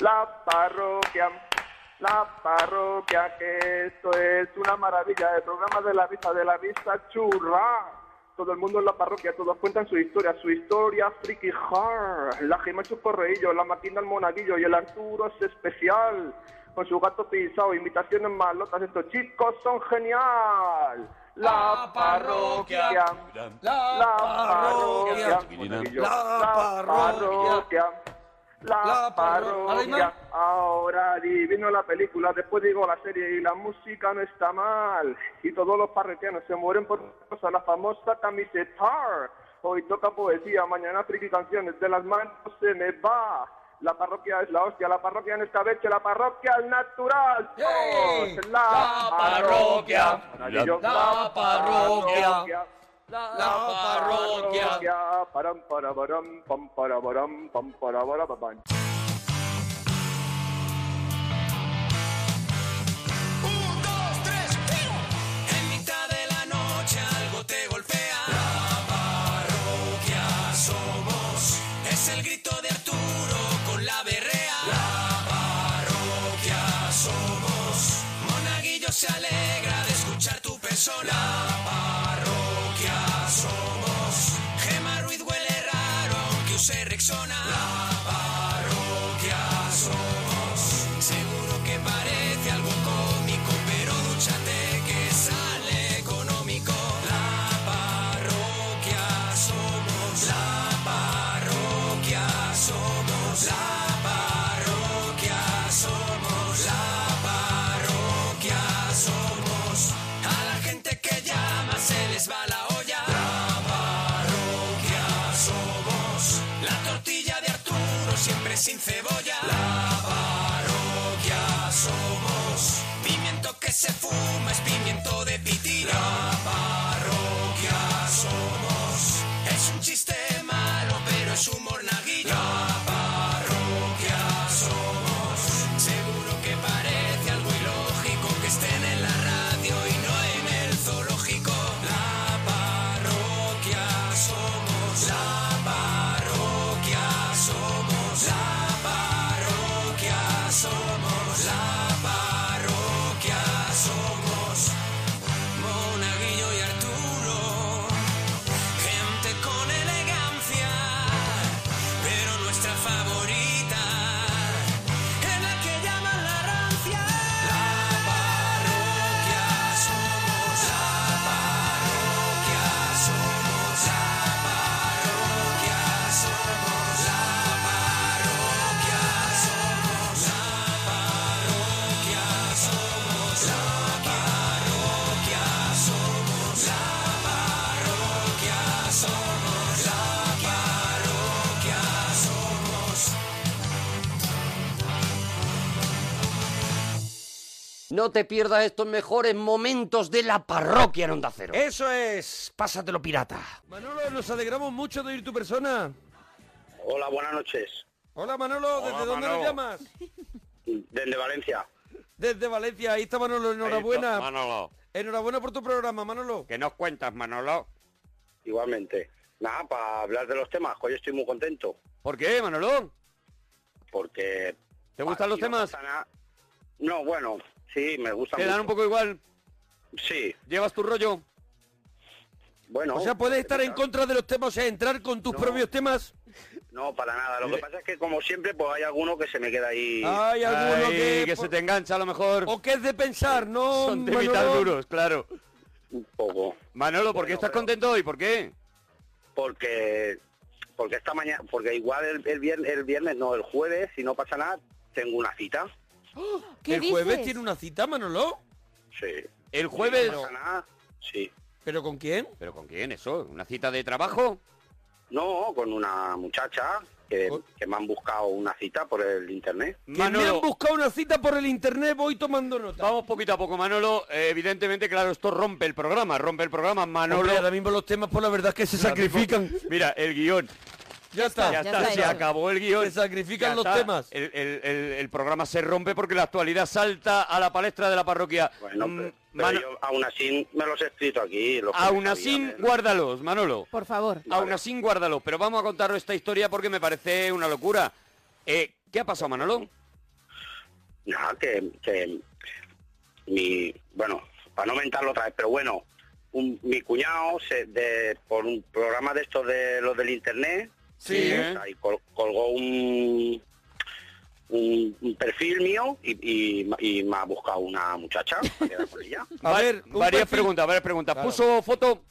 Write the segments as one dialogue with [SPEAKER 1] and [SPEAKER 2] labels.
[SPEAKER 1] La parroquia, la parroquia, que esto es una maravilla. El programa de la vista, de la vista churra. Todo el mundo en la parroquia, todos cuentan su historia, su historia friki hard. La Gema y su correillo, la máquina el monaguillo y el Arturo es especial. Con su gato pisado, imitaciones malotas, estos chicos son genial.
[SPEAKER 2] La parroquia, la parroquia, la parroquia.
[SPEAKER 1] La,
[SPEAKER 2] La parro-
[SPEAKER 1] parroquia.
[SPEAKER 2] ¿Además?
[SPEAKER 1] Ahora adivino la película, después digo la serie y la música no está mal. Y todos los parroquianos se mueren por una cosa, la famosa camiseta. Hoy toca poesía, mañana friki canciones, de las manos se me va. La parroquia es la hostia, la parroquia en esta vez, la parroquia al natural.
[SPEAKER 2] ¡Ey!
[SPEAKER 1] Somos
[SPEAKER 2] La parroquia.
[SPEAKER 1] Maravilloso.
[SPEAKER 2] La parroquia. La parroquia.
[SPEAKER 1] Param, para, param, pam, para, param, pam, para, para, pa, pam.
[SPEAKER 3] Un, dos, tres, En mitad de la noche algo te golpea. La parroquia somos. Es el grito de Arturo con la berrea. La parroquia somos. Monaguillo se alegra de escuchar tu persona. La parroquia somos. Gema Ruiz huele raro aunque use Rexona. La parroquia somos. Seguro que parece algo cómico, pero dúchate que sale económico. La parroquia somos, la parroquia somos, la parroquia somos, la parroquia somos. A la gente que llama se les va la olla. La parroquia somos, la tortilla de Arturo siempre sin cebolla. La parroquia somos. Pimiento que se fuma es pimiento de pitira. Parroquia somos. Es un chiste malo, pero es humor naguillo. Parroquia somos. Seguro que parece algo ilógico que estén en la radio y no en el zoológico. La parroquia somos. La parroquia somos. La parroquia somos. La parroquia somos. Monaguillo y Arturo. Gente con elegancia. Pero nuestra favorita. En la que llaman la rancia La parroquia somos La parroquia somos La parroquia somos La parroquia somos La parroquia somos La parroquia somos La parroquia somos La parroquia somos
[SPEAKER 4] No te pierdas estos mejores momentos de la parroquia en Onda Cero.
[SPEAKER 5] Eso es, pásatelo pirata. Manolo, nos alegramos mucho de oír tu persona.
[SPEAKER 6] Hola, buenas noches.
[SPEAKER 5] Hola Manolo, ¿desde
[SPEAKER 7] Hola,
[SPEAKER 5] dónde
[SPEAKER 7] Manolo.
[SPEAKER 5] nos llamas?
[SPEAKER 6] Desde Valencia.
[SPEAKER 5] Desde Valencia, ahí está Manolo, enhorabuena.
[SPEAKER 7] Esto, Manolo,
[SPEAKER 5] Enhorabuena por tu programa, Manolo.
[SPEAKER 7] ¿qué nos cuentas, Manolo?
[SPEAKER 6] Igualmente. Nada, para hablar de los temas, que hoy estoy muy contento.
[SPEAKER 5] ¿Por qué, Manolo?
[SPEAKER 6] Porque...
[SPEAKER 5] ¿Te gustan
[SPEAKER 6] Ah,
[SPEAKER 5] los
[SPEAKER 6] si no
[SPEAKER 5] temas?
[SPEAKER 6] pasa nada- No, bueno, sí, me gusta
[SPEAKER 5] Te dan un
[SPEAKER 6] mucho.
[SPEAKER 5] poco igual,
[SPEAKER 6] Sí,
[SPEAKER 5] llevas tu rollo.
[SPEAKER 6] bueno...
[SPEAKER 5] o sea, puedes estar en contra de los temas, o sea, entrar con tus
[SPEAKER 6] No.
[SPEAKER 5] propios temas.
[SPEAKER 6] No, para nada. Lo que pasa es que, como siempre, pues hay alguno que se me queda ahí...
[SPEAKER 5] Hay alguno
[SPEAKER 7] Ay,
[SPEAKER 5] que...
[SPEAKER 7] que
[SPEAKER 5] por-
[SPEAKER 7] se te engancha a lo mejor.
[SPEAKER 5] O que es de pensar, ¿no?
[SPEAKER 7] Son de
[SPEAKER 5] Manolo?
[SPEAKER 7] vital duros, claro.
[SPEAKER 6] Un poco.
[SPEAKER 7] Manolo, ¿por qué
[SPEAKER 6] Bueno,
[SPEAKER 7] estás
[SPEAKER 6] pero-
[SPEAKER 7] contento hoy? ¿Por qué?
[SPEAKER 6] Porque... Porque esta mañana... Porque igual el, viernes, el viernes, no, el jueves, si no pasa nada, tengo una cita.
[SPEAKER 8] ¿Qué
[SPEAKER 5] el
[SPEAKER 8] dices?
[SPEAKER 5] jueves tiene una cita, Manolo.
[SPEAKER 6] Sí.
[SPEAKER 7] El jueves.
[SPEAKER 6] Si no pasa nada, sí.
[SPEAKER 5] ¿Pero con quién?
[SPEAKER 7] ¿Pero con quién eso? ¿Una cita de trabajo?
[SPEAKER 6] No, con una muchacha que,
[SPEAKER 5] Con-
[SPEAKER 6] que me han buscado una cita por el internet.
[SPEAKER 5] Que Oh. me han
[SPEAKER 7] Manolo,
[SPEAKER 5] buscado una cita por el internet, voy tomando nota.
[SPEAKER 7] vamos poquito a poco, Manolo. Eh, evidentemente, claro, esto rompe el programa, rompe el programa, Manolo.
[SPEAKER 5] Hombre, ahora mismo los temas, por la verdad, es que se sacrifican.
[SPEAKER 7] Mira, el guión.
[SPEAKER 5] Ya está.
[SPEAKER 7] Ya,
[SPEAKER 8] ya
[SPEAKER 7] está,
[SPEAKER 8] está
[SPEAKER 7] se
[SPEAKER 8] hecho.
[SPEAKER 7] acabó el guión.
[SPEAKER 5] Se sacrifican
[SPEAKER 7] Ya
[SPEAKER 5] los
[SPEAKER 7] está.
[SPEAKER 5] temas.
[SPEAKER 7] El, el- el- el programa se rompe porque la actualidad salta a la palestra de la parroquia.
[SPEAKER 6] Bueno,
[SPEAKER 7] Mm,
[SPEAKER 6] pero,
[SPEAKER 7] Mano-
[SPEAKER 6] pero yo aún así me los he escrito aquí. los que
[SPEAKER 7] Aún
[SPEAKER 6] me
[SPEAKER 7] así,
[SPEAKER 6] sabían, ¿eh?
[SPEAKER 7] guárdalos, Manolo.
[SPEAKER 8] Por favor.
[SPEAKER 7] Aún así, guárdalos. Pero vamos a contaros esta historia porque me parece una locura. Eh, ¿Qué ha pasado, Manolo?
[SPEAKER 6] Nada, que, que mi, bueno, para no mentarlo otra vez, pero bueno, un- mi cuñado se- de, por un programa de estos de los del internet,
[SPEAKER 7] Sí.
[SPEAKER 6] ahí col- colgó un, un, un perfil mío y, y- y me ha buscado una muchacha para quedar con ella.
[SPEAKER 5] A ver, un
[SPEAKER 7] varias
[SPEAKER 5] perfil-
[SPEAKER 7] preguntas, varias preguntas.
[SPEAKER 5] Claro.
[SPEAKER 7] Puso foto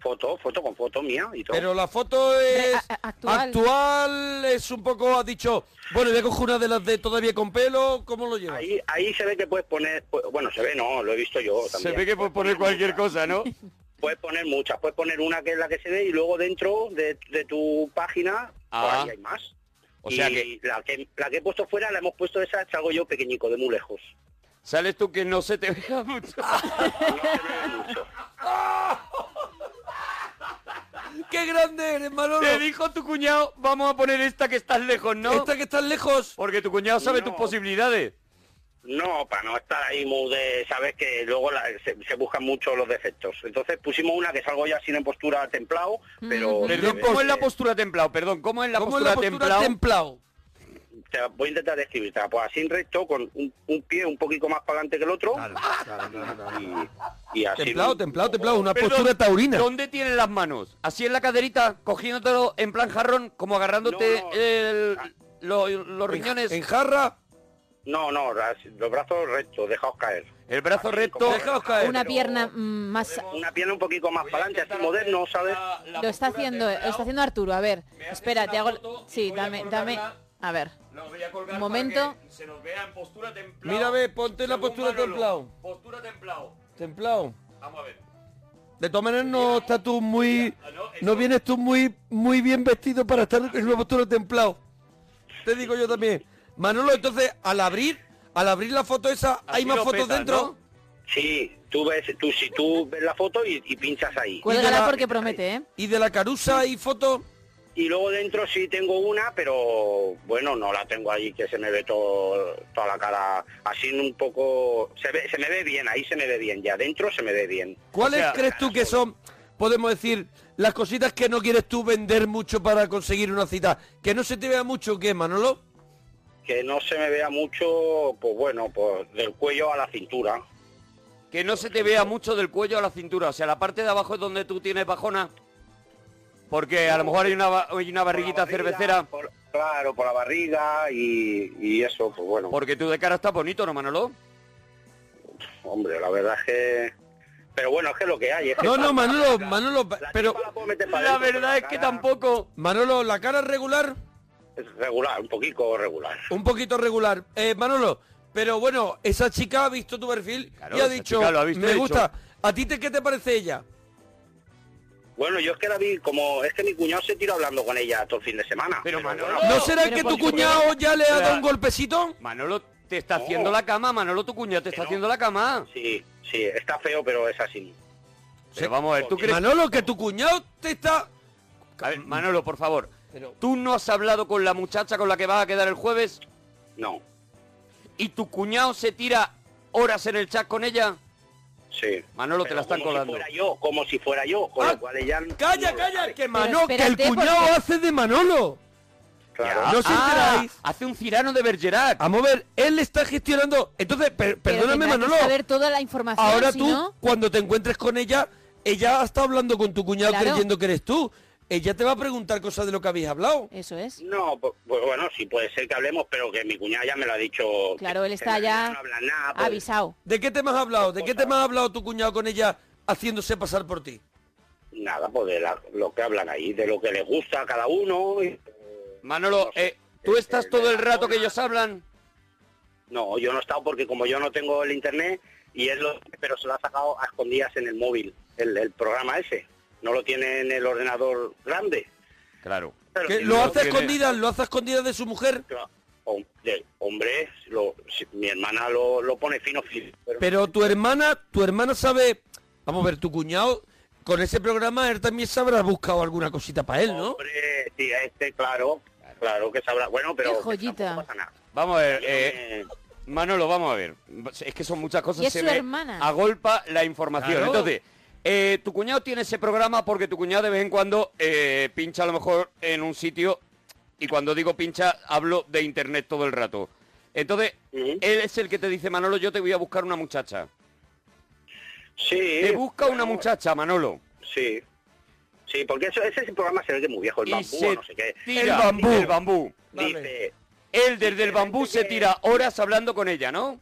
[SPEAKER 6] Foto, foto con foto mía y todo.
[SPEAKER 5] Pero la foto es
[SPEAKER 9] a- a- actual.
[SPEAKER 5] actual, es un poco, has dicho, bueno, voy a coger una de las de todavía con pelo, ¿cómo lo llevas?
[SPEAKER 6] Ahí, ahí se ve que puedes poner, pu- bueno, se ve, no, lo he visto yo también.
[SPEAKER 7] Se ve que puede poner cualquier
[SPEAKER 6] muchas.
[SPEAKER 7] cosa, ¿no?
[SPEAKER 6] Puedes poner muchas, puedes poner una que es la que se ve y luego dentro de, de tu página
[SPEAKER 7] Ah.
[SPEAKER 6] por ahí hay más.
[SPEAKER 7] O sea
[SPEAKER 6] Pues, Y
[SPEAKER 7] que-
[SPEAKER 6] la que la que he puesto fuera la hemos puesto esa, salgo yo pequeñico, de muy lejos.
[SPEAKER 7] Sales tú que no se te vea mucho.
[SPEAKER 6] No se me ve mucho.
[SPEAKER 5] ¡Qué grande eres, Manolo!
[SPEAKER 7] Te dijo tu cuñado, vamos a poner esta que estás lejos, ¿no?
[SPEAKER 5] Esta que estás lejos.
[SPEAKER 7] Porque tu cuñado sabe
[SPEAKER 6] No.
[SPEAKER 7] tus posibilidades.
[SPEAKER 6] No, para no estar ahí muy de, sabes que luego la- se, se buscan mucho los defectos. Entonces pusimos una que salgo ya sin en postura templado,
[SPEAKER 7] Mm.
[SPEAKER 6] pero eh, se
[SPEAKER 7] Perdón,
[SPEAKER 6] ve
[SPEAKER 7] ¿cómo
[SPEAKER 6] que-
[SPEAKER 7] es la postura templado? Perdón, ¿cómo es la
[SPEAKER 5] ¿Cómo es
[SPEAKER 7] postura
[SPEAKER 5] la postura templado?
[SPEAKER 7] templado?
[SPEAKER 6] te la voy a intentar describirte. Pues así en recto, con un, un pie un poquito más para adelante que el otro. Y, y así.
[SPEAKER 5] Templado, templado, templado, una
[SPEAKER 7] Perdón,
[SPEAKER 5] postura taurina.
[SPEAKER 7] ¿Dónde tienes las manos? ¿Así en la caderita, cogiéndotelo en plan jarrón, como agarrándote
[SPEAKER 6] No, no.
[SPEAKER 7] el-
[SPEAKER 6] Ah.
[SPEAKER 7] lo- los riñones?
[SPEAKER 5] En jarra,
[SPEAKER 6] No, no, así, los brazos rectos, dejaos caer.
[SPEAKER 7] el brazo
[SPEAKER 6] así
[SPEAKER 7] recto.
[SPEAKER 6] como-
[SPEAKER 5] dejaos caer.
[SPEAKER 9] Una
[SPEAKER 6] pero-
[SPEAKER 9] pierna mm, más...
[SPEAKER 6] Una pierna un poquito más para adelante, así moderno, ¿sabes?
[SPEAKER 9] Lo está haciendo, lo está haciendo Arturo, a ver. Espera, te hago... Sí, dame, dame... A ver. Un momento.
[SPEAKER 7] Se nos vea en postura templado.
[SPEAKER 5] mira, ve, ponte en la
[SPEAKER 7] Según
[SPEAKER 5] postura
[SPEAKER 7] Manolo.
[SPEAKER 5] templado.
[SPEAKER 7] Postura templado.
[SPEAKER 5] Templado.
[SPEAKER 7] Vamos a ver.
[SPEAKER 5] De todas maneras no estás tú muy...
[SPEAKER 7] Ah, no, eso-
[SPEAKER 5] No vienes tú muy, muy bien vestido para estar en una postura templado. Te digo yo también. Manolo, entonces, al abrir, al abrir la foto esa, ¿hay
[SPEAKER 7] Así
[SPEAKER 5] más
[SPEAKER 7] lo
[SPEAKER 5] fotos
[SPEAKER 7] petas,
[SPEAKER 5] dentro?
[SPEAKER 6] Sí, tú ves, tú, si tú ves la foto y, y pinchas ahí.
[SPEAKER 9] Cuélgala porque promete, ¿eh?
[SPEAKER 5] ¿Y de la carusa hay fotos?
[SPEAKER 6] Y luego dentro sí tengo una, pero bueno, no la tengo ahí que se me ve todo, toda la cara así un poco... Se, ve, se me ve bien, ahí se me ve bien, ya dentro se me ve bien.
[SPEAKER 5] ¿Cuáles
[SPEAKER 7] O sea,
[SPEAKER 5] crees tú que son, podemos decir, las cositas que no quieres tú vender mucho para conseguir una cita? ¿Que no se te vea mucho o qué, Manolo?
[SPEAKER 6] Que no se me vea mucho, pues bueno, pues del cuello a la cintura.
[SPEAKER 7] Que no se te vea mucho del cuello a la cintura. O sea, la parte de abajo es donde tú tienes bajona. Porque a lo mejor hay una, ba- hay una
[SPEAKER 6] Por la
[SPEAKER 7] barriguita
[SPEAKER 6] barriga,
[SPEAKER 7] cervecera.
[SPEAKER 6] por- claro, por la barriga y, y eso, pues bueno.
[SPEAKER 7] Porque tú de cara estás bonito, ¿no, Manolo?
[SPEAKER 6] Hombre, la verdad es que... Pero bueno, es que es lo que hay. Es que
[SPEAKER 5] No,
[SPEAKER 6] para-
[SPEAKER 5] no, Manolo, Manolo,
[SPEAKER 6] la
[SPEAKER 5] pero...
[SPEAKER 6] chepa la puedo meter para
[SPEAKER 7] La
[SPEAKER 6] dentro, pero
[SPEAKER 7] verdad es que
[SPEAKER 6] cara
[SPEAKER 7] tampoco.
[SPEAKER 5] Manolo, la cara regular,
[SPEAKER 6] es Regular, un poquito regular.
[SPEAKER 5] un poquito regular. Eh, Manolo, pero bueno, esa chica ha visto tu perfil
[SPEAKER 7] Claro,
[SPEAKER 5] y ha
[SPEAKER 7] esa
[SPEAKER 5] dicho,
[SPEAKER 7] chica lo ha visto y
[SPEAKER 5] me
[SPEAKER 7] ha dicho-
[SPEAKER 5] gusta. ¿A ti te, qué te parece ella?
[SPEAKER 6] Bueno, yo es que la vi como... Es que mi cuñado se tiró hablando con ella todo el fin de semana.
[SPEAKER 7] Oh, Pero Manolo-
[SPEAKER 6] bueno,
[SPEAKER 5] ¿No
[SPEAKER 7] No,
[SPEAKER 5] será
[SPEAKER 9] pero
[SPEAKER 5] que
[SPEAKER 9] por
[SPEAKER 5] tu
[SPEAKER 9] supuesto.
[SPEAKER 5] cuñado ya le ha
[SPEAKER 7] Claro.
[SPEAKER 5] dado un golpecito?
[SPEAKER 7] Manolo te está
[SPEAKER 6] No.
[SPEAKER 7] haciendo la cama, Manolo tu cuñado te está
[SPEAKER 6] no.
[SPEAKER 7] haciendo la cama.
[SPEAKER 6] Oh. Sí, sí, está feo, pero es así.
[SPEAKER 7] Pero vamos a ver, ¿tú crees?
[SPEAKER 5] Manolo, que tu cuñado te está...
[SPEAKER 7] A ver, Manolo, por favor.
[SPEAKER 5] Pero-
[SPEAKER 7] Tú no has hablado con la muchacha con la que vas a quedar el jueves
[SPEAKER 6] No,
[SPEAKER 7] y tu cuñado se tira horas en el chat con ella.
[SPEAKER 6] sí.
[SPEAKER 7] Manolo, te
[SPEAKER 6] Pero
[SPEAKER 7] la están
[SPEAKER 6] como si
[SPEAKER 7] colando.
[SPEAKER 6] fuera yo, como si fuera yo, con
[SPEAKER 5] Ah,
[SPEAKER 6] lo cual ella... no
[SPEAKER 5] Calla,
[SPEAKER 6] lo
[SPEAKER 5] calla,
[SPEAKER 6] sabe.
[SPEAKER 5] que Manolo, que el
[SPEAKER 9] espérate,
[SPEAKER 5] cuñado
[SPEAKER 9] porque-
[SPEAKER 5] hace de Manolo.
[SPEAKER 6] Claro.
[SPEAKER 5] No os enteráis.
[SPEAKER 7] Ah, hace un cirano de Bergerac.
[SPEAKER 5] Vamos a ver, él está gestionando. Entonces, per- perdóname,
[SPEAKER 9] Pero tendrá que
[SPEAKER 5] Manolo.
[SPEAKER 9] saber toda la información,
[SPEAKER 5] Ahora
[SPEAKER 9] si
[SPEAKER 5] tú,
[SPEAKER 9] no-
[SPEAKER 5] cuando te encuentres con ella, ella ha estado hablando con tu cuñado
[SPEAKER 9] Claro.
[SPEAKER 5] creyendo que eres tú. Ella te va a preguntar cosas de lo que habéis hablado.
[SPEAKER 9] Eso es.
[SPEAKER 6] No, pues pues bueno, sí puede ser que hablemos, pero que mi cuñada ya me lo ha dicho.
[SPEAKER 9] Claro,
[SPEAKER 6] que-
[SPEAKER 9] él
[SPEAKER 6] que
[SPEAKER 9] está
[SPEAKER 6] no-
[SPEAKER 9] ya
[SPEAKER 6] No habla nada. pues.
[SPEAKER 9] avisado.
[SPEAKER 5] ¿De qué temas has hablado? ¿De qué temas ha hablado tu cuñado con ella haciéndose pasar por ti?
[SPEAKER 6] Nada, pues de la- lo que hablan ahí, de lo que les gusta a cada uno. y- eh,
[SPEAKER 7] Manolo,
[SPEAKER 6] no sé.
[SPEAKER 7] eh, tú
[SPEAKER 6] Eh,
[SPEAKER 7] estás
[SPEAKER 6] eh,
[SPEAKER 7] todo
[SPEAKER 6] de
[SPEAKER 7] el
[SPEAKER 6] la
[SPEAKER 7] rato que
[SPEAKER 6] zona.
[SPEAKER 7] ellos hablan.
[SPEAKER 6] No, yo no he estado porque como yo no tengo el internet y él lo, pero se lo ha sacado a escondidas en el móvil, el, el programa ese. No lo tiene en el ordenador grande.
[SPEAKER 7] Claro.
[SPEAKER 6] Pero
[SPEAKER 5] ¿Que
[SPEAKER 6] sí
[SPEAKER 5] ¿Lo
[SPEAKER 6] lo
[SPEAKER 5] hace a
[SPEAKER 7] tiene-
[SPEAKER 5] escondidas? ¿Lo hace a escondidas de su mujer?
[SPEAKER 6] que va- hom- de- hombre, lo- si- mi hermana lo, lo pone fino, fino. Pero,
[SPEAKER 5] Pero tu hermana, tu hermana sabe... Vamos a ver, tu cuñado, con ese programa, él también se habrá buscado alguna cosita para él, ¿no?
[SPEAKER 6] hombre, sí, este, claro, claro que sabrá. Bueno, pero
[SPEAKER 9] Qué
[SPEAKER 6] que
[SPEAKER 9] joyita.
[SPEAKER 6] tampoco pasa nada.
[SPEAKER 7] Vamos a ver,
[SPEAKER 6] Yo no
[SPEAKER 7] eh,
[SPEAKER 6] me-
[SPEAKER 7] Manolo, vamos a ver. Es que son muchas cosas.
[SPEAKER 9] Y es
[SPEAKER 7] se
[SPEAKER 9] su
[SPEAKER 7] me
[SPEAKER 9] hermana.
[SPEAKER 7] Agolpa la información.
[SPEAKER 5] Claro.
[SPEAKER 7] Entonces, eh, tu cuñado tiene ese programa porque tu cuñado de vez en cuando eh, pincha a lo mejor en un sitio. Y cuando digo pincha, hablo de internet todo el rato. Entonces, él es el que te dice, Manolo, yo te voy a buscar una muchacha.
[SPEAKER 6] Sí.
[SPEAKER 7] Te busca una muchacha, Manolo.
[SPEAKER 6] Sí. Sí, porque eso, ese programa se ve que es muy viejo, el
[SPEAKER 7] Y
[SPEAKER 6] bambú,
[SPEAKER 7] se
[SPEAKER 6] o no sé qué.
[SPEAKER 7] tira el bambú. El bambú.
[SPEAKER 6] Dice,
[SPEAKER 7] Él desde el bambú se tira horas hablando con ella, ¿no?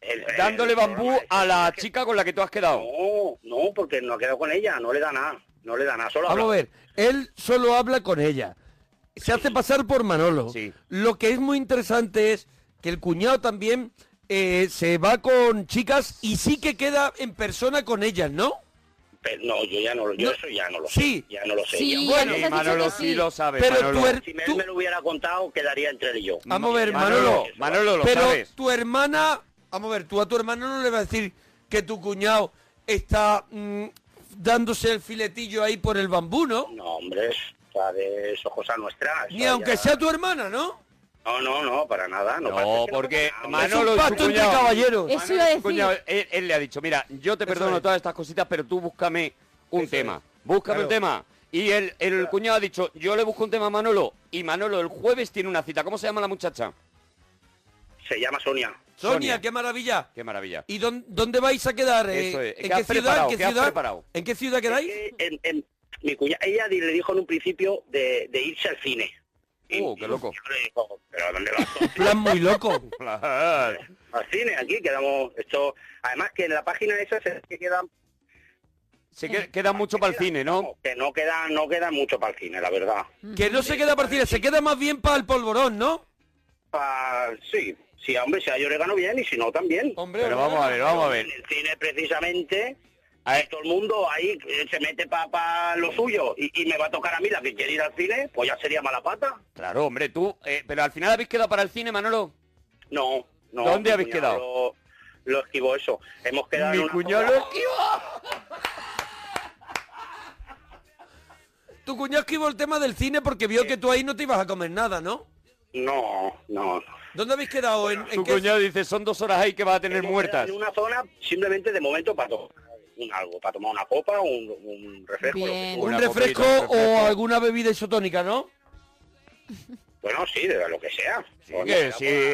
[SPEAKER 6] el- el-
[SPEAKER 7] Dándole
[SPEAKER 6] el
[SPEAKER 7] bambú
[SPEAKER 6] programa
[SPEAKER 7] a la chica con la que tú has quedado.
[SPEAKER 6] No, no, porque no ha quedado con ella, no le da nada, no le da nada, solo
[SPEAKER 5] Vamos a
[SPEAKER 6] habla.
[SPEAKER 5] ver, él solo habla con ella. Se hace pasar por Manolo. Lo que es muy interesante es que el cuñado también eh, se va con chicas y sí que queda en persona con ellas, ¿no?
[SPEAKER 6] Pero no, yo ya no, lo- yo eso ya no lo
[SPEAKER 5] Sí.
[SPEAKER 6] sé, ya no lo sé.
[SPEAKER 5] Sí,
[SPEAKER 6] ya.
[SPEAKER 5] Bueno, nos has dicho Manolo que sí sí. lo sabe, Pero Manolo. tú er-
[SPEAKER 6] si él me lo hubiera contado, quedaría entre él y yo.
[SPEAKER 5] Vamos a ver, Manolo.
[SPEAKER 7] Manolo, Manolo, lo
[SPEAKER 5] pero
[SPEAKER 7] sabes.
[SPEAKER 5] tu hermana, vamos a ver, tú a tu hermano no le vas a decir que tu cuñado está mm, dándose el filetillo ahí por el bambú, ¿no?
[SPEAKER 6] No, hombre, está de eso cosa nuestra.
[SPEAKER 5] Ni aunque sea tu hermana, ¿no?
[SPEAKER 6] No, no, no, para nada. No, parece que
[SPEAKER 7] porque
[SPEAKER 6] no,
[SPEAKER 7] Manolo
[SPEAKER 5] Es un
[SPEAKER 7] y su
[SPEAKER 5] pacto entre
[SPEAKER 7] cuñado-
[SPEAKER 5] caballeros.
[SPEAKER 9] Eso iba a
[SPEAKER 7] su
[SPEAKER 9] decir.
[SPEAKER 7] cuñado, él, él le ha dicho, mira, yo te perdono todas estas cositas, pero tú búscame un tema. Búscame un
[SPEAKER 5] Claro.
[SPEAKER 7] tema. Y él, el cuñado ha dicho, yo le busco un tema a Manolo. Y Manolo el jueves tiene una cita. ¿Cómo se llama la muchacha?
[SPEAKER 6] Se llama Sonia.
[SPEAKER 5] Sonia, qué maravilla.
[SPEAKER 7] Qué maravilla.
[SPEAKER 5] ¿Y dón- dónde vais a quedar? eh?
[SPEAKER 7] Eso es. ¿Qué
[SPEAKER 5] ¿En
[SPEAKER 7] has
[SPEAKER 5] qué ciudad?
[SPEAKER 7] preparado?
[SPEAKER 5] ¿En qué
[SPEAKER 7] ¿Qué has
[SPEAKER 5] ciudad?
[SPEAKER 7] preparado?
[SPEAKER 5] ¿En qué ciudad quedáis?
[SPEAKER 6] Eh, en- en- mi cuñada, ella di- le dijo en un principio de, de irse al cine.
[SPEAKER 7] ¡Uh, qué loco!
[SPEAKER 6] Yo le digo, pero ¿a dónde vas?
[SPEAKER 5] Plan muy loco.
[SPEAKER 6] al cine, aquí quedamos esto. Además que en la página esa se ve que quedan,
[SPEAKER 7] Se que- queda mucho para el cine, ¿no?
[SPEAKER 6] que no queda, no queda mucho para el cine, la verdad.
[SPEAKER 5] que no se queda para el cine, se queda más bien para el polvorón, ¿no?
[SPEAKER 6] Pa- Ah, sí, sí, hombre, si hay orégano bien y si no también.
[SPEAKER 5] Hombre,
[SPEAKER 7] Pero vamos a ver, vamos a ver.
[SPEAKER 6] En el cine precisamente todo el mundo ahí eh, se mete para lo suyo y, y me va a tocar a mí la que quiere ir al cine, pues ya sería mala pata.
[SPEAKER 7] Claro, hombre, tú... eh, pero al final habéis quedado para el cine, Manolo.
[SPEAKER 6] No, no.
[SPEAKER 7] ¿Dónde
[SPEAKER 6] mi
[SPEAKER 7] habéis
[SPEAKER 6] cuñado
[SPEAKER 7] quedado?
[SPEAKER 6] Lo, lo esquivó eso. Hemos quedado en
[SPEAKER 7] Mi
[SPEAKER 6] una
[SPEAKER 7] cuñado
[SPEAKER 6] cosa-
[SPEAKER 7] lo esquivó.
[SPEAKER 5] Tu cuñado esquivó el tema del cine porque vio que tú ahí no te ibas a comer nada, ¿no?
[SPEAKER 6] No, no.
[SPEAKER 5] ¿Dónde habéis quedado? ¿En, en
[SPEAKER 7] Tu
[SPEAKER 5] qué-
[SPEAKER 7] cuñado dice, son dos horas ahí que vas a tener
[SPEAKER 6] Hemos
[SPEAKER 7] muertas.
[SPEAKER 6] quedado En una zona simplemente de momento para tomar un algo, para tomar una copa, un, un refresco. lo que
[SPEAKER 9] Bien.
[SPEAKER 6] sea.
[SPEAKER 5] un
[SPEAKER 7] Una
[SPEAKER 5] refresco
[SPEAKER 7] copita, un refresco.
[SPEAKER 5] o alguna bebida isotónica, ¿no?
[SPEAKER 6] Bueno, sí, de lo que sea.
[SPEAKER 7] Que
[SPEAKER 6] Pues mira,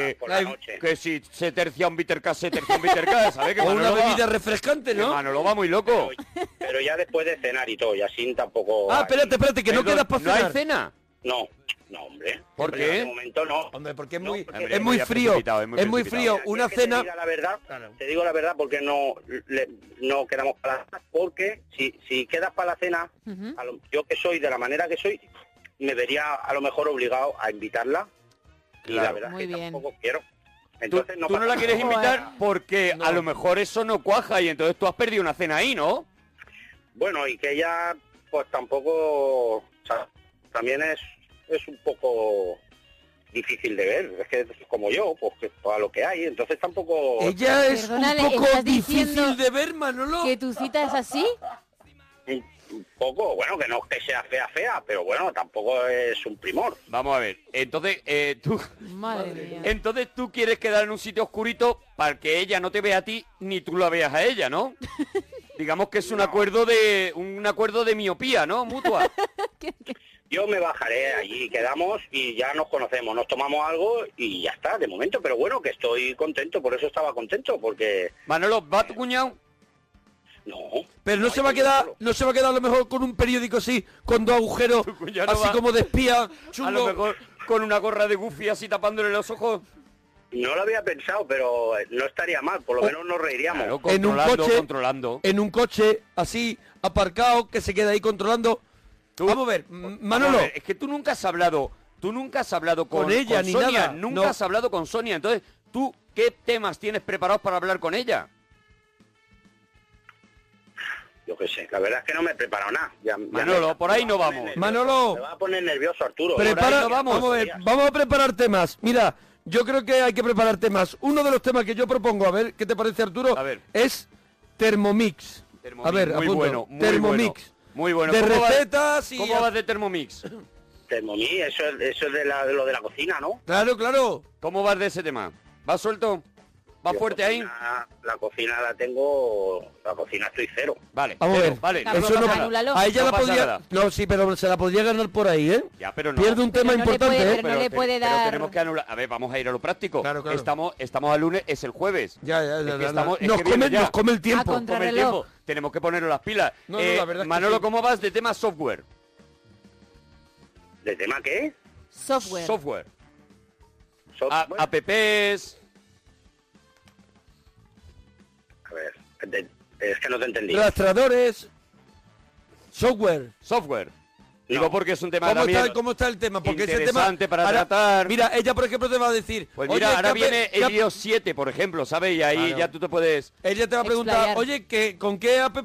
[SPEAKER 7] si,
[SPEAKER 6] por la- por la noche.
[SPEAKER 7] que si se tercia un bitter K, se tercia un bitter K, ¿sabes? Que
[SPEAKER 5] O una
[SPEAKER 7] Manolo va-
[SPEAKER 5] bebida refrescante,
[SPEAKER 7] que
[SPEAKER 5] ¿no?
[SPEAKER 7] Manolo va muy loco.
[SPEAKER 6] Pero ya después de cenar y todo, y así tampoco...
[SPEAKER 5] Ah,
[SPEAKER 6] hay-
[SPEAKER 5] espérate, espérate, que no
[SPEAKER 7] Perdón,
[SPEAKER 5] quedas para cenar.
[SPEAKER 7] ¿No hay cena?
[SPEAKER 6] No, no, hombre.
[SPEAKER 7] ¿Por
[SPEAKER 6] Hombre,
[SPEAKER 7] qué?
[SPEAKER 6] De momento no.
[SPEAKER 5] Hombre, porque es
[SPEAKER 6] No,
[SPEAKER 5] muy,
[SPEAKER 6] porque
[SPEAKER 5] es muy
[SPEAKER 7] ya
[SPEAKER 5] frío.
[SPEAKER 7] precipitado, es muy
[SPEAKER 5] Es muy
[SPEAKER 7] precipitado.
[SPEAKER 5] frío.
[SPEAKER 6] Mira,
[SPEAKER 5] Una
[SPEAKER 6] ¿quieres que Te,
[SPEAKER 5] cena...
[SPEAKER 6] diga la verdad,
[SPEAKER 5] Claro.
[SPEAKER 6] te digo la verdad porque no le- no quedamos para la cena, porque si, si quedas para la cena,
[SPEAKER 9] Ujú.
[SPEAKER 6] a lo- yo que soy de la manera que soy, me vería a lo mejor obligado a invitarla. Y la
[SPEAKER 7] Claro.
[SPEAKER 6] verdad es
[SPEAKER 9] Muy
[SPEAKER 6] que
[SPEAKER 9] bien.
[SPEAKER 6] tampoco quiero.
[SPEAKER 7] Tú,
[SPEAKER 6] Entonces no eh.
[SPEAKER 7] tú no
[SPEAKER 6] pasa
[SPEAKER 7] la
[SPEAKER 6] nada.
[SPEAKER 7] quieres invitar porque a lo mejor eso no cuaja y entonces tú has perdido una cena ahí, ¿no?
[SPEAKER 6] Bueno, y que ella pues tampoco o sea, también es es un poco difícil de ver, es que como yo, pues que a lo que hay, entonces tampoco
[SPEAKER 5] Ella es
[SPEAKER 9] Perdónale,
[SPEAKER 5] un poco
[SPEAKER 9] ¿estás
[SPEAKER 5] difícil
[SPEAKER 9] diciendo
[SPEAKER 5] de ver, Manolo.
[SPEAKER 9] ¿Que tu cita es así?
[SPEAKER 6] un, un poco, bueno, que no es que sea fea, fea, pero bueno, tampoco es un primor.
[SPEAKER 7] Vamos a ver. Entonces, eh, tú,
[SPEAKER 9] Madre mía.
[SPEAKER 7] entonces tú quieres quedar en un sitio oscurito para que ella no te vea a ti ni tú la veas a ella, ¿no? Digamos que es un acuerdo de un acuerdo de miopía, ¿no? Mutua.
[SPEAKER 6] Yo me bajaré allí, quedamos y ya nos conocemos, nos tomamos algo y ya está, de momento, pero bueno, que estoy contento, por eso estaba contento, porque
[SPEAKER 7] Manolo, ¿va tu cuñado?
[SPEAKER 6] no.
[SPEAKER 5] Pero no
[SPEAKER 6] Ay,
[SPEAKER 5] se va a
[SPEAKER 6] yo
[SPEAKER 5] quedar,
[SPEAKER 6] solo.
[SPEAKER 5] no se va a quedar a lo mejor con un periódico así, con dos agujeros,
[SPEAKER 7] Tu cuñado
[SPEAKER 5] así
[SPEAKER 7] Pues va-
[SPEAKER 5] como de espía, chungo.
[SPEAKER 7] A lo mejor con una gorra de Goofy así tapándole los ojos.
[SPEAKER 6] No lo había pensado, pero no estaría mal, por lo menos nos reiríamos.
[SPEAKER 7] Oh, Claro,
[SPEAKER 5] En un
[SPEAKER 7] controlando,
[SPEAKER 5] coche.
[SPEAKER 7] controlando.
[SPEAKER 5] En un coche, así, aparcado, que se queda ahí controlando.
[SPEAKER 7] Tú-
[SPEAKER 5] Vamos a ver, M- Manolo,
[SPEAKER 7] Vamos a ver, es que tú nunca has hablado, tú nunca has hablado con,
[SPEAKER 5] Con ella, ni
[SPEAKER 7] Sonia,
[SPEAKER 5] nada,
[SPEAKER 7] nunca
[SPEAKER 5] no.
[SPEAKER 7] has hablado con Sonia. Entonces, ¿tú qué temas tienes preparados para hablar con ella?
[SPEAKER 6] Yo qué sé, la verdad es que no me he preparado nada. Ya- ya
[SPEAKER 7] Manolo,
[SPEAKER 6] me-
[SPEAKER 7] por ahí
[SPEAKER 6] me
[SPEAKER 7] no
[SPEAKER 6] va a poner
[SPEAKER 7] vamos.
[SPEAKER 6] nervioso,
[SPEAKER 5] Manolo.
[SPEAKER 6] Me va a poner nervioso, Arturo.
[SPEAKER 5] prepara,
[SPEAKER 7] no
[SPEAKER 5] vamos.
[SPEAKER 7] vamos.
[SPEAKER 5] a ver, vamos a preparar temas. Mira, yo creo que hay que preparar temas. Uno de los temas que yo propongo, a ver, ¿qué te parece Arturo?
[SPEAKER 7] A ver.
[SPEAKER 5] Es Thermomix.
[SPEAKER 7] Thermomix,
[SPEAKER 5] a ver,
[SPEAKER 7] muy
[SPEAKER 5] apunto.
[SPEAKER 7] bueno, muy
[SPEAKER 5] Thermomix.
[SPEAKER 7] bueno, muy bueno.
[SPEAKER 5] De
[SPEAKER 7] ¿Cómo va-
[SPEAKER 5] recetas y...
[SPEAKER 7] ¿Cómo vas de Thermomix?
[SPEAKER 6] Thermomí, eso, es- eso es de, la- de lo de la cocina, ¿no?
[SPEAKER 5] Claro, claro.
[SPEAKER 7] ¿Cómo vas de ese tema? ¿Vas suelto? va
[SPEAKER 6] Yo
[SPEAKER 7] fuerte ahí.
[SPEAKER 6] cocina- La cocina la tengo, la cocina estoy cero.
[SPEAKER 7] Vale,
[SPEAKER 5] Vamos a ver,
[SPEAKER 7] vale,
[SPEAKER 5] eso
[SPEAKER 7] no
[SPEAKER 5] no,
[SPEAKER 7] pasa nada.
[SPEAKER 5] a ella
[SPEAKER 7] No
[SPEAKER 5] la
[SPEAKER 7] pasa
[SPEAKER 5] podía,
[SPEAKER 7] nada.
[SPEAKER 5] no sí, pero se la podría ganar por ahí, ¿eh?
[SPEAKER 7] Ya, Ah, pero no.
[SPEAKER 5] Pierde un tema importante, ¿eh?
[SPEAKER 9] pero no le
[SPEAKER 7] te-
[SPEAKER 9] puede
[SPEAKER 7] pero
[SPEAKER 9] dar-
[SPEAKER 7] tenemos que anular. A ver, vamos a ir a lo práctico.
[SPEAKER 5] claro.
[SPEAKER 7] Estamos, estamos al lunes, es el jueves.
[SPEAKER 5] Ya, ya,
[SPEAKER 7] Es
[SPEAKER 5] ya,
[SPEAKER 7] que
[SPEAKER 5] ya,
[SPEAKER 7] estamos- es
[SPEAKER 5] nos,
[SPEAKER 7] que
[SPEAKER 5] come,
[SPEAKER 7] viene ya.
[SPEAKER 5] nos come el
[SPEAKER 9] A
[SPEAKER 5] tiempo.
[SPEAKER 9] contra-
[SPEAKER 7] Come el
[SPEAKER 9] Contrarreloj.
[SPEAKER 7] tiempo. Tenemos que ponernos las pilas. Eh,
[SPEAKER 5] No, no, la verdad es que
[SPEAKER 7] Manolo,
[SPEAKER 5] sí.
[SPEAKER 7] ¿cómo vas de tema software?
[SPEAKER 6] ¿De tema qué?
[SPEAKER 9] Software.
[SPEAKER 7] Software. A-
[SPEAKER 6] Software.
[SPEAKER 7] apps.
[SPEAKER 6] A ver, de- es que no te entendí.
[SPEAKER 5] Rastradores, software.
[SPEAKER 7] Software. Digo porque es un tema
[SPEAKER 5] ¿Cómo
[SPEAKER 7] también
[SPEAKER 5] está, ¿Cómo está el tema? Porque ese tema...
[SPEAKER 7] interesante para
[SPEAKER 5] ahora-
[SPEAKER 7] tratar.
[SPEAKER 5] Mira, ella, por ejemplo, te va a decir...
[SPEAKER 7] Pues
[SPEAKER 5] "Oye,
[SPEAKER 7] mira, ahora
[SPEAKER 5] ¿qué ha pe- Ah,
[SPEAKER 7] viene
[SPEAKER 5] qué ha-
[SPEAKER 7] el iOS 7, por ejemplo, ¿sabes? Y ahí
[SPEAKER 5] Claro.
[SPEAKER 7] ya tú te puedes...
[SPEAKER 5] Ella te va a preguntar,
[SPEAKER 9] Explayar.
[SPEAKER 5] oye, ¿qué, ¿con qué app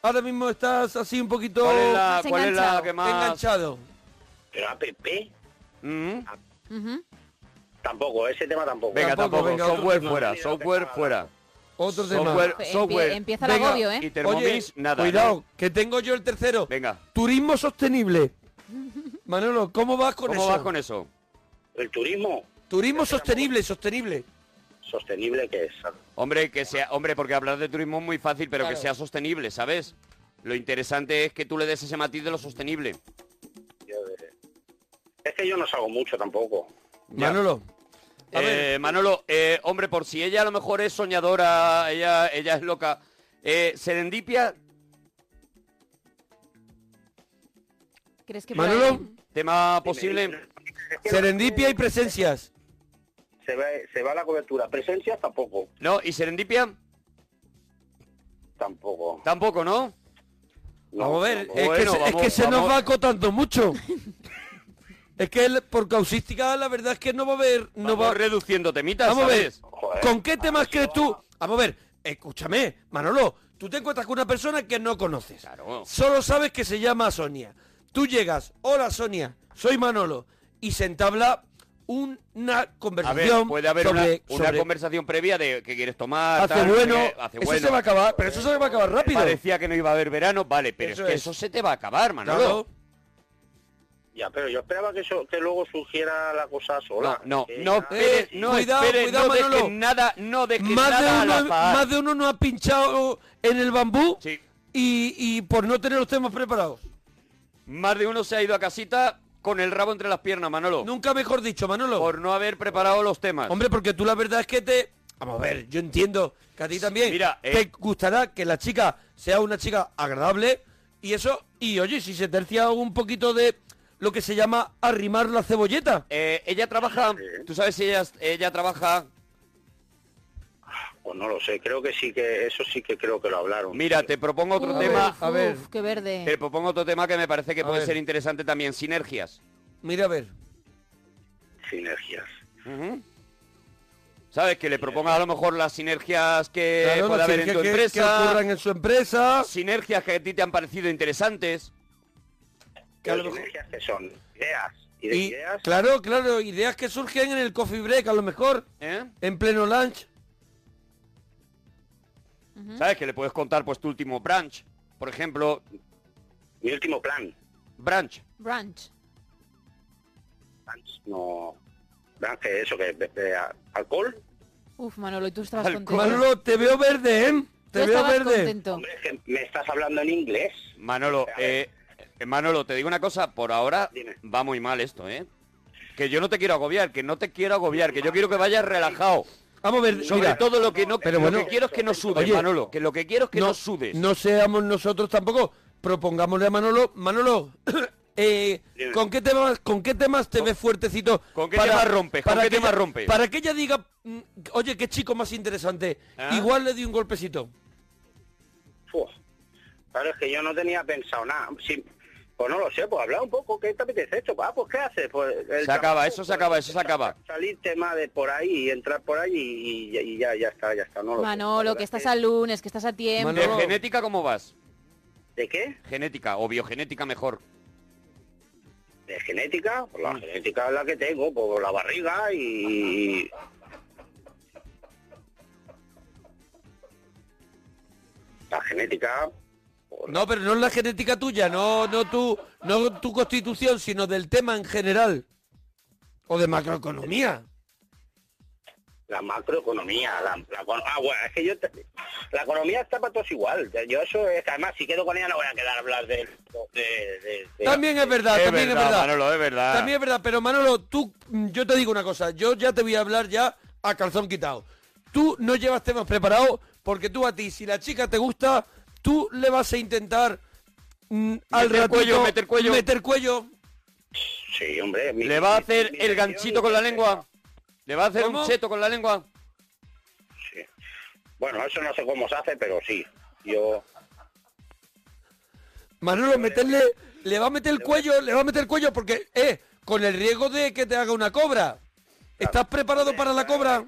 [SPEAKER 5] ahora mismo estás así un poquito
[SPEAKER 7] ¿Cuál es la,
[SPEAKER 9] Más
[SPEAKER 7] cuál es la
[SPEAKER 9] enganchado.
[SPEAKER 7] que más...?
[SPEAKER 5] enganchado?
[SPEAKER 6] Pero APP
[SPEAKER 7] Mm.
[SPEAKER 9] Ujú.
[SPEAKER 6] Ah, tampoco, ese tema tampoco.
[SPEAKER 7] Venga,
[SPEAKER 5] Tampoco,
[SPEAKER 7] tampoco.
[SPEAKER 5] venga, otro
[SPEAKER 7] software
[SPEAKER 5] tema.
[SPEAKER 7] fuera, software fuera.
[SPEAKER 5] Otro tema.
[SPEAKER 7] Software,
[SPEAKER 9] Empie-
[SPEAKER 7] software.
[SPEAKER 9] empieza el agobio, ¿eh?
[SPEAKER 7] Y Thermomix,
[SPEAKER 5] Oye,
[SPEAKER 7] nada.
[SPEAKER 5] Cuidado,
[SPEAKER 7] ¿no?
[SPEAKER 5] que tengo yo el tercero.
[SPEAKER 7] Venga,
[SPEAKER 5] Turismo sostenible. Manolo, ¿cómo vas con
[SPEAKER 7] ¿cómo
[SPEAKER 5] eso?
[SPEAKER 7] vas con eso?
[SPEAKER 6] El turismo
[SPEAKER 5] Turismo sostenible, sostenible.
[SPEAKER 6] sostenible que es.
[SPEAKER 7] Hombre, que sea, hombre, porque hablar de turismo es muy fácil, pero
[SPEAKER 5] Claro.
[SPEAKER 7] que sea sostenible, ¿sabes? Lo interesante es que tú le des ese matiz de lo sostenible.
[SPEAKER 6] yo de- Es que yo no salgo mucho tampoco.
[SPEAKER 7] Ya.
[SPEAKER 5] Manolo. A ver.
[SPEAKER 7] Eh, Manolo, eh, hombre, por si ella a lo mejor es soñadora, ella, ella es loca. Eh, serendipia,
[SPEAKER 9] ¿Crees que por
[SPEAKER 5] Manolo,
[SPEAKER 9] ahí-
[SPEAKER 7] tema posible.
[SPEAKER 5] serendipia y presencias.
[SPEAKER 6] Se va, se va la cobertura. Presencia tampoco,
[SPEAKER 7] No, ¿y serendipia?
[SPEAKER 6] tampoco.
[SPEAKER 7] Tampoco, ¿no?
[SPEAKER 6] No,
[SPEAKER 5] vamos a ver,
[SPEAKER 6] tampoco.
[SPEAKER 5] es, que,
[SPEAKER 7] Bueno,
[SPEAKER 5] se- es
[SPEAKER 7] vamos,
[SPEAKER 5] que se nos
[SPEAKER 7] vamos.
[SPEAKER 5] va acotando mucho. es que el- por causística la verdad es que no va a haber... No
[SPEAKER 7] Vamos
[SPEAKER 5] va,
[SPEAKER 7] reduciendo temitas,
[SPEAKER 5] Vamos a ver,
[SPEAKER 7] ¿sabes?
[SPEAKER 6] Joder.
[SPEAKER 5] ¿con qué temas crees tú? Vamos a ver, escúchame, Manolo, tú te encuentras con una persona que no conoces.
[SPEAKER 7] Claro.
[SPEAKER 5] Solo sabes que se llama Sonia. Tú llegas, hola Sonia, soy Manolo, y se entabla un- una
[SPEAKER 7] A ver,
[SPEAKER 5] conversación
[SPEAKER 7] puede haber una,
[SPEAKER 5] sobre,
[SPEAKER 7] una
[SPEAKER 5] sobre
[SPEAKER 7] conversación previa de que quieres tomar.
[SPEAKER 5] hace
[SPEAKER 7] tal,
[SPEAKER 5] bueno,
[SPEAKER 7] que hace
[SPEAKER 5] eso
[SPEAKER 7] bueno.
[SPEAKER 5] se va a acabar, pero eso se va a acabar rápido.
[SPEAKER 7] Parecía que no iba a haber verano, vale, pero
[SPEAKER 5] Eso
[SPEAKER 7] es que
[SPEAKER 5] es.
[SPEAKER 7] eso se te va a acabar, Manolo.
[SPEAKER 5] Claro.
[SPEAKER 6] Ya, pero yo esperaba que, eso, que luego surgiera la cosa sola.
[SPEAKER 7] No, no,
[SPEAKER 6] Eh,
[SPEAKER 7] no,
[SPEAKER 6] ya.
[SPEAKER 7] esperes,
[SPEAKER 5] eh,
[SPEAKER 7] no
[SPEAKER 5] cuidado,
[SPEAKER 7] esperes,
[SPEAKER 5] cuidado,
[SPEAKER 7] no dejes
[SPEAKER 5] Manolo.
[SPEAKER 7] nada, no dejes
[SPEAKER 5] Más de,
[SPEAKER 7] nada al
[SPEAKER 5] uno,
[SPEAKER 7] azar.
[SPEAKER 5] más de uno no ha pinchado en el bambú
[SPEAKER 7] Sí.
[SPEAKER 5] y, y por no tener los temas preparados.
[SPEAKER 7] Más de uno se ha ido a casita con el rabo entre las piernas, Manolo,
[SPEAKER 5] Nunca mejor dicho, Manolo.
[SPEAKER 7] por no haber preparado los temas.
[SPEAKER 5] Hombre, porque tú la verdad es que te... Vamos a ver, yo entiendo que a ti también
[SPEAKER 7] Mira, eh.
[SPEAKER 5] te gustará que la chica sea una chica agradable y eso... Y oye, si se tercia un poquito de lo que se llama arrimar la cebolleta.
[SPEAKER 7] Eh, ella trabaja, tú sabes si ella, ella trabaja.
[SPEAKER 6] Pues no lo sé, creo que sí que, eso sí que creo que lo hablaron.
[SPEAKER 7] Mira, te propongo otro
[SPEAKER 9] Uf,
[SPEAKER 7] tema,
[SPEAKER 5] a ver.
[SPEAKER 9] uf, qué verde.
[SPEAKER 7] te propongo otro tema que me parece que
[SPEAKER 5] A
[SPEAKER 7] puede
[SPEAKER 5] ver.
[SPEAKER 7] ser interesante también, sinergias.
[SPEAKER 5] Mira, a ver.
[SPEAKER 6] Sinergias.
[SPEAKER 7] Ujú. ¿Sabes? Que le propongas a lo mejor las sinergias que
[SPEAKER 5] Claro,
[SPEAKER 7] eh, puede
[SPEAKER 5] las
[SPEAKER 7] haber en tu
[SPEAKER 5] sinergias que- que
[SPEAKER 7] empresa.
[SPEAKER 5] ocurran en su empresa.
[SPEAKER 7] sinergias que a ti te han parecido interesantes.
[SPEAKER 5] Que a lo
[SPEAKER 6] Pero
[SPEAKER 5] mejor-
[SPEAKER 6] sinergias que son ideas. Y de
[SPEAKER 5] Y,
[SPEAKER 6] ideas,
[SPEAKER 5] claro, claro, ideas que surgen en el coffee break, a lo mejor,
[SPEAKER 7] ¿eh?
[SPEAKER 5] en pleno lunch.
[SPEAKER 7] ¿Sabes? Que le puedes contar pues tu último branch. Por ejemplo,
[SPEAKER 6] mi último plan.
[SPEAKER 7] branch.
[SPEAKER 9] Brunch.
[SPEAKER 6] No. plan que eso que be- be- a- alcohol?
[SPEAKER 9] Uf, Manolo, y tú estabas
[SPEAKER 7] Alcohol.
[SPEAKER 9] contento.
[SPEAKER 5] Manolo, te veo verde, ¿eh?
[SPEAKER 9] Tú
[SPEAKER 5] Te veo
[SPEAKER 9] estabas
[SPEAKER 5] verde.
[SPEAKER 9] contento.
[SPEAKER 6] Hombre, es que me estás hablando en inglés.
[SPEAKER 7] Manolo,
[SPEAKER 6] A
[SPEAKER 7] eh,
[SPEAKER 6] ver.
[SPEAKER 7] eh, Manolo, te digo una cosa, por ahora
[SPEAKER 6] Dime.
[SPEAKER 7] va muy mal esto, ¿eh? Que yo no te quiero agobiar, que no te quiero agobiar, que yo quiero que vayas relajado.
[SPEAKER 5] Vamos a ver,
[SPEAKER 7] Sobre
[SPEAKER 5] mira,
[SPEAKER 7] todo lo que no,
[SPEAKER 5] pero
[SPEAKER 7] lo
[SPEAKER 5] bueno.
[SPEAKER 7] que quiero es que no sudes,
[SPEAKER 5] Oye,
[SPEAKER 7] Manolo, que lo que quiero es que no, sudes.
[SPEAKER 5] no seamos nosotros tampoco. Propongámosle a Manolo, Manolo, eh,
[SPEAKER 6] Dime.
[SPEAKER 5] ¿con qué temas, con qué temas te ves fuertecito?
[SPEAKER 7] con qué temas rompes? ¿Con qué
[SPEAKER 5] que
[SPEAKER 7] temas
[SPEAKER 5] ella-
[SPEAKER 7] rompes?
[SPEAKER 5] Para que ella diga, mm, oye, qué chico más interesante.
[SPEAKER 7] ¿Ah?
[SPEAKER 5] Igual le di un golpecito.
[SPEAKER 6] Fua. Claro, es que yo no tenía pensado nada. Sí, pues no lo sé, pues hablar un poco, ¿qué te apetece esto? Ah, pues ¿qué haces? Pues el
[SPEAKER 7] Se acaba, eso se acaba, eso se acaba.
[SPEAKER 6] Salir tema de por ahí, y entrar por ahí y, y- y ya, ya está, ya está. No lo sé. La
[SPEAKER 9] Manolo,
[SPEAKER 6] verdad
[SPEAKER 9] que
[SPEAKER 6] es
[SPEAKER 9] estás al lunes, que estás a tiempo.
[SPEAKER 7] ¿De
[SPEAKER 5] Manolo.
[SPEAKER 7] genética cómo vas?
[SPEAKER 6] ¿De qué?
[SPEAKER 7] Genética o biogenética mejor.
[SPEAKER 6] ¿De genética? Pues
[SPEAKER 7] Mm.
[SPEAKER 6] la genética es la que tengo, por la barriga y... La genética... pues,
[SPEAKER 5] No, pero no es la genética tuya, no, no tu, no tu constitución, sino del tema en general o de macroeconomía.
[SPEAKER 6] La macroeconomía, la, la econo- ah, bueno, es que yo te- la economía está para todos igual. Yo eso es que además si quedo con ella no voy a quedar a hablar de, de- de- de-
[SPEAKER 5] También es verdad,
[SPEAKER 7] Eh, Es
[SPEAKER 5] también
[SPEAKER 7] verdad,
[SPEAKER 5] es verdad.
[SPEAKER 7] Manolo, es verdad.
[SPEAKER 5] También es verdad, pero Manolo, tú, mm, yo te digo una cosa, yo ya te voy a hablar ya a calzón quitado. Tú no llevas temas preparados porque tú a ti, si la chica te gusta, tú le vas a intentar mm, al
[SPEAKER 7] Meter
[SPEAKER 5] ratito
[SPEAKER 7] cuello, meter cuello.
[SPEAKER 5] cuello.
[SPEAKER 6] Sí, hombre. mi-
[SPEAKER 7] ¿Le va a
[SPEAKER 6] mi-
[SPEAKER 7] hacer
[SPEAKER 6] mi
[SPEAKER 7] el
[SPEAKER 6] intención
[SPEAKER 7] ganchito con la
[SPEAKER 6] es
[SPEAKER 7] lengua? ¿Le va a hacer
[SPEAKER 5] ¿Cómo?
[SPEAKER 7] un cheto con la lengua?
[SPEAKER 6] esa. Bueno, eso no sé cómo se hace, pero sí. Yo
[SPEAKER 5] Manolo, meterle, le va a meter el cuello, le va a meter el cuello porque, eh, con el riesgo de que te haga una cobra. ¿Estás preparado para la cobra?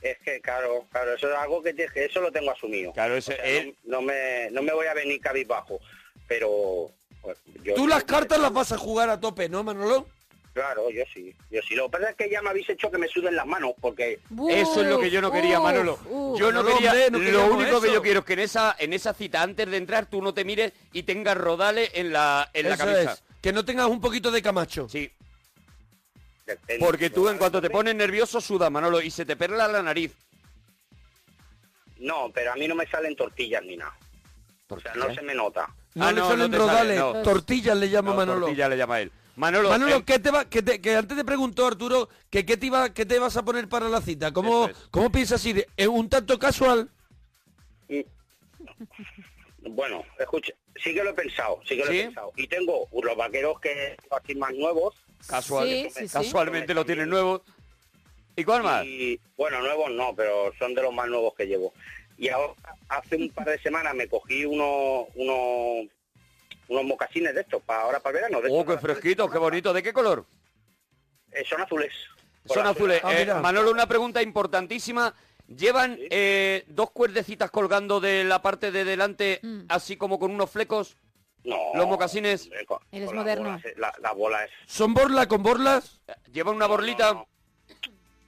[SPEAKER 6] es que claro, claro, eso es algo que, te- que eso lo tengo asumido.
[SPEAKER 7] Claro, ese,
[SPEAKER 6] O sea,
[SPEAKER 7] él-
[SPEAKER 6] no, no me no me voy a venir cabizbajo, pero pues, yo
[SPEAKER 5] Tú las cartas las vas a jugar a tope, ¿no, Manolo?
[SPEAKER 6] Claro, yo sí. Yo sí. Lo que pasa es que ya me habéis hecho que me suden las manos porque
[SPEAKER 7] Eso es lo que yo no quería,
[SPEAKER 9] Uf,
[SPEAKER 7] Manolo.
[SPEAKER 9] uf.
[SPEAKER 7] Yo no
[SPEAKER 5] Manolo,
[SPEAKER 7] quería.
[SPEAKER 5] hombre, no
[SPEAKER 7] lo
[SPEAKER 5] queríamos
[SPEAKER 7] único que
[SPEAKER 5] eso.
[SPEAKER 7] yo quiero es que en esa, en esa cita, antes de entrar, tú no te mires y tengas rodales en la, en la
[SPEAKER 5] Eso
[SPEAKER 7] cabeza.
[SPEAKER 5] es, que no tengas un poquito de camacho.
[SPEAKER 7] Sí.
[SPEAKER 6] depende-
[SPEAKER 7] Porque tú, en cuanto te pones nervioso, sudas, Manolo, y se te perla la nariz.
[SPEAKER 6] No, pero a mí no me salen tortillas ni nada. O sea, no se me nota.
[SPEAKER 5] No
[SPEAKER 7] Ah,
[SPEAKER 5] le
[SPEAKER 7] no, no
[SPEAKER 5] salen
[SPEAKER 7] te sale,
[SPEAKER 5] rodales,
[SPEAKER 7] no.
[SPEAKER 5] tortillas le llama
[SPEAKER 7] No,
[SPEAKER 5] Manolo.
[SPEAKER 7] tortilla le llama él. Manolo,
[SPEAKER 5] Manolo,
[SPEAKER 7] eh,
[SPEAKER 5] ¿qué te va, que, te- que antes te preguntó Arturo que qué te iba, qué te vas a poner para la cita? ¿Cómo,
[SPEAKER 7] Eso es.
[SPEAKER 5] cómo piensas ir? ¿Es un tanto casual?
[SPEAKER 6] Y- Bueno, escucha, sí que lo he pensado, sí que lo
[SPEAKER 7] ¿Sí?
[SPEAKER 6] he pensado. Y tengo los vaqueros que tengo aquí más nuevos
[SPEAKER 7] casual-
[SPEAKER 9] Sí, sí, sí.
[SPEAKER 7] casualmente lo tienes
[SPEAKER 6] También.
[SPEAKER 7] nuevo. ¿Y cuál más?
[SPEAKER 6] y bueno, nuevos no, pero son de los más nuevos que llevo. Y ahora hace un par de semanas me cogí unos unos unos mocasines de estos para ahora para el verano. de
[SPEAKER 7] Oh,
[SPEAKER 6] estos
[SPEAKER 7] qué
[SPEAKER 6] azules.
[SPEAKER 7] fresquito, qué bonito. ¿De qué color?
[SPEAKER 6] Eh, son azules.
[SPEAKER 7] Son azules.
[SPEAKER 5] Ah,
[SPEAKER 7] Eh,
[SPEAKER 5] mira.
[SPEAKER 7] Manolo, una pregunta importantísima. Llevan eh, dos cuerdecitas colgando de la parte de delante,
[SPEAKER 9] Mm.
[SPEAKER 7] así como con unos flecos.
[SPEAKER 6] No.
[SPEAKER 7] Los mocasines.
[SPEAKER 6] Eh, con-
[SPEAKER 9] Eres
[SPEAKER 6] con las
[SPEAKER 9] moderno.
[SPEAKER 6] bolas, eh, la, la bola es...
[SPEAKER 5] ¿Son borlas con borlas?
[SPEAKER 7] Llevan una borlita.
[SPEAKER 6] No,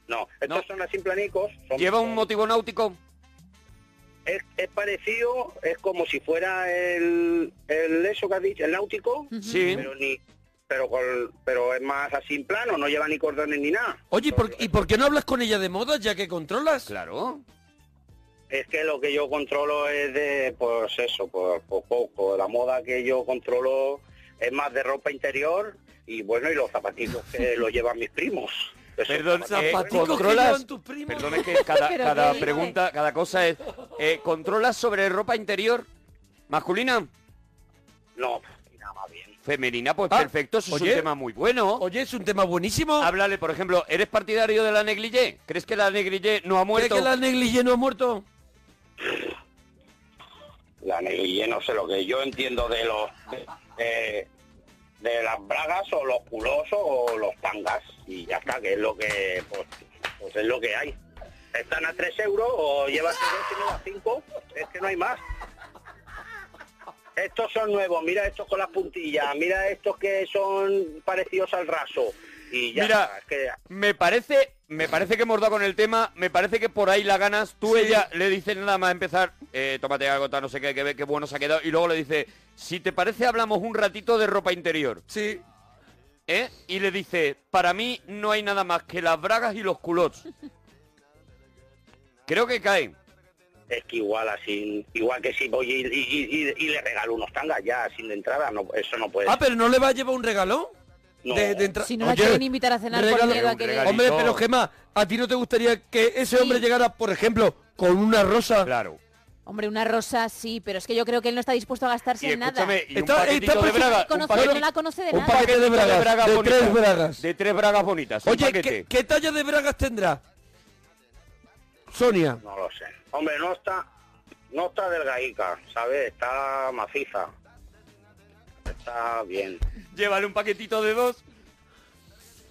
[SPEAKER 6] no, no.
[SPEAKER 7] No.
[SPEAKER 6] estos son así planicos. son-
[SPEAKER 7] Lleva un
[SPEAKER 6] son-
[SPEAKER 7] motivo náutico.
[SPEAKER 6] Es, es parecido, es como si fuera el, el eso que has dicho, el náutico,
[SPEAKER 7] Sí.
[SPEAKER 6] pero ni pero con, pero es más así en plano, no lleva ni cordones ni nada.
[SPEAKER 5] Oye, ¿y por, ¿y por qué no hablas con ella de moda ya que controlas?
[SPEAKER 7] Claro.
[SPEAKER 6] Es que lo que yo controlo es de, pues eso, por, por poco. La moda que yo controlo es más de ropa interior y bueno, y los zapatitos que lo llevan mis primos. Eso
[SPEAKER 7] Perdón,
[SPEAKER 6] es-
[SPEAKER 7] eh,
[SPEAKER 5] Zapaticos que
[SPEAKER 7] controlas.
[SPEAKER 5] llevan tus primos.
[SPEAKER 7] Perdón, es que cada,
[SPEAKER 9] Pero
[SPEAKER 7] cada
[SPEAKER 9] qué dice.
[SPEAKER 7] pregunta, cada cosa es. eh, ¿Controlas sobre ropa interior masculina?
[SPEAKER 6] No, nada más bien.
[SPEAKER 7] Femenina, pues
[SPEAKER 5] Ah,
[SPEAKER 7] perfecto, eso es
[SPEAKER 5] oye.
[SPEAKER 7] un tema muy bueno.
[SPEAKER 5] Oye, es un tema buenísimo.
[SPEAKER 7] Háblale, por ejemplo, ¿eres partidario de la negligé? ¿Crees que la negligé no ha
[SPEAKER 5] ¿Crees
[SPEAKER 7] muerto?
[SPEAKER 5] que la negligé no ha muerto?
[SPEAKER 6] La negligé, no sé lo que yo entiendo de los de, de las bragas o los culosos o los tangas y ya está, que es lo que pues, pues es lo que hay. Están a 3 euros o llevas tres y no a 5, es que no hay más. Estos son nuevos, mira estos con las puntillas, mira estos que son parecidos al raso. Y ya
[SPEAKER 7] Mira,
[SPEAKER 6] está, es que
[SPEAKER 7] Me parece, me parece que hemos dado con el tema, me parece que por ahí la ganas, tú ella le dices nada más empezar, eh, tómate algo, tal, no sé qué, que ve qué bueno se ha quedado, y luego le dice, si te parece hablamos un ratito de ropa interior,
[SPEAKER 5] Sí.
[SPEAKER 7] ¿eh? Y le dice, para mí no hay nada más que las bragas y los culots. Creo que cae.
[SPEAKER 6] Es que igual así, igual que si voy y, y- y- y le regalo unos tangas ya sin entrada, no, eso no puede.
[SPEAKER 5] Ah, pero ¿no le va a llevar un regalo?
[SPEAKER 6] No.
[SPEAKER 5] De, de entra-
[SPEAKER 9] Si no la
[SPEAKER 5] Oye,
[SPEAKER 9] quieren invitar a cenar por
[SPEAKER 5] regalo-
[SPEAKER 9] miedo a
[SPEAKER 7] un
[SPEAKER 9] que
[SPEAKER 7] regalo.
[SPEAKER 9] le...
[SPEAKER 5] Hombre,
[SPEAKER 7] Carito.
[SPEAKER 5] pero Gemma, ¿a ti no te gustaría que ese
[SPEAKER 9] Sí.
[SPEAKER 5] hombre llegara, por ejemplo, con una rosa?
[SPEAKER 7] Claro.
[SPEAKER 9] Hombre, una rosa sí, pero es que yo creo que él no está dispuesto a
[SPEAKER 7] Y
[SPEAKER 9] gastarse en nada.
[SPEAKER 7] escúchame, y un
[SPEAKER 5] Está-
[SPEAKER 7] paquetito
[SPEAKER 5] está
[SPEAKER 7] de
[SPEAKER 5] perfecto.
[SPEAKER 7] bragas,
[SPEAKER 9] No
[SPEAKER 7] un
[SPEAKER 9] conoce-
[SPEAKER 7] paquete-
[SPEAKER 9] no la conoce de
[SPEAKER 5] un
[SPEAKER 9] nada.
[SPEAKER 5] paquete de
[SPEAKER 7] paquetito
[SPEAKER 5] bragas, de,
[SPEAKER 7] bonitas.
[SPEAKER 5] tres bragas.
[SPEAKER 7] De tres bragas bonitas. un
[SPEAKER 5] Oye,
[SPEAKER 7] paquete.
[SPEAKER 5] ¿qué, qué talla de bragas tendrá? Sonia.
[SPEAKER 6] No lo sé. Hombre, no está, no está delgadica, ¿sabes? Está maciza. Está bien.
[SPEAKER 7] Llévale un paquetito de dos.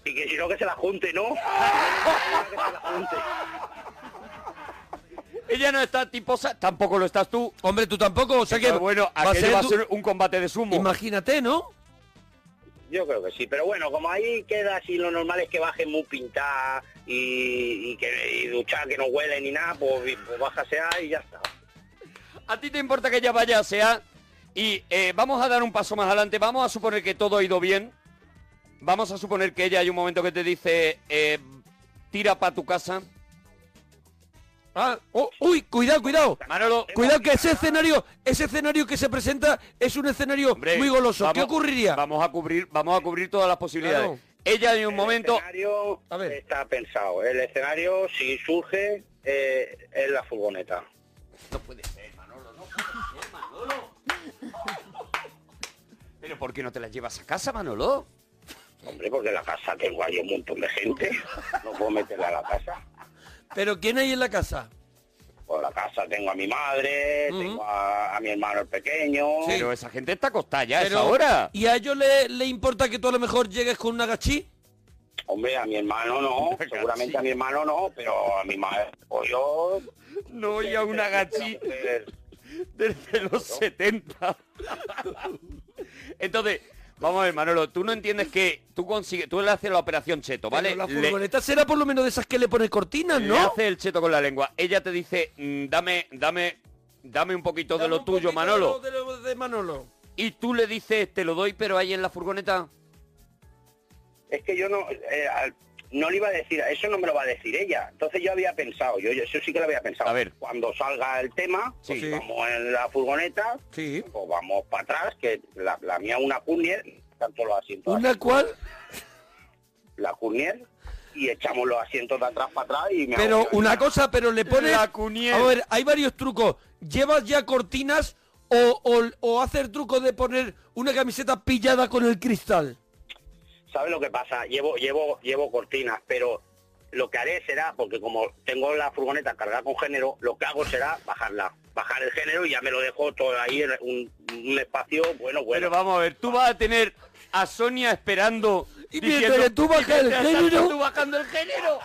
[SPEAKER 6] Y que si no que se la junte, ¿no? Que se la junte.
[SPEAKER 7] Ella no está tiposa, tampoco lo estás tú.
[SPEAKER 5] Hombre, tú tampoco, o sea que...
[SPEAKER 7] Pero bueno,
[SPEAKER 5] va a
[SPEAKER 7] aquello
[SPEAKER 5] ser
[SPEAKER 7] va a
[SPEAKER 5] tu-
[SPEAKER 7] ser un combate de sumo.
[SPEAKER 5] Imagínate, ¿no?
[SPEAKER 6] Yo creo que sí, pero bueno, como ahí queda así, lo normal es que baje muy pintada y, y que y duchar, que no huele ni nada, pues, pues bájase ahí y ya está.
[SPEAKER 7] ¿A ti te importa que ella vaya, sea? Y eh, vamos a dar un paso más adelante. Vamos a suponer que todo ha ido bien. Vamos a suponer que ella hay un momento que te dice, eh, tira para tu casa.
[SPEAKER 5] Ah, oh, uy, cuidado, cuidado. cuidado que ese escenario, ese escenario que se presenta es un escenario muy goloso. ¿Qué
[SPEAKER 7] vamos-
[SPEAKER 5] ocurriría?
[SPEAKER 7] Vamos a cubrir, vamos a cubrir todas las posibilidades.
[SPEAKER 5] Claro.
[SPEAKER 7] Ella en un momento.
[SPEAKER 6] escenario está pensado. El escenario, si surge, eh, es la furgoneta.
[SPEAKER 7] ¿Pero por qué no te la llevas a casa, Manolo?
[SPEAKER 6] Hombre, porque en la casa tengo ahí un montón de gente. No puedo meterla a la casa.
[SPEAKER 5] ¿Pero quién hay en la casa?
[SPEAKER 6] Por la casa tengo a mi madre, tengo a, a mi hermano el pequeño.
[SPEAKER 7] Pero esa gente está acostada ya,
[SPEAKER 5] Pero-
[SPEAKER 7] es ahora.
[SPEAKER 5] ¿Y a ellos le, le importa que tú a lo mejor llegues con una gachí?
[SPEAKER 6] Hombre, a mi hermano no, seguramente a mi hermano no, pero a mi madre o yo...
[SPEAKER 7] No, y a una gachí desde los 70. Entonces, vamos a ver, Manolo, tú no entiendes que tú consigues, tú le haces la operación cheto, ¿vale?
[SPEAKER 5] Pero la
[SPEAKER 7] Le-
[SPEAKER 5] furgoneta será por lo menos de esas que le pones cortinas,
[SPEAKER 7] le
[SPEAKER 5] ¿no?
[SPEAKER 7] hace el cheto con la lengua. Ella te dice, mm, dame, dame, dame un poquito de lo tuyo, Manolo.
[SPEAKER 5] De lo de Manolo.
[SPEAKER 7] Y tú le dices, te lo doy, pero ahí en la furgoneta.
[SPEAKER 6] Es que yo no, eh, al- no le iba a decir, eso no me lo va a decir ella. Entonces yo había pensado, yo yo eso sí que lo había pensado. A ver. Cuando salga el tema, pues vamos en la furgoneta, pues vamos para atrás, que la, la mía una Curnier, tanto los asientos.
[SPEAKER 5] ¿Una cuál?
[SPEAKER 6] La Curnier, y echamos los asientos de atrás para atrás y me hago
[SPEAKER 5] Pero
[SPEAKER 6] yo
[SPEAKER 5] una cosa, pero le pones...
[SPEAKER 6] La Cuniel.
[SPEAKER 5] A ver, hay varios trucos. ¿Llevas ya cortinas o, o, o hace el truco de poner una camiseta pillada con el cristal?
[SPEAKER 6] ¿Sabes lo que pasa? Llevo, llevo, llevo cortinas, pero lo que haré será, porque como tengo la furgoneta cargada con género, lo que hago será bajarla, bajar el género y ya me lo dejo todo ahí en un, un espacio bueno, bueno.
[SPEAKER 7] Pero vamos a ver, tú vas a tener a Sonia esperando.
[SPEAKER 6] Y
[SPEAKER 7] diciendo,
[SPEAKER 6] mientras tú bajas
[SPEAKER 7] "Y mientras
[SPEAKER 6] el género".
[SPEAKER 7] tanto tú bajando el género.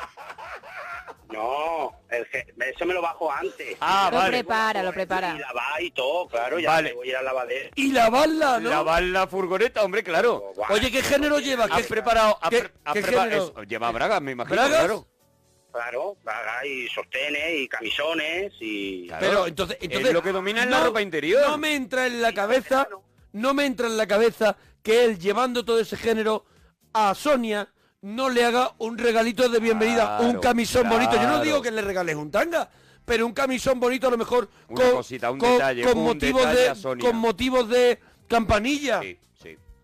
[SPEAKER 6] No, el gé- eso me lo bajo antes.
[SPEAKER 7] Ah,
[SPEAKER 9] Lo prepara, lo prepara.
[SPEAKER 6] Y la va y todo, claro, ya
[SPEAKER 7] Vale.
[SPEAKER 6] me voy a ir a la lavadera.
[SPEAKER 5] Y lavarla,
[SPEAKER 7] ¿no? Lavar la furgoneta, hombre, claro.
[SPEAKER 5] Oye, ¿qué género lleva?
[SPEAKER 7] ¿Has preparado? has pre- has
[SPEAKER 5] qué
[SPEAKER 7] preparado-
[SPEAKER 5] género?
[SPEAKER 7] eso, lleva bragas, me imagino,
[SPEAKER 5] ¿Bragas?
[SPEAKER 7] claro.
[SPEAKER 6] Claro, bragas y sostenes y camisones y...
[SPEAKER 5] Pero entonces, entonces
[SPEAKER 7] lo que domina es la
[SPEAKER 5] no-
[SPEAKER 7] ropa interior.
[SPEAKER 5] No me entra en la cabeza, no me entra en la cabeza que él llevando todo ese género a Sonia no le haga un regalito de bienvenida,
[SPEAKER 7] Claro,
[SPEAKER 5] un camisón bonito. Yo no
[SPEAKER 7] claro.
[SPEAKER 5] digo que le regales un tanga, pero un camisón bonito a lo mejor
[SPEAKER 7] Una cosita, un detalle,
[SPEAKER 5] con
[SPEAKER 7] un
[SPEAKER 5] motivos
[SPEAKER 7] detalle a
[SPEAKER 5] de
[SPEAKER 7] Sonia.
[SPEAKER 5] con motivos de campanilla.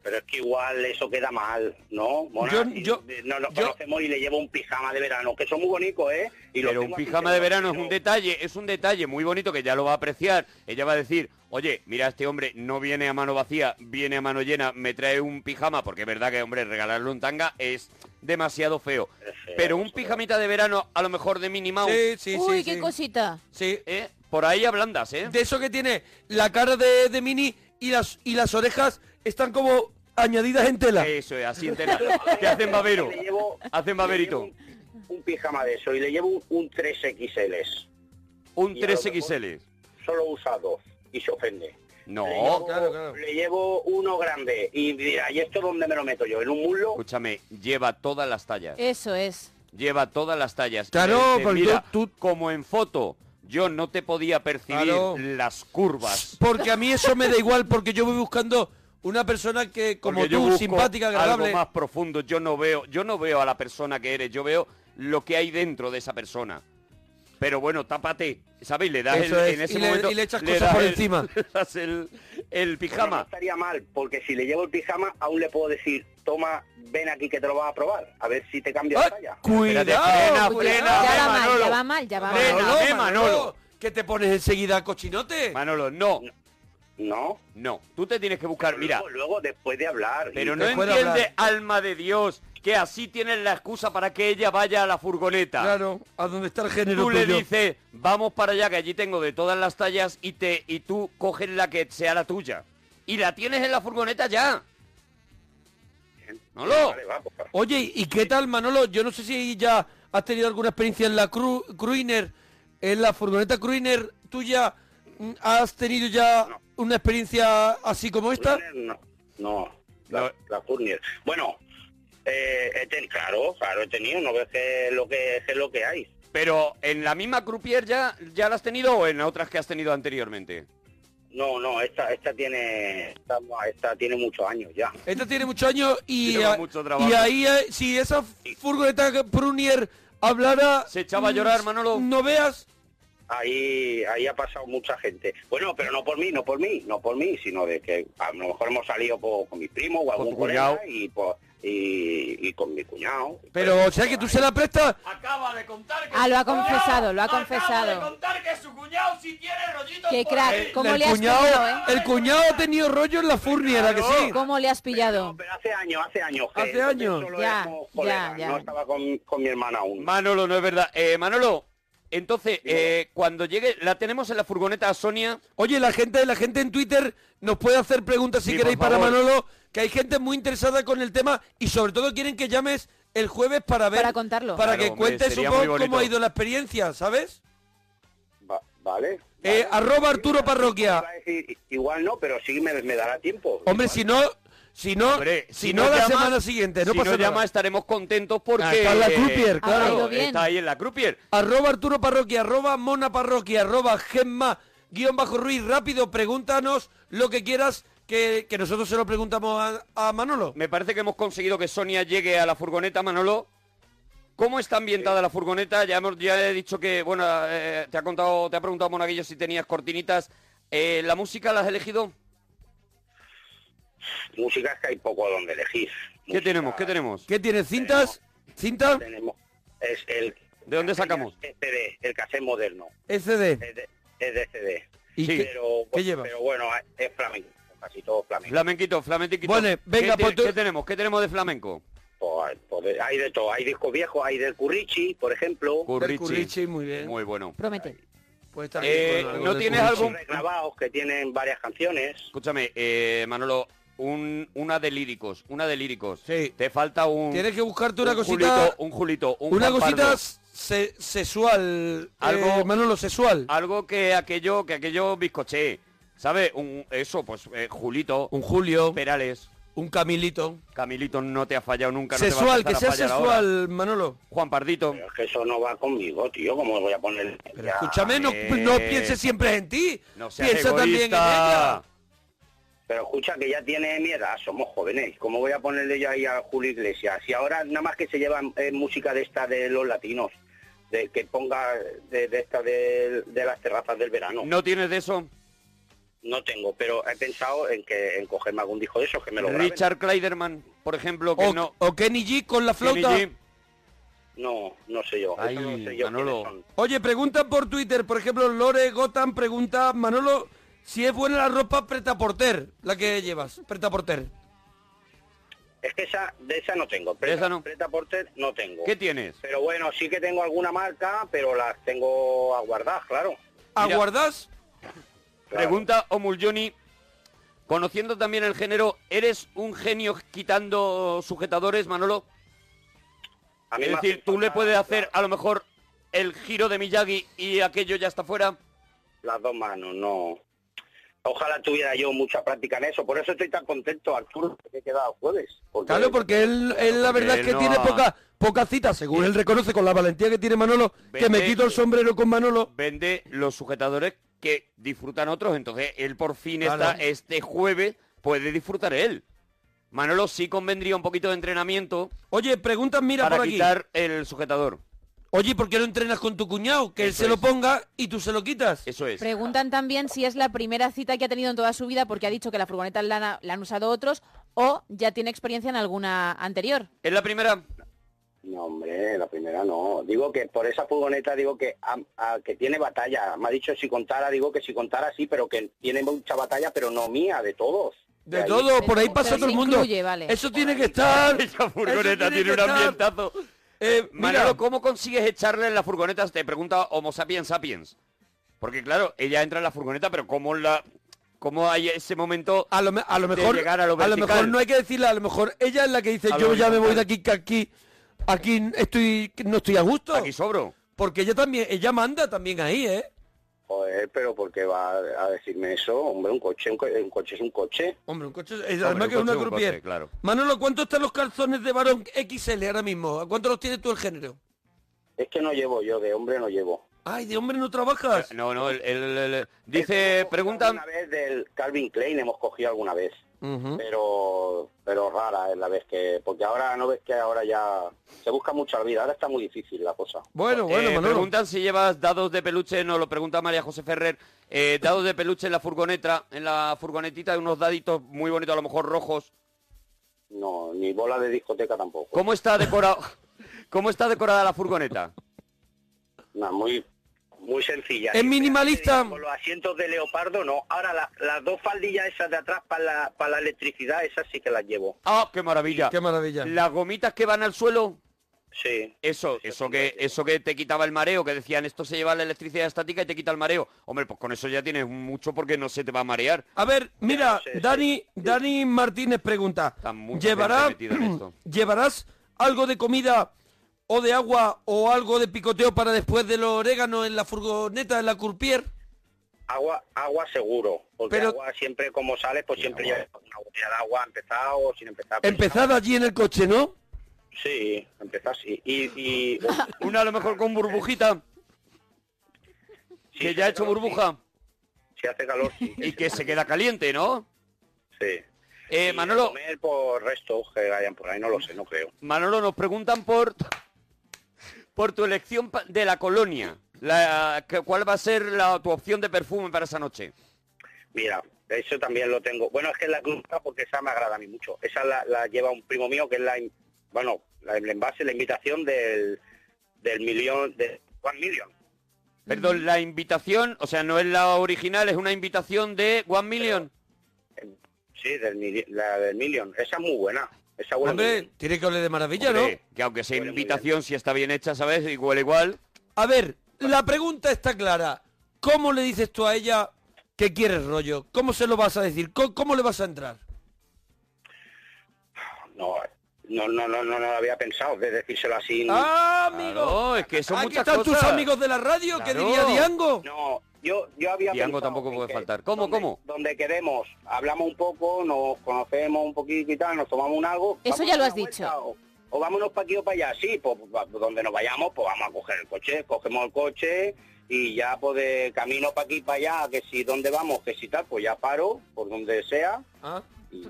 [SPEAKER 6] Pero es que igual eso queda mal, ¿no? Mona?
[SPEAKER 5] Yo-
[SPEAKER 6] Si
[SPEAKER 5] yo-
[SPEAKER 6] no nos conocemos y le llevo un pijama de verano, que son muy bonitos, ¿eh? Y los
[SPEAKER 7] Pero un
[SPEAKER 6] tengo aquí,
[SPEAKER 7] pijama
[SPEAKER 6] tengo
[SPEAKER 7] de
[SPEAKER 6] aquí,
[SPEAKER 7] verano es
[SPEAKER 6] pero-
[SPEAKER 7] un detalle, es un detalle muy bonito que ya lo va a apreciar. Ella va a decir, oye, mira, este hombre no viene a mano vacía, viene a mano llena, me trae un pijama, porque es verdad que, hombre, regalarle un tanga es demasiado feo. Pero un pijamita de verano, a lo mejor de Minnie Mouse. ¿Eh?
[SPEAKER 5] Sí, sí,
[SPEAKER 9] Uy, qué cosita.
[SPEAKER 5] Sí.
[SPEAKER 7] Por ahí ablandas, ¿eh?
[SPEAKER 5] De eso que tiene la cara de, de Mini y las y las orejas están como añadidas en tela.
[SPEAKER 7] Eso es, así en tela. Te hacen babero.
[SPEAKER 6] Le llevo
[SPEAKER 7] Hacen baberito.
[SPEAKER 6] un pijama de eso y le llevo un, un 3XL.
[SPEAKER 7] Un
[SPEAKER 6] Y a lo
[SPEAKER 7] 3XL.
[SPEAKER 6] Solo usa dos y se ofende.
[SPEAKER 7] No.
[SPEAKER 6] Le llevo, le llevo uno grande y dirá, ¿y esto dónde me lo meto yo? ¿En un muslo?
[SPEAKER 7] Escúchame, lleva todas las tallas.
[SPEAKER 9] Eso es.
[SPEAKER 7] Lleva todas las tallas.
[SPEAKER 5] Claro,
[SPEAKER 7] Le dice,
[SPEAKER 5] porque
[SPEAKER 7] mira, como en foto, yo no te podía percibir
[SPEAKER 5] Claro.
[SPEAKER 7] las curvas.
[SPEAKER 5] Porque a mí eso me da igual, porque yo voy buscando una persona que, como
[SPEAKER 7] Porque yo
[SPEAKER 5] tú,
[SPEAKER 7] busco
[SPEAKER 5] simpática, agradable.
[SPEAKER 7] Algo más profundo. Yo no veo, yo no veo a la persona que eres. Yo veo lo que hay dentro de esa persona. Pero bueno, tápate, ¿sabéis? Le das el-
[SPEAKER 5] Eso es,
[SPEAKER 7] en ese
[SPEAKER 5] y le-
[SPEAKER 7] momento
[SPEAKER 5] y le echas
[SPEAKER 7] le
[SPEAKER 5] cosas
[SPEAKER 7] das
[SPEAKER 5] por
[SPEAKER 7] el-
[SPEAKER 5] encima.
[SPEAKER 7] le das el, el
[SPEAKER 6] Bueno, no
[SPEAKER 7] pijama.
[SPEAKER 6] estaría mal, porque si le llevo el pijama, aún le puedo decir, toma, ven aquí que te lo vas a probar. A ver si te cambia de talla.
[SPEAKER 5] Cuidado,
[SPEAKER 7] frena,
[SPEAKER 5] cuidado.
[SPEAKER 7] frena, frena,
[SPEAKER 9] ya va mal, ya
[SPEAKER 7] Manolo.
[SPEAKER 9] va mal, ya va mal.
[SPEAKER 7] Frena,
[SPEAKER 5] Manolo,
[SPEAKER 7] ve, Manolo.
[SPEAKER 5] ¿Que te pones enseguida cochinote?
[SPEAKER 7] Manolo, no.
[SPEAKER 6] No.
[SPEAKER 7] No, tú te tienes que buscar, mira,
[SPEAKER 6] Luego, luego, después de hablar.
[SPEAKER 7] pero
[SPEAKER 6] y-
[SPEAKER 7] no
[SPEAKER 6] después de
[SPEAKER 7] entiende,
[SPEAKER 6] hablar.
[SPEAKER 7] alma de Dios, que así tienes la excusa para que ella vaya a la furgoneta.
[SPEAKER 5] Claro, a donde está el género
[SPEAKER 7] Tú le
[SPEAKER 5] tuyo.
[SPEAKER 7] dices, vamos para allá, que allí tengo de todas las tallas y te y tú coges la que sea la tuya. Y la tienes en la furgoneta ya. Manolo.
[SPEAKER 6] Vale, va, pues,
[SPEAKER 5] Oye, ¿y qué tal, Manolo? Yo no sé si ya has tenido alguna experiencia en la cru Cruiner, en la furgoneta Cruiner tuya. mm, ¿Has tenido ya una experiencia así como esta?
[SPEAKER 6] No, no, la, la Fournier. Bueno, eh, he ten- claro, claro, he tenido, no ves que lo que que es lo que hay.
[SPEAKER 7] Pero en la misma croupier ya, ya la has tenido o en otras que has tenido anteriormente.
[SPEAKER 6] No, no, esta, esta tiene, esta, esta tiene muchos años ya.
[SPEAKER 5] Esta tiene muchos años y,
[SPEAKER 6] Lleva
[SPEAKER 5] a-
[SPEAKER 6] mucho trabajo.
[SPEAKER 5] y ahí eh, si esa furgoneta Prunier hablara mm,
[SPEAKER 7] se echaba a llorar, Manolo.
[SPEAKER 5] No veas
[SPEAKER 6] ahí, ahí ha pasado mucha gente. Bueno, pero no por mí, no por mí, no por mí, sino de que a lo mejor hemos salido po- con mis primos o algún
[SPEAKER 5] tu
[SPEAKER 6] colega
[SPEAKER 5] cuñao.
[SPEAKER 6] y, po- y, y con mi cuñado.
[SPEAKER 5] Pero, o sea que tú se la prestas.
[SPEAKER 7] Acaba de contar que...
[SPEAKER 9] Ah, lo ha confesado, lo ha
[SPEAKER 7] Acaba de
[SPEAKER 9] confesado.
[SPEAKER 7] contar que su cuñado sí tiene rollitos
[SPEAKER 9] Qué
[SPEAKER 7] por
[SPEAKER 9] crack,
[SPEAKER 7] ahí.
[SPEAKER 9] ¿cómo
[SPEAKER 5] el,
[SPEAKER 9] le has
[SPEAKER 5] cuñado,
[SPEAKER 9] pillado, eh?
[SPEAKER 5] el cuñado ha tenido rollo en la furnia, ¿la que sí?
[SPEAKER 9] ¿Cómo le has pillado?
[SPEAKER 6] Pero hace años, hace años.
[SPEAKER 5] Hace
[SPEAKER 6] entonces
[SPEAKER 5] años.
[SPEAKER 6] solo
[SPEAKER 9] Ya,
[SPEAKER 6] éramos
[SPEAKER 9] ya,
[SPEAKER 6] colegas,
[SPEAKER 9] ya.
[SPEAKER 6] No estaba con, con mi hermana aún.
[SPEAKER 7] Manolo, no es verdad. Eh, Manolo, entonces, eh, cuando llegue, la tenemos en la furgoneta a Sonia.
[SPEAKER 5] Oye, la gente, la gente en Twitter nos puede hacer preguntas si
[SPEAKER 7] Sí,
[SPEAKER 5] queréis
[SPEAKER 7] por
[SPEAKER 5] para
[SPEAKER 7] favor.
[SPEAKER 5] Manolo, que hay gente muy interesada con el tema y sobre todo quieren que llames el jueves para ver
[SPEAKER 9] Para contarlo.
[SPEAKER 5] para
[SPEAKER 7] Claro,
[SPEAKER 5] que
[SPEAKER 7] hombre,
[SPEAKER 5] cuentes un
[SPEAKER 7] sería muy
[SPEAKER 5] poco
[SPEAKER 7] bonito.
[SPEAKER 5] cómo ha ido la experiencia, ¿sabes?
[SPEAKER 6] Va- vale.
[SPEAKER 5] Eh,
[SPEAKER 6] vale.
[SPEAKER 5] arroba Arturo Parroquia.
[SPEAKER 6] Iba a decir, igual no, pero sí me, me dará tiempo.
[SPEAKER 5] Hombre, si no, si no, si, no, la semana siguiente, no
[SPEAKER 7] si
[SPEAKER 5] pasa
[SPEAKER 7] nos
[SPEAKER 5] nada.
[SPEAKER 7] llama estaremos contentos porque...
[SPEAKER 5] Ah, está en la
[SPEAKER 7] eh,
[SPEAKER 5] croupier,
[SPEAKER 9] claro. Ha ido bien.
[SPEAKER 7] Está ahí en la croupier.
[SPEAKER 5] Arroba Arturo Parroquia, arroba Mona Parroquia, arroba Gemma, guión bajo Ruiz, rápido, pregúntanos lo que quieras, que, que nosotros se lo preguntamos a, a Manolo.
[SPEAKER 7] Me parece que hemos conseguido que Sonia llegue a la furgoneta, Manolo. ¿Cómo está ambientada la furgoneta? Ya, hemos, ya he dicho que, bueno, eh, te ha contado, te ha preguntado Monaguillo si tenías cortinitas. Eh, ¿La música la has elegido?
[SPEAKER 6] Música es que hay poco donde elegir.
[SPEAKER 7] ¿Qué
[SPEAKER 6] Música-
[SPEAKER 7] tenemos? ¿Qué tenemos?
[SPEAKER 5] ¿Qué tiene? ¿Cintas? ¿Cinta?
[SPEAKER 6] Tenemos. Es el,
[SPEAKER 7] ¿De dónde sacamos?
[SPEAKER 6] El CD, el cassette moderno.
[SPEAKER 5] SD.
[SPEAKER 7] Eh,
[SPEAKER 6] Es de, es de CD.
[SPEAKER 5] ¿Y
[SPEAKER 7] Sí.
[SPEAKER 5] qué-
[SPEAKER 6] Pero,
[SPEAKER 5] qué lleva?
[SPEAKER 6] pero bueno, es flamenco. Casi todo flamenco.
[SPEAKER 7] Flamenquito, flamenquito.
[SPEAKER 5] Bueno, venga,
[SPEAKER 7] ¿Qué,
[SPEAKER 5] pues tú-
[SPEAKER 7] ¿Qué tenemos? ¿Qué tenemos de flamenco?
[SPEAKER 6] Pues, pues, hay de todo. Hay discos viejos, hay del Currichi, por ejemplo.
[SPEAKER 5] Del
[SPEAKER 7] Currichi.
[SPEAKER 5] Currichi, muy bien.
[SPEAKER 7] Muy bueno.
[SPEAKER 9] Promete.
[SPEAKER 5] Pues está
[SPEAKER 7] Eh,
[SPEAKER 5] bien, bueno,
[SPEAKER 7] ¿no
[SPEAKER 5] del
[SPEAKER 7] tienes
[SPEAKER 5] Currichi.
[SPEAKER 7] algún-
[SPEAKER 6] Regrabados que tienen varias canciones.
[SPEAKER 7] Escúchame, eh, Manolo, un- una de líricos, una de líricos.
[SPEAKER 5] Sí.
[SPEAKER 7] Te falta un...
[SPEAKER 5] Tienes que buscarte una
[SPEAKER 7] un
[SPEAKER 5] cosita,
[SPEAKER 7] Julito, un Julito, un
[SPEAKER 5] una
[SPEAKER 7] Juan
[SPEAKER 5] cosita
[SPEAKER 7] Pardo.
[SPEAKER 5] se- sexual, algo
[SPEAKER 7] Algo-
[SPEAKER 5] Manolo sexual.
[SPEAKER 7] Algo que aquello, que aquello bizcoché. ¿Sabes? Un, eso, pues, eh, Julito,
[SPEAKER 5] Un Julio,
[SPEAKER 7] Perales,
[SPEAKER 5] un Camilito.
[SPEAKER 7] Camilito no te ha fallado nunca. no te va a
[SPEAKER 5] Sexual,
[SPEAKER 7] empezar
[SPEAKER 5] que
[SPEAKER 7] a
[SPEAKER 5] sea
[SPEAKER 7] fallar ahora.
[SPEAKER 5] sexual, Manolo.
[SPEAKER 7] Juan Pardito.
[SPEAKER 6] Pero es que eso no va conmigo, tío. ¿Cómo voy a poner?
[SPEAKER 5] Pero
[SPEAKER 6] Ya.
[SPEAKER 5] escúchame, no,
[SPEAKER 7] eh.
[SPEAKER 5] no pienses siempre en ti.
[SPEAKER 7] No seas
[SPEAKER 5] Piensa también en
[SPEAKER 7] egoísta.
[SPEAKER 5] ella.
[SPEAKER 6] Pero escucha que ya tiene mi edad, somos jóvenes. ¿Cómo voy a ponerle yo ahí a Julio Iglesias? Y ahora nada más que se lleva eh, música de esta de los latinos, de que ponga de, de esta de, de las terrazas del verano. No.
[SPEAKER 7] ¿No tienes de eso?
[SPEAKER 6] tengo, pero he pensado en que en cogerme algún disco de esos que me lo graben.
[SPEAKER 7] Richard Kleiderman, por ejemplo, que
[SPEAKER 5] O,
[SPEAKER 7] no...
[SPEAKER 5] o Kenny G con la flauta.
[SPEAKER 7] Kenny G.
[SPEAKER 6] No, no sé yo.
[SPEAKER 7] Ay,
[SPEAKER 6] eso no sé yo
[SPEAKER 7] Manolo.
[SPEAKER 6] quiénes son.
[SPEAKER 5] Oye, preguntan por Twitter, por ejemplo, Lore Gotham pregunta, Manolo, si es buena la ropa pretaporter, la que llevas, pretaporter.
[SPEAKER 6] Es que esa, de esa no tengo.
[SPEAKER 7] De esa no.
[SPEAKER 6] Preta Porter no tengo.
[SPEAKER 7] ¿Qué tienes?
[SPEAKER 6] Pero bueno, sí que tengo alguna marca, pero las tengo a guardar, claro.
[SPEAKER 7] Mira.
[SPEAKER 5] ¿Aguardás?
[SPEAKER 6] Claro.
[SPEAKER 7] Pregunta Omuljoni, conociendo también el género, ¿eres un genio quitando sujetadores, Manolo?
[SPEAKER 6] A mí
[SPEAKER 7] Es
[SPEAKER 6] me
[SPEAKER 7] decir,
[SPEAKER 6] hace
[SPEAKER 7] tú le
[SPEAKER 6] falta
[SPEAKER 7] puedes hacer
[SPEAKER 6] la-
[SPEAKER 7] a lo mejor el giro de Miyagi y aquello ya está fuera.
[SPEAKER 6] las dos manos, no. Ojalá tuviera yo mucha práctica en eso. Por eso estoy tan contento, Arturo, que he quedado jueves. Porque
[SPEAKER 5] Claro, porque él, él la
[SPEAKER 7] porque
[SPEAKER 5] verdad es
[SPEAKER 7] él
[SPEAKER 5] que
[SPEAKER 7] no
[SPEAKER 5] tiene
[SPEAKER 7] ha-
[SPEAKER 5] poca, poca cita, según él reconoce con la valentía que tiene Manolo, que me
[SPEAKER 7] Vete.
[SPEAKER 5] quito el sombrero con Manolo.
[SPEAKER 7] Vende los sujetadores que disfrutan otros, entonces él por fin
[SPEAKER 5] Claro.
[SPEAKER 7] está este jueves, puede disfrutar él. Manolo sí convendría un poquito de entrenamiento
[SPEAKER 5] Oye, preguntas, mira
[SPEAKER 7] para
[SPEAKER 5] por aquí.
[SPEAKER 7] quitar el sujetador.
[SPEAKER 5] Oye, ¿por qué no entrenas con tu cuñado? Que él
[SPEAKER 7] Eso
[SPEAKER 5] se lo
[SPEAKER 7] es.
[SPEAKER 5] ponga y tú se lo quitas.
[SPEAKER 7] Eso es.
[SPEAKER 9] Preguntan también si es la primera cita que ha tenido en toda su vida porque ha dicho que la furgoneta la, han- la han usado otros o ya tiene experiencia en alguna anterior.
[SPEAKER 7] ¿Es la primera?
[SPEAKER 6] No, hombre, la primera no. Digo que por esa furgoneta, digo que am- a- que tiene batalla. Me ha dicho si contara, digo que si contara sí, pero que tiene mucha batalla, pero no mía, de todos.
[SPEAKER 5] De
[SPEAKER 6] ahí-
[SPEAKER 5] todo, por ahí
[SPEAKER 9] Pero
[SPEAKER 5] pasa
[SPEAKER 9] se
[SPEAKER 5] todo el mundo.
[SPEAKER 9] incluye, vale.
[SPEAKER 5] Eso tiene que estar.
[SPEAKER 7] Esa furgoneta
[SPEAKER 5] Eso
[SPEAKER 7] tiene,
[SPEAKER 5] tiene
[SPEAKER 7] un
[SPEAKER 5] que estar.
[SPEAKER 7] ambientazo.
[SPEAKER 5] Eh, mira,
[SPEAKER 7] Manolo, ¿cómo consigues echarle en la furgoneta? Te pregunta Homo sapiens sapiens. Porque claro, ella entra en la furgoneta, pero ¿cómo la cómo hay ese momento?
[SPEAKER 5] a lo, me- a lo
[SPEAKER 7] de
[SPEAKER 5] mejor
[SPEAKER 7] llegar a lo
[SPEAKER 5] lo
[SPEAKER 7] vertical?
[SPEAKER 5] mejor no hay que decirle, a lo mejor ella es la que dice,
[SPEAKER 7] A lo
[SPEAKER 5] yo ya me voy de
[SPEAKER 7] horizontal.
[SPEAKER 5] aquí que aquí aquí estoy no estoy a gusto,
[SPEAKER 7] Aquí sobro.
[SPEAKER 5] porque ella también ella manda también ahí, ¿eh?
[SPEAKER 6] Joder, pero ¿por qué va a decirme eso? Hombre, un coche, un, co- un coche es un coche.
[SPEAKER 5] Hombre, un coche, es- además que es
[SPEAKER 7] un
[SPEAKER 5] una
[SPEAKER 7] coche, un
[SPEAKER 5] croupier.
[SPEAKER 7] coche, claro.
[SPEAKER 5] Manolo, ¿cuánto están los calzones de varón XL ahora mismo? ¿A cuánto los tienes tú el género?
[SPEAKER 6] Es que no llevo yo, de hombre no llevo.
[SPEAKER 5] Ay, de hombre no trabajas.
[SPEAKER 7] No, no, el, el- el-
[SPEAKER 6] Hemos
[SPEAKER 7] dice,
[SPEAKER 6] cogido
[SPEAKER 7] preguntan,
[SPEAKER 6] Alguna vez del Calvin Klein hemos cogido alguna vez. pero pero rara es la vez que porque ahora no ves que ahora ya se busca mucha vida ahora está muy difícil la cosa
[SPEAKER 5] Bueno, bueno, Manolo.
[SPEAKER 7] Eh, Preguntan si llevas dados de peluche, nos lo pregunta María José Ferrer. eh, dados de peluche en la furgoneta, en la furgonetita, unos daditos muy bonitos, a lo mejor rojos.
[SPEAKER 6] no ni bola de discoteca tampoco
[SPEAKER 7] ¿Cómo está decorado? ¿Cómo está decorada la furgoneta?
[SPEAKER 6] Nada, muy muy sencilla
[SPEAKER 7] Es minimalista.
[SPEAKER 6] con los asientos de leopardo no ahora la- las dos faldillas esas de atrás para la, para la electricidad esas sí que las llevo
[SPEAKER 7] Ah, qué maravilla.
[SPEAKER 5] Qué maravilla.
[SPEAKER 7] Las gomitas que van al suelo.
[SPEAKER 6] Sí.
[SPEAKER 7] Eso, eso que, eso que te quitaba el mareo, que decían esto se lleva la electricidad estática y te quita el mareo. Hombre, pues con eso ya tienes mucho porque no se te va a marear.
[SPEAKER 5] A ver, mira, Dani, Dani Martínez pregunta, ¿llevará,
[SPEAKER 7] gente metida en esto.
[SPEAKER 5] ¿llevarás algo de comida o de agua o algo de picoteo para después del orégano en la furgoneta, en la curpier?
[SPEAKER 6] Agua, agua seguro, porque
[SPEAKER 5] Pero-
[SPEAKER 6] agua siempre como sales, pues siempre llevas una botella de agua, empezado o sin empezar. pues,
[SPEAKER 5] Empezad allí en el coche, ¿no?
[SPEAKER 6] sí, empezar sí. Y, y-
[SPEAKER 7] Una a lo mejor con burbujita. que ya ha hecho burbuja.
[SPEAKER 6] Si hace calor.
[SPEAKER 7] y que se queda caliente, ¿no?
[SPEAKER 6] Sí.
[SPEAKER 7] Eh,
[SPEAKER 6] y
[SPEAKER 7] Manolo,
[SPEAKER 6] comer por restos que vayan por ahí, no lo sé, no creo.
[SPEAKER 7] Manolo, nos preguntan por por tu elección pa- de la colonia. La, que- ¿Cuál va a ser la, tu opción de perfume para esa noche?
[SPEAKER 6] Mira, eso también lo tengo. Bueno, es que la cruzca porque esa me agrada a mí mucho. Esa la, la lleva un primo mío que es la, in- bueno, la, el envase, la invitación del, del millón, de One Million. Mm.
[SPEAKER 7] Perdón, la invitación, o sea, no es la original, es una invitación de One Million.
[SPEAKER 6] Sí, del, mili- la del Million. Esa es muy buena. Esa huele muy bien.
[SPEAKER 5] Hombre, tiene que oler de maravilla, ¿no?
[SPEAKER 7] Hombre, Que aunque sea invitación, si está bien hecha, ¿sabes? Igual, igual.
[SPEAKER 5] A ver, la pregunta está clara. ¿Cómo le dices tú a ella que quieres rollo? ¿Cómo se lo vas a decir? ¿Cómo, cómo le vas a entrar?
[SPEAKER 6] No, no, no, no, no, no lo había pensado de decírselo así.
[SPEAKER 5] ¡Ah, amigo!
[SPEAKER 7] Claro, es que son
[SPEAKER 5] Aquí
[SPEAKER 7] muchas
[SPEAKER 5] están tus
[SPEAKER 7] cosas.
[SPEAKER 5] amigos de la radio, que
[SPEAKER 7] Claro.
[SPEAKER 5] diría Diango.
[SPEAKER 6] No, yo, yo había
[SPEAKER 7] Diango
[SPEAKER 6] pensado
[SPEAKER 7] tampoco
[SPEAKER 6] en
[SPEAKER 7] puede
[SPEAKER 6] que
[SPEAKER 7] faltar. ¿Cómo,
[SPEAKER 6] donde-
[SPEAKER 7] cómo?
[SPEAKER 6] Donde queremos, hablamos un poco, nos conocemos un poquito y tal, nos tomamos un algo.
[SPEAKER 9] Eso
[SPEAKER 6] vamos
[SPEAKER 9] ya
[SPEAKER 6] a
[SPEAKER 9] lo
[SPEAKER 6] dar
[SPEAKER 9] has
[SPEAKER 6] una
[SPEAKER 9] dicho.
[SPEAKER 6] O, o vámonos para aquí o para allá. Sí, pues va- donde nos vayamos, pues vamos a coger el coche, cogemos el coche y ya pues de camino para aquí y para allá, que si dónde vamos, que si tal, pues ya paro por donde sea.
[SPEAKER 5] Ah.
[SPEAKER 6] Y,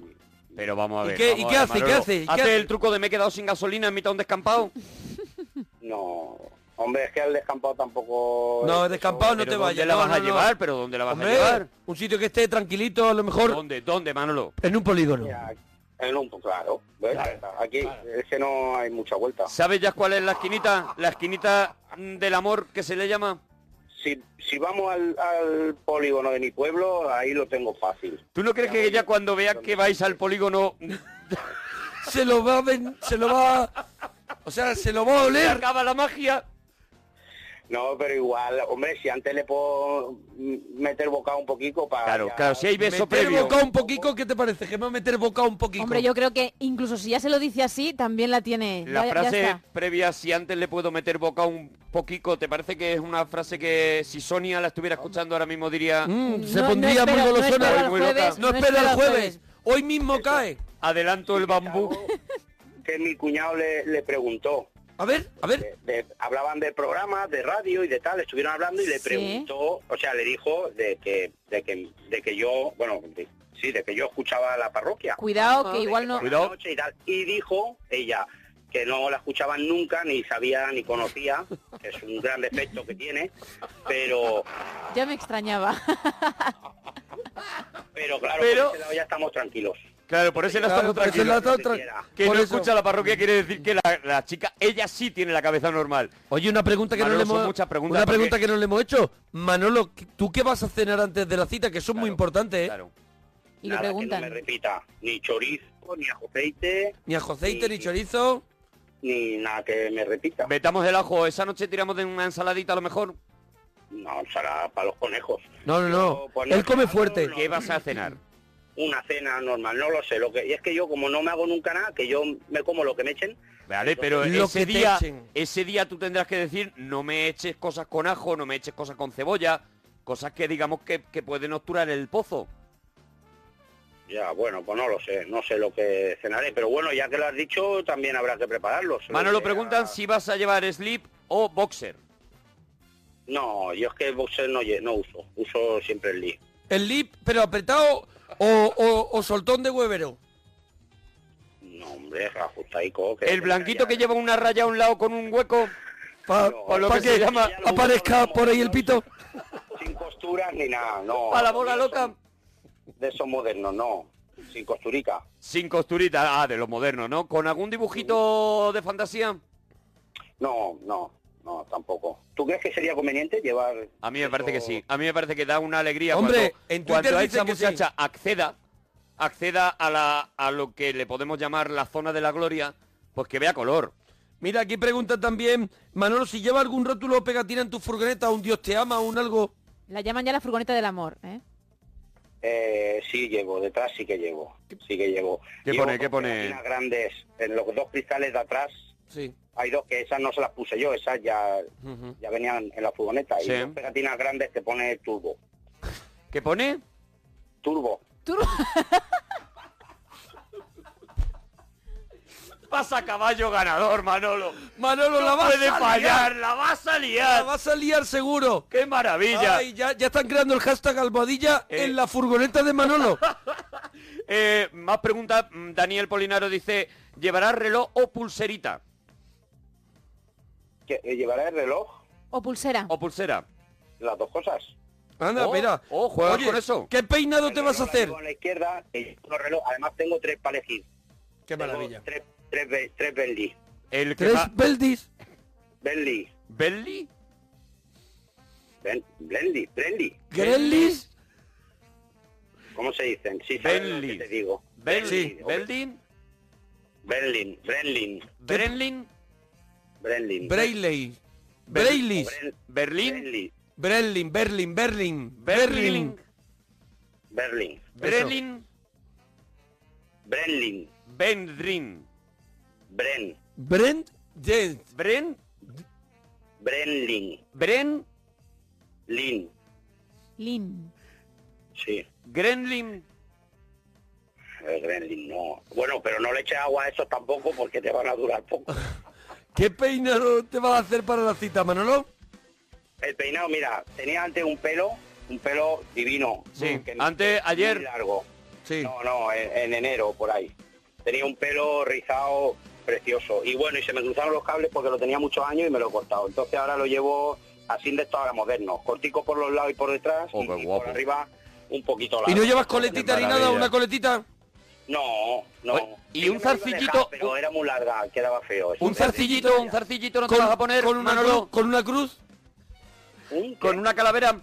[SPEAKER 7] Pero vamos a
[SPEAKER 5] ¿Y
[SPEAKER 7] ver.
[SPEAKER 5] qué-
[SPEAKER 7] vamos
[SPEAKER 5] y
[SPEAKER 7] a
[SPEAKER 5] qué
[SPEAKER 7] ver,
[SPEAKER 5] hace? ¿Qué
[SPEAKER 7] Manolo.
[SPEAKER 5] hace? ¿Y qué hace?
[SPEAKER 7] ¿Hace el truco de me he quedado sin gasolina en mitad de un descampado?
[SPEAKER 6] no, hombre, es que al descampado tampoco...
[SPEAKER 5] No, el descampado no
[SPEAKER 7] ¿Pero
[SPEAKER 5] te
[SPEAKER 7] ¿Dónde
[SPEAKER 5] vayas.
[SPEAKER 7] la
[SPEAKER 5] no,
[SPEAKER 7] vas a
[SPEAKER 5] no, no.
[SPEAKER 7] llevar? ¿Pero dónde la vas
[SPEAKER 5] Hombre,
[SPEAKER 7] a llevar?
[SPEAKER 5] un sitio que esté tranquilito, a lo mejor
[SPEAKER 7] ¿Dónde? ¿Dónde, Manolo?
[SPEAKER 5] en un polígono.
[SPEAKER 6] Ya, en un, claro, ¿ves? aquí es que no hay mucha vuelta.
[SPEAKER 7] ¿Sabes ya cuál es la esquinita? La esquinita mm, del amor que se le llama.
[SPEAKER 6] Si, si vamos al, al polígono de mi pueblo, ahí lo tengo fácil.
[SPEAKER 7] ¿Tú no crees que ella cuando vea que vais al polígono
[SPEAKER 5] Se lo va a ven- se lo va O sea, se lo va a
[SPEAKER 7] se
[SPEAKER 5] oler.
[SPEAKER 7] acaba la magia?
[SPEAKER 6] No, pero igual, hombre, si antes le puedo mm, meter bocado un poquito para...
[SPEAKER 7] Claro,
[SPEAKER 6] ya-
[SPEAKER 7] claro, si hay beso
[SPEAKER 5] Meter
[SPEAKER 7] previo.
[SPEAKER 5] boca un poquito, ¿qué te parece? Que me va a meter boca un poquito.
[SPEAKER 9] Hombre, yo creo que incluso si ya se lo dice así, también la tiene.
[SPEAKER 7] La
[SPEAKER 9] ya, ya
[SPEAKER 7] frase
[SPEAKER 9] está.
[SPEAKER 7] previa, si antes le puedo meter boca un poquito, ¿te parece que es una frase que si Sonia la estuviera escuchando ahora mismo diría...
[SPEAKER 5] Mm, se
[SPEAKER 9] No- no
[SPEAKER 5] pondría
[SPEAKER 9] espero-
[SPEAKER 5] muy
[SPEAKER 9] no
[SPEAKER 5] golosona.
[SPEAKER 9] espero
[SPEAKER 5] No,
[SPEAKER 9] al jueves, no
[SPEAKER 5] espera
[SPEAKER 9] espero
[SPEAKER 5] el
[SPEAKER 9] al
[SPEAKER 5] jueves.
[SPEAKER 9] jueves.
[SPEAKER 5] Hoy mismo cae.
[SPEAKER 7] Adelanto el bambú.
[SPEAKER 6] Que mi cuñado le, le preguntó.
[SPEAKER 5] A ver, a ver.
[SPEAKER 6] de- de- hablaban de programas, de radio y de tal, estuvieron hablando y le
[SPEAKER 9] Sí.
[SPEAKER 6] preguntó, o sea, le dijo de que, de que, de que yo, bueno, de- sí, de que yo escuchaba la parroquia.
[SPEAKER 9] Ah, Cuidado, que igual no...
[SPEAKER 6] por la
[SPEAKER 7] Cuidado.
[SPEAKER 6] noche y, tal. Y dijo ella que no la escuchaban nunca, ni sabía, ni conocía, que es un gran defecto que tiene, pero,
[SPEAKER 9] Ya me extrañaba.
[SPEAKER 6] pero claro,
[SPEAKER 7] Pero-
[SPEAKER 6] por ese lado ya estamos tranquilos.
[SPEAKER 7] Claro, por eso la
[SPEAKER 5] Claro,
[SPEAKER 7] estamos
[SPEAKER 5] por eso
[SPEAKER 7] tranquilos.
[SPEAKER 5] la
[SPEAKER 6] tranquilo,
[SPEAKER 5] otra-
[SPEAKER 6] no se quiera.
[SPEAKER 7] Que
[SPEAKER 5] por
[SPEAKER 7] no
[SPEAKER 5] eso.
[SPEAKER 7] escucha la parroquia quiere decir que la, la chica, ella sí tiene la cabeza normal.
[SPEAKER 5] Oye, una pregunta que
[SPEAKER 7] Manolo,
[SPEAKER 5] no le
[SPEAKER 7] son
[SPEAKER 5] hemos
[SPEAKER 7] muchas preguntas,
[SPEAKER 5] una
[SPEAKER 7] porque-
[SPEAKER 5] pregunta que no le hemos hecho. Manolo, ¿tú qué vas a cenar antes de la cita? Que son muy
[SPEAKER 7] Claro,
[SPEAKER 5] importantes, ¿eh?
[SPEAKER 7] Claro.
[SPEAKER 9] Y
[SPEAKER 6] Nada, que
[SPEAKER 9] le preguntan.
[SPEAKER 6] no me repita, ni chorizo, ni aceite,
[SPEAKER 5] Ni ajoceite,
[SPEAKER 6] Sí,
[SPEAKER 5] ni
[SPEAKER 6] sí.
[SPEAKER 5] chorizo.
[SPEAKER 6] ni nada que me repita.
[SPEAKER 7] Vetamos el ajo, esa noche tiramos de una ensaladita a lo mejor.
[SPEAKER 6] No, será para los conejos.
[SPEAKER 5] No, no, no.
[SPEAKER 6] Yo, pues, no,
[SPEAKER 5] Él come
[SPEAKER 6] no,
[SPEAKER 5] fuerte.
[SPEAKER 6] no.
[SPEAKER 7] ¿Qué vas a cenar?
[SPEAKER 6] Una cena normal, no lo sé. Lo que, y es que yo, como no me hago nunca nada, que yo me como lo que me echen,
[SPEAKER 7] Vale, Eh, pero
[SPEAKER 5] Lo
[SPEAKER 7] ese
[SPEAKER 5] que te
[SPEAKER 7] día,
[SPEAKER 5] echen.
[SPEAKER 7] ese día tú tendrás que decir, no me eches cosas con ajo, no me eches cosas con cebolla, cosas que digamos que, que pueden obturar el pozo.
[SPEAKER 6] ya, bueno, pues no lo sé. No sé lo que cenaré, pero bueno, ya que lo has dicho, también habrá que prepararlo. se lo
[SPEAKER 7] Manolo,
[SPEAKER 6] diré a-
[SPEAKER 7] preguntan si vas a llevar slip o boxer.
[SPEAKER 6] No, yo es que el boxer no, lle- no uso, uso siempre el Lee.
[SPEAKER 5] El lip, pero apretado o, o- o soltón de huevero?
[SPEAKER 6] No, hombre, ajustaico. Que
[SPEAKER 7] El blanquito que lleva una raya a un lado con un hueco.
[SPEAKER 5] ¿Para
[SPEAKER 7] o lo que se llama
[SPEAKER 5] aparezca por ahí el pito?
[SPEAKER 6] Sin costuras ni nada, no.
[SPEAKER 7] ¿Para la bola loca?
[SPEAKER 6] De esos modernos, no. Sin costurica.
[SPEAKER 7] Sin costurita, ah, de los modernos, ¿no? ¿Con algún dibujito de fantasía?
[SPEAKER 6] No, no, no, tampoco. ¿Tú crees que sería conveniente llevar
[SPEAKER 7] A mí me parece que sí. A mí me parece que da una alegría
[SPEAKER 5] Hombre,
[SPEAKER 7] cuando,
[SPEAKER 5] en Twitter
[SPEAKER 7] cuando a
[SPEAKER 5] dicen
[SPEAKER 7] esa
[SPEAKER 5] que sí.
[SPEAKER 7] muchacha acceda, acceda a, la, a lo que le podemos llamar la zona de la gloria, pues que vea color.
[SPEAKER 5] Mira, aquí pregunta también, Manolo, si lleva algún rótulo o pegatina en tu furgoneta, un Dios te ama, un algo.
[SPEAKER 9] La llaman ya la furgoneta del amor, ¿eh?
[SPEAKER 6] Eh, sí llevo, detrás sí que llevo, sí que llevo.
[SPEAKER 7] ¿Qué
[SPEAKER 6] Llevo
[SPEAKER 7] pone,
[SPEAKER 6] dos
[SPEAKER 7] qué pone?
[SPEAKER 6] pegatinas grandes, en los dos cristales de atrás
[SPEAKER 5] Sí.
[SPEAKER 6] hay dos que esas no se las puse yo, esas ya, ya venían en la furgoneta.
[SPEAKER 7] Sí.
[SPEAKER 6] Y dos pegatinas grandes que pone turbo,
[SPEAKER 7] ¿Qué pone?
[SPEAKER 6] turbo.
[SPEAKER 7] Pasa caballo ganador, Manolo.
[SPEAKER 5] Manolo,
[SPEAKER 7] No
[SPEAKER 5] la vas
[SPEAKER 7] puede
[SPEAKER 5] a
[SPEAKER 7] fallar,
[SPEAKER 5] liar.
[SPEAKER 7] la vas a
[SPEAKER 5] La
[SPEAKER 7] liar.
[SPEAKER 5] vas a liar seguro.
[SPEAKER 7] ¡Qué maravilla!
[SPEAKER 5] Ay, ya, ya están creando el hashtag Almohadilla
[SPEAKER 7] Eh.
[SPEAKER 5] en la furgoneta de Manolo.
[SPEAKER 7] Eh, más preguntas. Mm, Daniel Polinaro dice, ¿llevarás reloj o pulserita?
[SPEAKER 6] Que, eh, ¿Llevará el reloj?
[SPEAKER 9] O pulsera.
[SPEAKER 7] ¿O pulsera?
[SPEAKER 6] Las dos cosas.
[SPEAKER 5] Anda,
[SPEAKER 7] Oh,
[SPEAKER 5] mira.
[SPEAKER 7] oh, juegas
[SPEAKER 5] Oye,
[SPEAKER 7] con eso.
[SPEAKER 5] ¿Qué peinado te
[SPEAKER 6] El
[SPEAKER 5] vas a
[SPEAKER 6] reloj la
[SPEAKER 5] hacer?
[SPEAKER 6] llevo En la izquierda, y llevo los reloj, además tengo tres para elegir.
[SPEAKER 5] Qué
[SPEAKER 6] Tengo
[SPEAKER 5] maravilla.
[SPEAKER 6] Tres, tres, Be- tres Bentley.
[SPEAKER 7] El que
[SPEAKER 5] Tres
[SPEAKER 7] va-
[SPEAKER 5] beldis.
[SPEAKER 6] Bentley,
[SPEAKER 7] ¿Bentley?
[SPEAKER 6] Ben- Bentley, Bentley.
[SPEAKER 5] Grelis.
[SPEAKER 6] ¿Cómo se dicen? Sí, sabes lo
[SPEAKER 7] Bentley.
[SPEAKER 6] que te digo.
[SPEAKER 7] ¿Bentley?
[SPEAKER 6] Bentley,
[SPEAKER 7] ¿Bentley?
[SPEAKER 6] Bentley, Bentley,
[SPEAKER 7] ¿Brenlin?
[SPEAKER 6] Bentley.
[SPEAKER 5] Brailey. Brailis.
[SPEAKER 6] Bren-
[SPEAKER 7] ¿Berlín?
[SPEAKER 6] Berlin.
[SPEAKER 5] Brelin, Berlin, Berlin. Berlin.
[SPEAKER 7] ¿Berlín?
[SPEAKER 6] Berlin.
[SPEAKER 7] ¿Berlín?
[SPEAKER 6] Berlin.
[SPEAKER 7] ¿Bendrin?
[SPEAKER 6] Bren.
[SPEAKER 5] Brent. Dent.
[SPEAKER 7] ¿Bren?
[SPEAKER 6] Brenlin.
[SPEAKER 7] ¿Bren?
[SPEAKER 6] Lin.
[SPEAKER 9] Lin.
[SPEAKER 6] Sí.
[SPEAKER 7] ¿Grenlin?
[SPEAKER 6] El Brenlin no. Bueno, pero no le eches agua a esos tampoco porque te van a durar poco.
[SPEAKER 5] ¿Qué peinado te vas a hacer para la cita, Manolo?
[SPEAKER 6] El peinado, mira, tenía antes un pelo, un pelo divino.
[SPEAKER 7] Sí,
[SPEAKER 6] que-
[SPEAKER 7] antes,
[SPEAKER 6] muy
[SPEAKER 7] ayer.
[SPEAKER 6] largo.
[SPEAKER 5] Sí.
[SPEAKER 6] No, no, en, en enero, por ahí. Tenía un pelo rizado precioso. Y bueno, y se me cruzaron los cables porque lo tenía muchos años y me lo he cortado. Entonces ahora lo llevo así de esto ahora moderno. Cortico por los lados y por detrás
[SPEAKER 7] Oh,
[SPEAKER 6] y,
[SPEAKER 7] qué
[SPEAKER 6] y
[SPEAKER 7] guapo.
[SPEAKER 6] por arriba un poquito largo.
[SPEAKER 5] ¿Y no llevas coletita ni nada?
[SPEAKER 7] maravilla.
[SPEAKER 5] ¿Una coletita?
[SPEAKER 6] No,
[SPEAKER 7] Oye,
[SPEAKER 6] no.
[SPEAKER 7] y
[SPEAKER 6] Sí,
[SPEAKER 7] un
[SPEAKER 6] me lo iba a dejar,
[SPEAKER 7] zarcillito-
[SPEAKER 6] pero era muy larga, quedaba feo.
[SPEAKER 7] ¿Un zarcillito? ¿Un zarcillito no te vas a poner,
[SPEAKER 5] con una
[SPEAKER 7] Manolo?
[SPEAKER 5] cruz, con una cruz,
[SPEAKER 6] ¿Un qué?
[SPEAKER 7] ¿Con una calavera?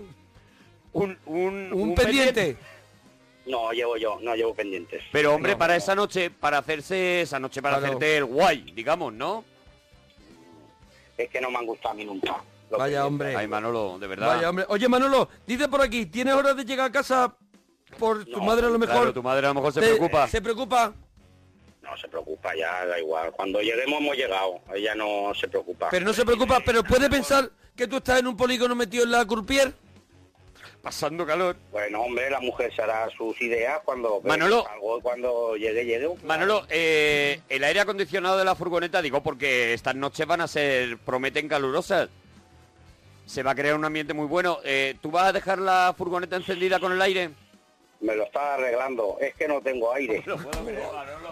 [SPEAKER 7] ¿Un, un,
[SPEAKER 5] un, pendiente.
[SPEAKER 6] No, llevo yo, no llevo pendientes.
[SPEAKER 7] Pero hombre,
[SPEAKER 6] No,
[SPEAKER 7] para
[SPEAKER 6] no.
[SPEAKER 7] esa noche, para hacerse esa noche, para
[SPEAKER 5] Claro.
[SPEAKER 7] hacerte el guay, digamos, ¿no?
[SPEAKER 6] Es que no me han gustado a mí nunca. los
[SPEAKER 5] Vaya
[SPEAKER 6] pendientes.
[SPEAKER 5] hombre.
[SPEAKER 7] Ay, Manolo, de verdad.
[SPEAKER 5] Vaya hombre. Oye, Manolo, dice por aquí, ¿tienes hora de llegar a casa por tu
[SPEAKER 6] No,
[SPEAKER 5] madre a lo mejor?
[SPEAKER 7] Claro, tu madre a lo mejor se
[SPEAKER 5] Te-
[SPEAKER 7] preocupa.
[SPEAKER 5] Se preocupa.
[SPEAKER 6] No se preocupa, ya da igual. Cuando lleguemos hemos llegado. Ella no se preocupa.
[SPEAKER 5] Pero no se preocupa, pero puede pensar que tú estás en un polígono metido en la croupier.
[SPEAKER 7] Pasando calor.
[SPEAKER 6] Bueno, hombre, la mujer se hará sus ideas cuando
[SPEAKER 7] Manolo.
[SPEAKER 6] algo cuando llegue, llegue.
[SPEAKER 7] Manolo, eh, el aire acondicionado de la furgoneta, digo, porque estas noches van a ser, prometen calurosas. Se va a crear un ambiente muy bueno. Eh, ¿Tú vas a dejar la furgoneta encendida con el aire?
[SPEAKER 6] Me lo está arreglando. Es que no tengo aire.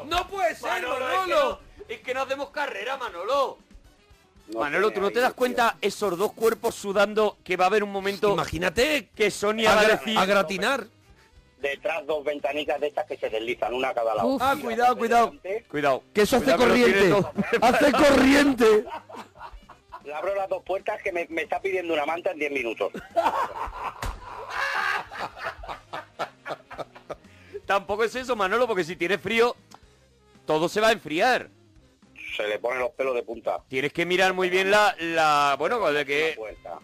[SPEAKER 5] No puede ser, Manolo.
[SPEAKER 7] Es que no hacemos carrera, Manolo.
[SPEAKER 6] No
[SPEAKER 7] Manolo,
[SPEAKER 6] tiene
[SPEAKER 7] ¿tú no te
[SPEAKER 6] aire,
[SPEAKER 7] das
[SPEAKER 6] tío.
[SPEAKER 7] cuenta esos dos cuerpos sudando que va a haber un momento
[SPEAKER 5] Imagínate
[SPEAKER 7] que Sonia
[SPEAKER 5] a,
[SPEAKER 7] va a
[SPEAKER 5] gra-
[SPEAKER 7] decir...
[SPEAKER 5] a gratinar.
[SPEAKER 6] Detrás dos ventanicas de estas que se deslizan una a cada lado.
[SPEAKER 9] Uf.
[SPEAKER 5] Ah,
[SPEAKER 6] Mira,
[SPEAKER 5] cuidado,
[SPEAKER 6] de
[SPEAKER 5] cuidado.
[SPEAKER 6] delante,
[SPEAKER 7] Cuidado.
[SPEAKER 5] Que eso hace
[SPEAKER 7] Cuidado que lo tiene
[SPEAKER 5] corriente.
[SPEAKER 7] todo.
[SPEAKER 5] hace corriente.
[SPEAKER 6] Le abro las dos puertas que me, me está pidiendo una manta en 10 minutos.
[SPEAKER 7] Tampoco es eso, Manolo, porque si tienes frío, todo se va a enfriar.
[SPEAKER 6] Se le ponen los pelos de punta.
[SPEAKER 7] Tienes que mirar muy bien la... la bueno, con el
[SPEAKER 6] Una
[SPEAKER 7] que...
[SPEAKER 6] puerta.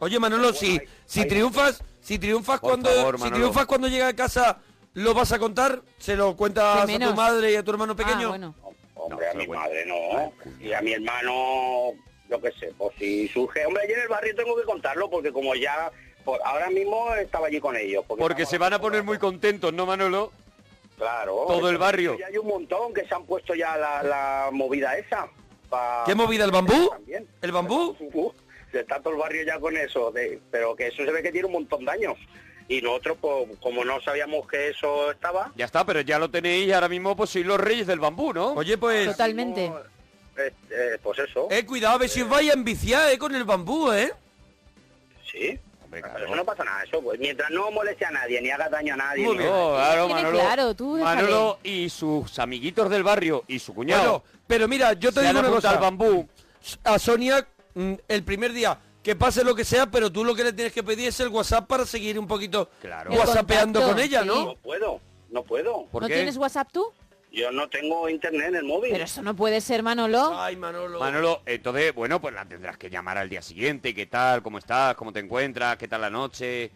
[SPEAKER 5] Oye, Manolo, si,
[SPEAKER 6] ahí-
[SPEAKER 5] si
[SPEAKER 6] ahí-
[SPEAKER 5] triunfas, si triunfas
[SPEAKER 7] Por
[SPEAKER 5] cuando
[SPEAKER 7] favor,
[SPEAKER 5] si
[SPEAKER 7] Manolo.
[SPEAKER 5] triunfas cuando llega a casa, ¿lo vas a contar? ¿Se lo cuentas
[SPEAKER 9] ¿Qué
[SPEAKER 5] a tu
[SPEAKER 9] menos?
[SPEAKER 5] madre y a tu hermano pequeño?
[SPEAKER 9] Ah, bueno.
[SPEAKER 6] Hombre,
[SPEAKER 7] No,
[SPEAKER 6] a mi
[SPEAKER 7] pero bueno.
[SPEAKER 6] madre no. Y a mi hermano, yo qué sé, pues si surge... Hombre, yo en el barrio tengo que contarlo porque como ya... por- ahora mismo estaba allí con ellos.
[SPEAKER 7] Porque
[SPEAKER 6] estamos
[SPEAKER 7] se van a poner
[SPEAKER 6] hablando.
[SPEAKER 7] muy contentos, ¿no, Manolo?
[SPEAKER 6] Claro.
[SPEAKER 7] todo el barrio.
[SPEAKER 6] Ya hay un montón que se han puesto ya la, la movida esa. pa-
[SPEAKER 5] ¿Qué movida el bambú?
[SPEAKER 6] También.
[SPEAKER 5] ¿El bambú?
[SPEAKER 6] Uh, está todo el barrio ya con eso, de- pero que eso se ve que tiene un montón de años. Y nosotros, pues, como no sabíamos que eso estaba,
[SPEAKER 7] Ya está, pero ya lo tenéis y ahora mismo pues sois los reyes del bambú, ¿no?
[SPEAKER 5] Oye, pues...
[SPEAKER 9] Totalmente.
[SPEAKER 6] eh, eh, pues eso,
[SPEAKER 5] Eh, cuidado, a ver si os vais a enviciar, eh, con el bambú, ¿eh?
[SPEAKER 6] sí. Pero eso no pasa nada, eso, pues, mientras no moleste a nadie, ni haga daño a nadie. ni nada.
[SPEAKER 7] No, claro,
[SPEAKER 9] Tienes
[SPEAKER 7] Manolo,
[SPEAKER 9] claro, tú déjale.
[SPEAKER 7] Manolo y sus amiguitos del barrio y su cuñado.
[SPEAKER 5] Bueno, pero mira, yo
[SPEAKER 7] Se
[SPEAKER 5] te digo
[SPEAKER 7] han
[SPEAKER 5] una cosa.
[SPEAKER 7] apuntado al bambú.
[SPEAKER 5] A Sonia, mm, el primer día, que pase lo que sea, pero tú lo que le tienes que pedir es el WhatsApp para seguir un poquito
[SPEAKER 7] Claro.
[SPEAKER 9] El
[SPEAKER 5] whatsappeando
[SPEAKER 9] contacto,
[SPEAKER 5] con ella, ¿no?
[SPEAKER 6] No puedo, no puedo.
[SPEAKER 7] ¿Por
[SPEAKER 9] ¿No
[SPEAKER 7] qué?
[SPEAKER 9] tienes WhatsApp tú?
[SPEAKER 6] Yo no tengo internet en el móvil.
[SPEAKER 9] Pero eso no puede ser, Manolo.
[SPEAKER 5] Ay, Manolo.
[SPEAKER 7] Manolo, entonces, bueno, pues la tendrás que llamar al día siguiente. ¿Qué tal? ¿Cómo estás? ¿Cómo te encuentras? ¿Qué tal la noche?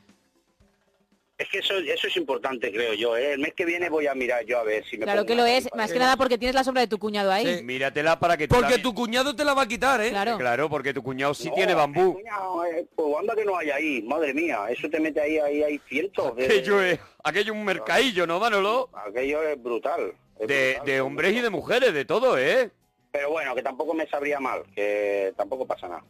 [SPEAKER 6] Es que eso, eso es importante, creo yo. ¿eh? El mes que viene voy a mirar yo a ver si me
[SPEAKER 9] Claro
[SPEAKER 6] pongo
[SPEAKER 9] que
[SPEAKER 6] una
[SPEAKER 9] lo es,
[SPEAKER 6] tarifa.
[SPEAKER 9] más que nada porque tienes la sombra de tu cuñado ahí.
[SPEAKER 5] Sí.
[SPEAKER 7] Míratela para que tú
[SPEAKER 5] Porque
[SPEAKER 7] también-
[SPEAKER 5] tu cuñado te la va a quitar, ¿eh?
[SPEAKER 9] Claro.
[SPEAKER 7] Claro, porque tu cuñado sí
[SPEAKER 6] No,
[SPEAKER 7] tiene bambú.
[SPEAKER 6] coño, eh, pues anda que no hay ahí, madre mía. Eso te mete ahí, ahí hay cientos de...
[SPEAKER 7] Aquello es, aquello es un mercadillo, ¿no, Manolo?
[SPEAKER 6] Aquello es brutal. es
[SPEAKER 7] De,
[SPEAKER 6] brutal.
[SPEAKER 7] de hombres y de mujeres, de todo, ¿eh?
[SPEAKER 6] Pero bueno, que tampoco me sabría mal, que tampoco pasa nada.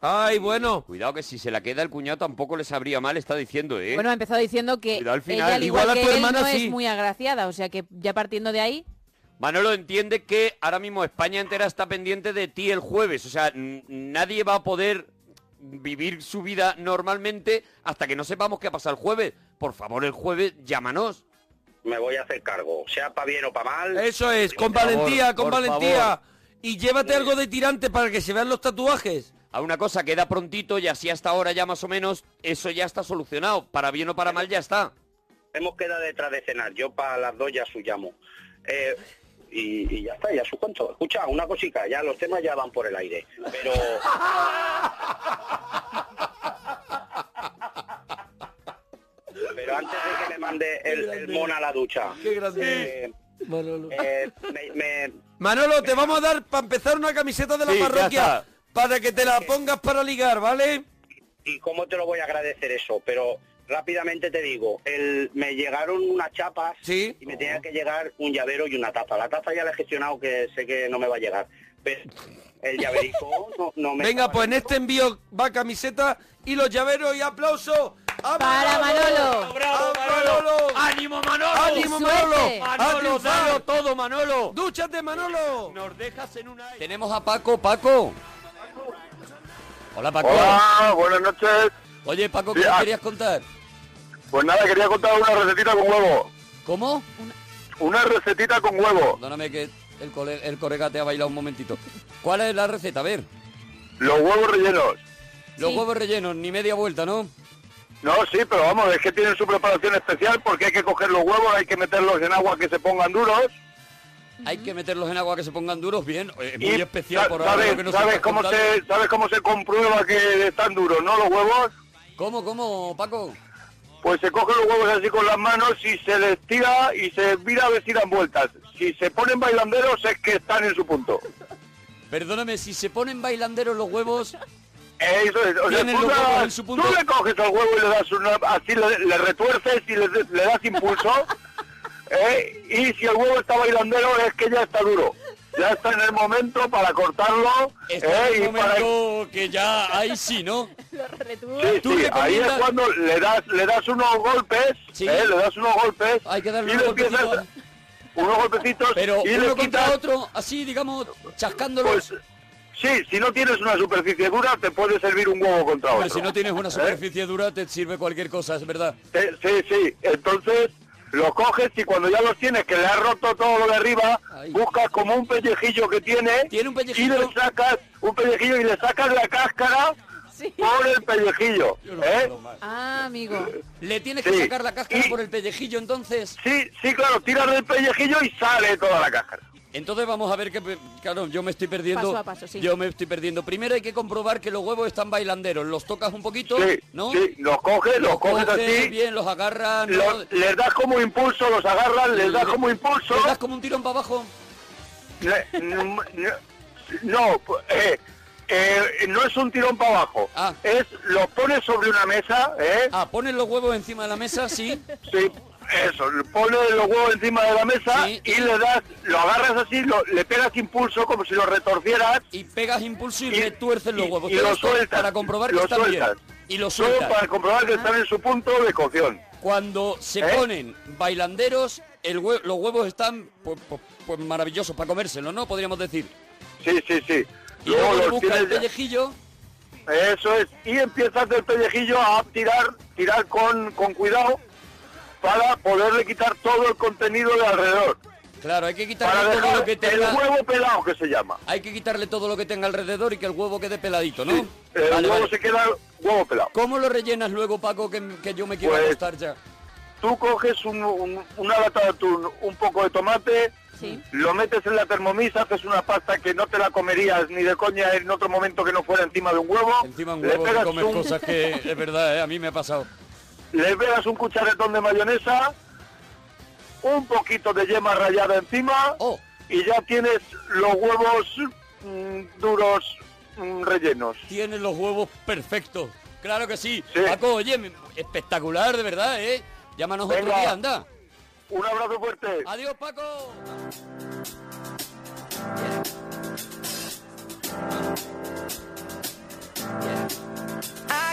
[SPEAKER 5] Ay, bueno.
[SPEAKER 7] Cuidado que si se la queda el cuñado tampoco le sabría mal, está diciendo, ¿eh?
[SPEAKER 9] Bueno, ha empezado diciendo que
[SPEAKER 7] Cuidado al final.
[SPEAKER 9] ella, al igual,
[SPEAKER 5] Igual a
[SPEAKER 9] que
[SPEAKER 5] tu
[SPEAKER 9] él,
[SPEAKER 5] hermana,
[SPEAKER 9] no
[SPEAKER 5] sí.
[SPEAKER 9] es muy agraciada, o sea que ya partiendo de ahí,
[SPEAKER 7] Manolo entiende que ahora mismo España entera está pendiente de ti el jueves. O sea, n- nadie va a poder vivir su vida normalmente hasta que no sepamos qué pasa el jueves. Por favor, el jueves llámanos.
[SPEAKER 6] Me voy a hacer cargo, sea para bien o para mal.
[SPEAKER 5] Eso es, con
[SPEAKER 7] Por favor,
[SPEAKER 5] valentía, con
[SPEAKER 7] por
[SPEAKER 5] valentía.
[SPEAKER 7] favor. Eh.
[SPEAKER 5] Y llévate algo de tirante para que se vean los tatuajes.
[SPEAKER 7] A una cosa queda prontito y así hasta ahora ya más o menos eso ya está solucionado. Para bien o para mal ya está.
[SPEAKER 6] Hemos quedado detrás de cenar, yo para las dos ya su llamo. Eh, y, y ya está, ya su cuento. Escucha, una cosica, ya los temas ya van por el aire. Pero... Pero antes de que me mande el, el mono a la ducha,
[SPEAKER 5] Qué grande.
[SPEAKER 6] eh,
[SPEAKER 5] Manolo.
[SPEAKER 6] eh, me- me,
[SPEAKER 5] Manolo, te vamos a dar para empezar una camiseta de la
[SPEAKER 7] Sí, ya
[SPEAKER 5] parroquia
[SPEAKER 7] está.
[SPEAKER 5] para que te la pongas para ligar, ¿vale?
[SPEAKER 6] y cómo te lo voy a agradecer eso, pero rápidamente te digo, el, me llegaron unas chapas
[SPEAKER 5] Sí.
[SPEAKER 6] y me tenía que llegar un llavero y una taza. La taza ya la he gestionado que sé que no me va a llegar. Pero el llaverico no, no me...
[SPEAKER 5] Venga, pues en este envío va camiseta y los llaveros y aplauso. ¡A
[SPEAKER 9] Para Manolo.
[SPEAKER 5] ¡A Manolo!
[SPEAKER 7] ¡Ánimo, Manolo!
[SPEAKER 5] ¡Ánimo,
[SPEAKER 9] ¡Qué
[SPEAKER 5] Manolo!
[SPEAKER 9] suerte!
[SPEAKER 5] ¡A
[SPEAKER 7] ¡Manolo,
[SPEAKER 5] triunfar!
[SPEAKER 7] dalo todo, Manolo!
[SPEAKER 5] ¡Dúchate, Manolo!
[SPEAKER 7] Nos dejas en una... Tenemos a Paco, Paco. Hola, Paco.
[SPEAKER 10] Hola, buenas noches.
[SPEAKER 2] Oye, Paco, ¿qué
[SPEAKER 10] Sí,
[SPEAKER 2] nos
[SPEAKER 10] ah.
[SPEAKER 2] querías contar?
[SPEAKER 10] Pues nada, quería contar una recetita con huevo.
[SPEAKER 2] ¿Cómo?
[SPEAKER 10] Una recetita con huevo.
[SPEAKER 2] Perdóname que el, cole- el colega te ha bailado un momentito. ¿Cuál es la receta? A ver.
[SPEAKER 10] Los huevos rellenos.
[SPEAKER 2] Los
[SPEAKER 9] Sí.
[SPEAKER 2] huevos rellenos, ni media vuelta, ¿no?
[SPEAKER 10] No, sí, pero vamos, es que tienen su preparación especial porque hay que coger los huevos, hay que meterlos en agua que se pongan duros.
[SPEAKER 2] Hay que meterlos en agua que se pongan duros bien. Es muy
[SPEAKER 10] y
[SPEAKER 2] especial
[SPEAKER 10] sa-
[SPEAKER 2] por ahora
[SPEAKER 10] ¿sabes,
[SPEAKER 2] lo que nos
[SPEAKER 10] ¿sabes,
[SPEAKER 2] estás
[SPEAKER 10] cómo
[SPEAKER 2] contando.
[SPEAKER 10] se, ¿Sabes cómo se comprueba que están duros, no, los huevos?
[SPEAKER 2] ¿Cómo, cómo, Paco?
[SPEAKER 10] Pues se cogen los huevos así con las manos y se les tira y se mira a ver si dan vueltas. Si se ponen bailanderos es que están en su punto.
[SPEAKER 2] Perdóname, si se ponen bailanderos los huevos,
[SPEAKER 10] Eh, Eso es, o sea,
[SPEAKER 2] Tienen
[SPEAKER 10] tú,
[SPEAKER 2] los
[SPEAKER 10] le
[SPEAKER 2] huevos
[SPEAKER 10] das-
[SPEAKER 2] en su punto.
[SPEAKER 10] tú le coges al huevo y le das una, así le, le retuerces y le, le das impulso, ¿eh? y si el huevo está bailandero es que ya está duro, ya está en el momento para cortarlo,
[SPEAKER 2] está
[SPEAKER 10] ¿eh?
[SPEAKER 2] en
[SPEAKER 10] y
[SPEAKER 2] un
[SPEAKER 10] para-
[SPEAKER 2] momento que ya ahí sí, ¿no?
[SPEAKER 10] Sí,
[SPEAKER 2] tú
[SPEAKER 10] sí,
[SPEAKER 2] le
[SPEAKER 10] ahí es
[SPEAKER 2] comienzas-
[SPEAKER 10] cuando le das, le das unos golpes,
[SPEAKER 2] Sí.
[SPEAKER 10] ¿eh? le das unos golpes,
[SPEAKER 2] Hay que darle
[SPEAKER 10] y
[SPEAKER 2] unos
[SPEAKER 10] le empiezas-
[SPEAKER 2] golpecitos.
[SPEAKER 10] unos golpecitos,
[SPEAKER 2] Pero
[SPEAKER 10] y
[SPEAKER 2] uno
[SPEAKER 10] le
[SPEAKER 2] contra
[SPEAKER 10] quitas,
[SPEAKER 2] otro, así, digamos,
[SPEAKER 10] pues,
[SPEAKER 2] chascándolos.
[SPEAKER 10] sí, si no tienes una superficie dura te puede servir un huevo contra otro. ¿Eh?
[SPEAKER 2] Hombre, si no tienes una superficie dura, te sirve cualquier cosa, es verdad.
[SPEAKER 10] Sí, sí, sí. Entonces los coges y cuando ya los tienes, que le has roto todo lo de arriba,
[SPEAKER 2] Ay.
[SPEAKER 10] buscas como un pellejillo que tiene,
[SPEAKER 2] Tiene un
[SPEAKER 10] y
[SPEAKER 2] pellejito.
[SPEAKER 10] le sacas un pellejillo y le sacas la cáscara
[SPEAKER 9] Sí.
[SPEAKER 10] por el pellejillo. ¿eh?
[SPEAKER 9] Ah, amigo.
[SPEAKER 2] Le tienes
[SPEAKER 10] Sí.
[SPEAKER 2] que sacar la cáscara
[SPEAKER 10] Y-
[SPEAKER 2] por el pellejillo, entonces.
[SPEAKER 10] Sí, sí, claro, tiras del pellejillo y sale toda la cáscara.
[SPEAKER 2] Entonces vamos a ver que, claro, yo me estoy perdiendo.
[SPEAKER 9] Paso a paso, sí.
[SPEAKER 2] Yo me estoy perdiendo. Primero hay que comprobar que los huevos están bailanderos. Los tocas un poquito,
[SPEAKER 10] Sí,
[SPEAKER 2] ¿no?
[SPEAKER 10] sí, los coges, los, coges, así,
[SPEAKER 2] bien, los agarras, ¿no?
[SPEAKER 10] los- les das como impulso, los agarras, les das como impulso.
[SPEAKER 2] Le das como un tirón para abajo.
[SPEAKER 10] le- n- n- no, eh, eh, no es un tirón para abajo.
[SPEAKER 2] Ah.
[SPEAKER 10] Es, los pones sobre una mesa, ¿eh?
[SPEAKER 2] Ah, pones los huevos encima de la mesa, sí.
[SPEAKER 10] Sí, eso, pone los huevos encima de la mesa
[SPEAKER 2] Sí.
[SPEAKER 10] y le das, lo agarras así, lo- le pegas impulso como si lo retorcieras
[SPEAKER 2] Y pegas impulso y,
[SPEAKER 10] y,
[SPEAKER 2] retuerces los
[SPEAKER 10] y-
[SPEAKER 2] huevos.
[SPEAKER 10] y
[SPEAKER 2] Todo
[SPEAKER 10] lo
[SPEAKER 2] esto
[SPEAKER 10] sueltas.
[SPEAKER 2] Para comprobar que
[SPEAKER 10] lo
[SPEAKER 2] están bien.
[SPEAKER 10] sueltas.
[SPEAKER 7] y lo
[SPEAKER 10] Solo
[SPEAKER 7] sueltan. Ah.
[SPEAKER 10] para comprobar que están en su punto de cocción.
[SPEAKER 7] Cuando se
[SPEAKER 10] ¿Eh?
[SPEAKER 7] ponen bailanderos, el hue- los huevos están pues, pues- pues maravillosos para comérselos, ¿no? Podríamos decir.
[SPEAKER 10] Sí, sí, sí.
[SPEAKER 7] Y luego
[SPEAKER 10] Luego
[SPEAKER 7] le
[SPEAKER 10] los
[SPEAKER 7] busca el
[SPEAKER 10] tienes ya-
[SPEAKER 7] pellejillo.
[SPEAKER 10] Eso es. Y empiezas del pellejillo a tirar, tirar con, con cuidado para poderle quitar todo el contenido de alrededor.
[SPEAKER 7] Claro, hay que
[SPEAKER 10] Para
[SPEAKER 7] quitarle todo
[SPEAKER 10] dejar
[SPEAKER 7] lo que
[SPEAKER 10] el
[SPEAKER 7] tenga.
[SPEAKER 10] huevo pelado que se llama.
[SPEAKER 7] Hay que quitarle todo lo que tenga alrededor y que el huevo quede peladito, ¿no?
[SPEAKER 10] El
[SPEAKER 7] Vale,
[SPEAKER 10] huevo
[SPEAKER 7] vale.
[SPEAKER 10] se queda huevo pelado.
[SPEAKER 7] ¿Cómo lo rellenas luego, Paco, que, que yo me quiero
[SPEAKER 10] Pues-
[SPEAKER 7] acostar ya?
[SPEAKER 10] Tú coges un- un- una lata de atún, un poco de tomate,
[SPEAKER 9] Sí.
[SPEAKER 10] lo metes en la termomisa, haces una pasta que no te la comerías ni de coña en otro momento que no fuera encima de un huevo.
[SPEAKER 7] Encima un
[SPEAKER 10] le
[SPEAKER 7] huevo que
[SPEAKER 10] pegas
[SPEAKER 7] comes
[SPEAKER 10] un-
[SPEAKER 7] cosas que, es verdad, ¿eh? a mí me ha pasado.
[SPEAKER 10] le pegas un cucharetón de mayonesa, un poquito de yema rallada encima
[SPEAKER 5] Oh.
[SPEAKER 10] y ya tienes los huevos mm, duros mm, rellenos.
[SPEAKER 7] Tienes los huevos perfectos. Claro que sí. Paco, oye, me- espectacular, de verdad, ¿eh? Llámanos otro
[SPEAKER 10] Venga.
[SPEAKER 7] día, anda.
[SPEAKER 10] Un abrazo fuerte.
[SPEAKER 7] Adiós, Paco.
[SPEAKER 2] I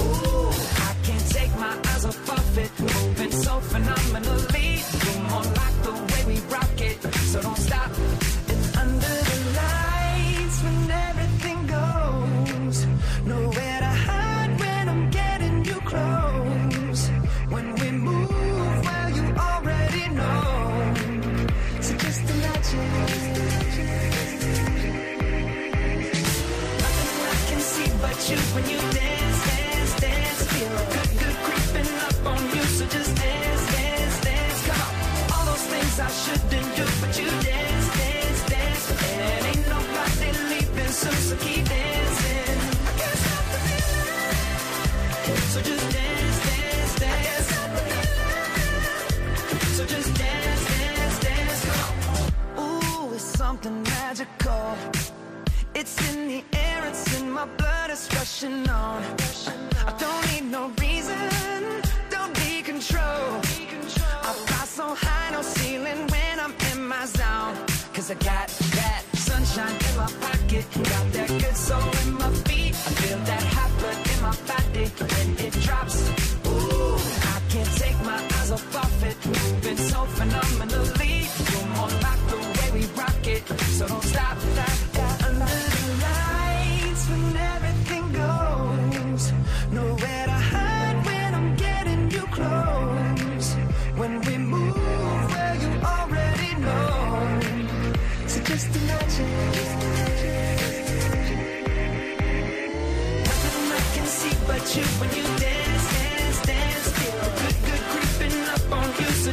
[SPEAKER 2] Ooh, I can't take my eyes off of it, moving so phenomenally. Come on, like the way we rock it, so don't stop. And under the lights when everything goes, nowhere to hide when I'm getting you close. When we move, well, you already know. So just imagine. Nothing I can see but you when you dance, dance, dance. Feel good, good creeping up on you. So just dance, dance, dance. Come on. All those things I shouldn't do, but you dance, dance, dance. And ain't nobody leaving soon, so keep dancing. I can't stop the feeling. So just dance, dance, dance. I can't stop the feeling. So just dance, dance, dance. Come on. Ooh, it's something magical. It's in the air, it's in my blood, it's rushing on. I don't need no reason, don't be control. I fly so high, no ceiling when I'm in my zone. Cause I got that sunshine in my pocket, got that good soul in my feet. I feel that hot blood in my body when it drops. Ooh, I can't take my eyes off of it, moving so phenomenally. You're more like the way we rock it, so don't stop. stop, stop. Under the lights when everything goes, nowhere to hide when I'm getting you close. When we move, well you already know. So just imagine. Nothing I can see but you when you dance, dance, dance. Feel the good, good creeping up on you. So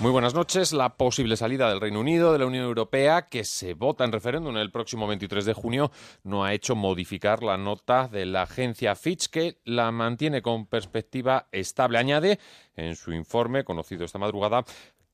[SPEAKER 11] Muy buenas noches. La posible salida del Reino Unido de la Unión Europea, que se vota en referéndum el próximo 23 de junio, no ha hecho modificar la nota de la agencia Fitch, que la mantiene con perspectiva estable. Añade en su informe, conocido esta madrugada,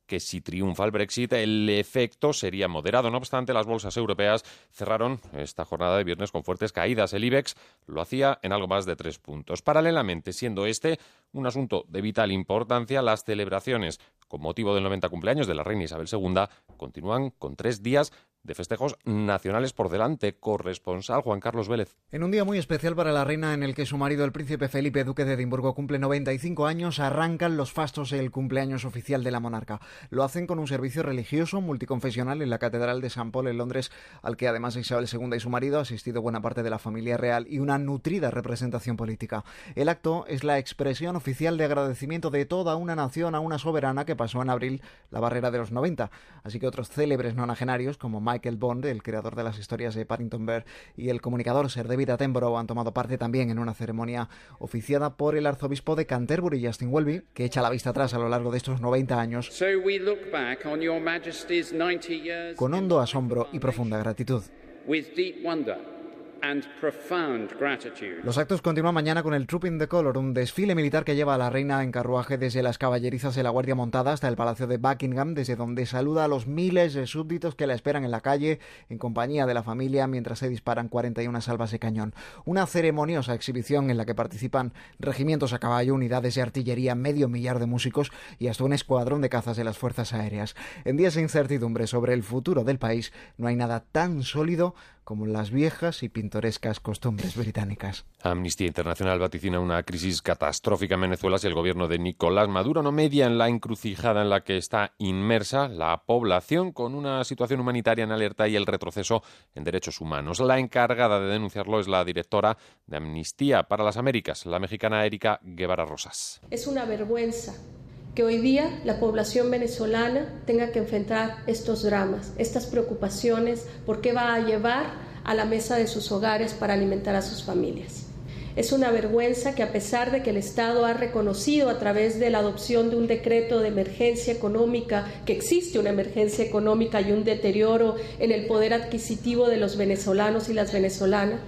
[SPEAKER 11] que si triunfa el Brexit el efecto sería moderado. No obstante, las bolsas europeas cerraron esta jornada de viernes con fuertes caídas. El IBEX lo hacía en algo más de tres puntos. Paralelamente, siendo este un asunto de vital importancia, las celebraciones con motivo del 90 cumpleaños de la reina Isabel II continúan con tres días de festejos nacionales por delante. Corresponsal Juan Carlos Vélez.
[SPEAKER 12] En un día muy especial para la reina en el que su marido el príncipe Felipe, duque de Edimburgo, cumple 95 años, arrancan los fastos el cumpleaños oficial de la monarca. Lo hacen con un servicio religioso multiconfesional en la Catedral de San Paul en Londres, al que además Isabel II y su marido ha asistido buena parte de la familia real y una nutrida representación política. El acto es la expresión oficial de agradecimiento de toda una nación a una soberana que pasó en abril la barrera de los 90, así que otros célebres nonagenarios como Michael Michael Bond, el creador de las historias de Paddington Bear, y el comunicador Sir David Attenborough han tomado parte también en una ceremonia oficiada por el arzobispo de Canterbury, Justin Welby, que echa la vista atrás a lo largo de estos 90 años
[SPEAKER 13] So we look back on Your Majesty's 90 years
[SPEAKER 12] con hondo asombro y profunda gratitud.
[SPEAKER 13] with deep wonder and profound gratitude.
[SPEAKER 12] Los actos continúan mañana con el Trooping the Color, un desfile militar que lleva a la reina en carruaje desde las caballerizas de la Guardia Montada hasta el Palacio de Buckingham, desde donde saluda a los miles de súbditos que la esperan en la calle, en compañía de la familia, mientras se disparan 41 salvas de cañón. Una ceremoniosa exhibición en la que participan regimientos a caballo, unidades de artillería, medio millar de músicos y hasta un escuadrón de cazas de las Fuerzas Aéreas. En días de incertidumbre sobre el futuro del país, no hay nada tan sólido como las viejas y pintorescas costumbres británicas.
[SPEAKER 11] Amnistía Internacional vaticina una crisis catastrófica en Venezuela si el gobierno de Nicolás Maduro no media en la encrucijada en la que está inmersa la población con una situación humanitaria en alerta y el retroceso en derechos humanos. La encargada de denunciarlo es la directora de Amnistía para las Américas, la mexicana Erika Guevara Rosas.
[SPEAKER 14] Es una vergüenza que hoy día la población venezolana tenga que enfrentar estos dramas, estas preocupaciones por qué va a llevar a la mesa de sus hogares para alimentar a sus familias. Es una vergüenza que a pesar de que el Estado ha reconocido a través de la adopción de un decreto de emergencia económica que existe una emergencia económica y un deterioro en el poder adquisitivo de los venezolanos y las venezolanas,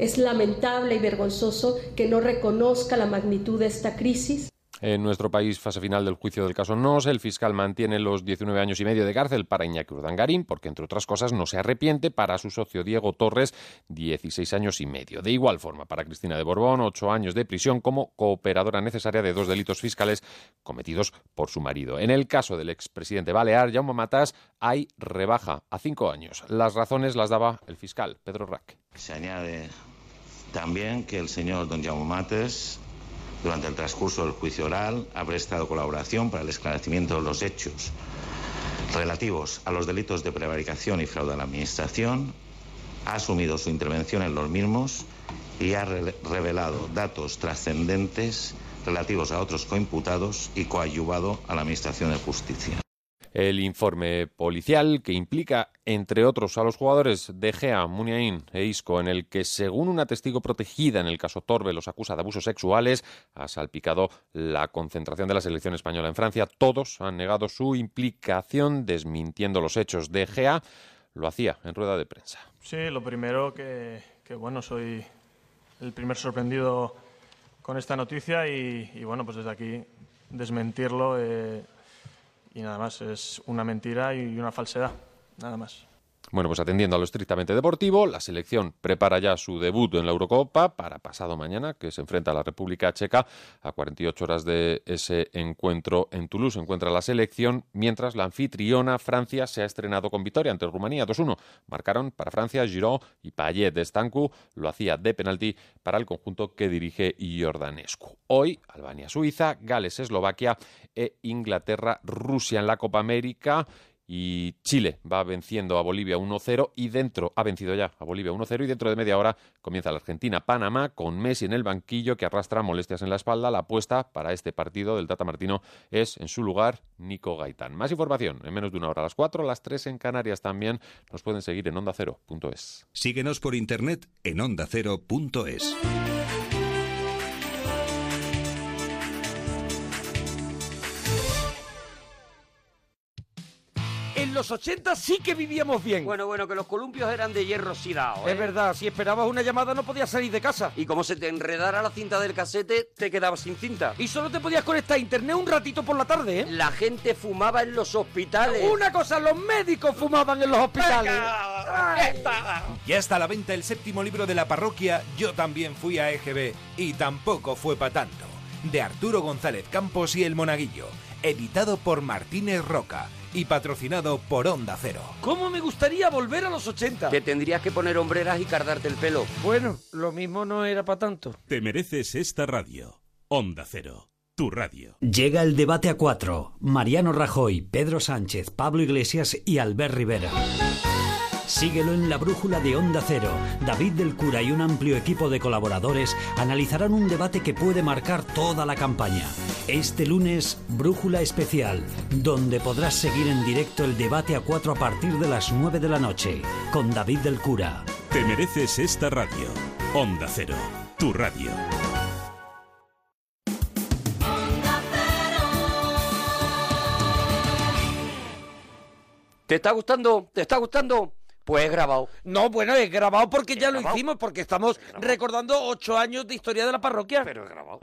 [SPEAKER 14] es lamentable y vergonzoso que no reconozca la magnitud de esta crisis
[SPEAKER 11] En nuestro país, fase final del juicio del caso Nos, el fiscal mantiene los 19 años y medio de cárcel para Iñaki Urdangarín, porque entre otras cosas no se arrepiente para su socio Diego Torres, 16 años y medio. De igual forma, para Cristina de Borbón, 8 años de prisión como cooperadora necesaria de dos delitos fiscales cometidos por su marido. En el caso del expresidente Balear, Jaume Matas, hay rebaja a 5 años. Las razones las daba el fiscal, Pedro Rack.
[SPEAKER 15] Se añade también que el señor don Jaume Mates, durante el transcurso del juicio oral, ha prestado colaboración para el esclarecimiento de los hechos relativos a los delitos de prevaricación y fraude a la Administración, ha asumido su intervención en los mismos y ha re- revelado datos trascendentes relativos a otros coimputados y coadyuvado a la Administración de Justicia.
[SPEAKER 11] El informe policial que implica, entre otros, a los jugadores de Gea, Muniain e Isco, en el que, según una testigo protegida en el caso Torbe, los acusa de abusos sexuales, ha salpicado la concentración de la selección española en Francia. Todos han negado su implicación, desmintiendo los hechos. De Gea lo hacía en rueda de prensa.
[SPEAKER 16] Sí, lo primero que, que, bueno, soy el primer sorprendido con esta noticia y, y, bueno, pues desde aquí desmentirlo eh, y nada más, es una mentira y una falsedad, nada más.
[SPEAKER 11] Bueno, pues atendiendo a lo estrictamente deportivo, la selección prepara ya su debut en la Eurocopa para pasado mañana, que se enfrenta a la República Checa. A 48 horas de ese encuentro en Toulouse se encuentra la selección, mientras la anfitriona Francia se ha estrenado con victoria ante Rumanía 2-1. Marcaron para Francia Giroud y Payet de Stancu, lo hacía de penalti para el conjunto que dirige Jordanescu. Hoy, Albania-Suiza, Gales-Eslovaquia e Inglaterra-Rusia en la Copa América y Chile va venciendo a Bolivia 1-0 y dentro ha vencido ya a Bolivia 1-0 y dentro de media hora comienza la Argentina Panamá con Messi en el banquillo que arrastra molestias en la espalda. La apuesta para este partido del Tata Martino es en su lugar Nico Gaitán. Más información en menos de una hora a las 4, a las 3 en Canarias también. Nos pueden seguir en onda ondacero.es.
[SPEAKER 17] Síguenos por internet en ondacero.es.
[SPEAKER 5] En los 80 sí que vivíamos bien. Bueno, bueno, que los columpios eran de hierro sidao. Es verdad, si esperabas una llamada no podías salir de casa. Y como se te enredara la cinta del casete, te quedabas sin cinta. Y solo te podías conectar a internet un ratito por la tarde, ¿eh? La gente fumaba en los hospitales. Una cosa, los médicos fumaban en los hospitales.
[SPEAKER 17] Ya está a la venta el séptimo libro de la parroquia Yo también fui a EGB y tampoco fue pa' tanto, de Arturo González Campos y El Monaguillo, editado por Martínez Roca y patrocinado por Onda Cero.
[SPEAKER 5] ¿Cómo me gustaría volver a los 80? Que tendrías que poner hombreras y cardarte el pelo. Bueno, lo mismo no era para tanto.
[SPEAKER 17] Te mereces esta radio. Onda Cero, tu radio.
[SPEAKER 18] Llega el debate a cuatro. Mariano Rajoy, Pedro Sánchez, Pablo Iglesias y Albert Rivera. Síguelo en la brújula de Onda Cero. David del Cura y un amplio equipo de colaboradores analizarán un debate que puede marcar toda la campaña. Este lunes, Brújula Especial, donde podrás seguir en directo el debate a cuatro a partir de las 9 de la noche, con David del Cura.
[SPEAKER 19] Te mereces esta radio. Onda Cero, tu radio.
[SPEAKER 3] ¿Te está gustando? ¿Te está gustando? Pues he grabado.
[SPEAKER 5] No, bueno, he grabado porque ya lo hicimos, porque estamos recordando ocho años de historia de la parroquia. Pero he grabado.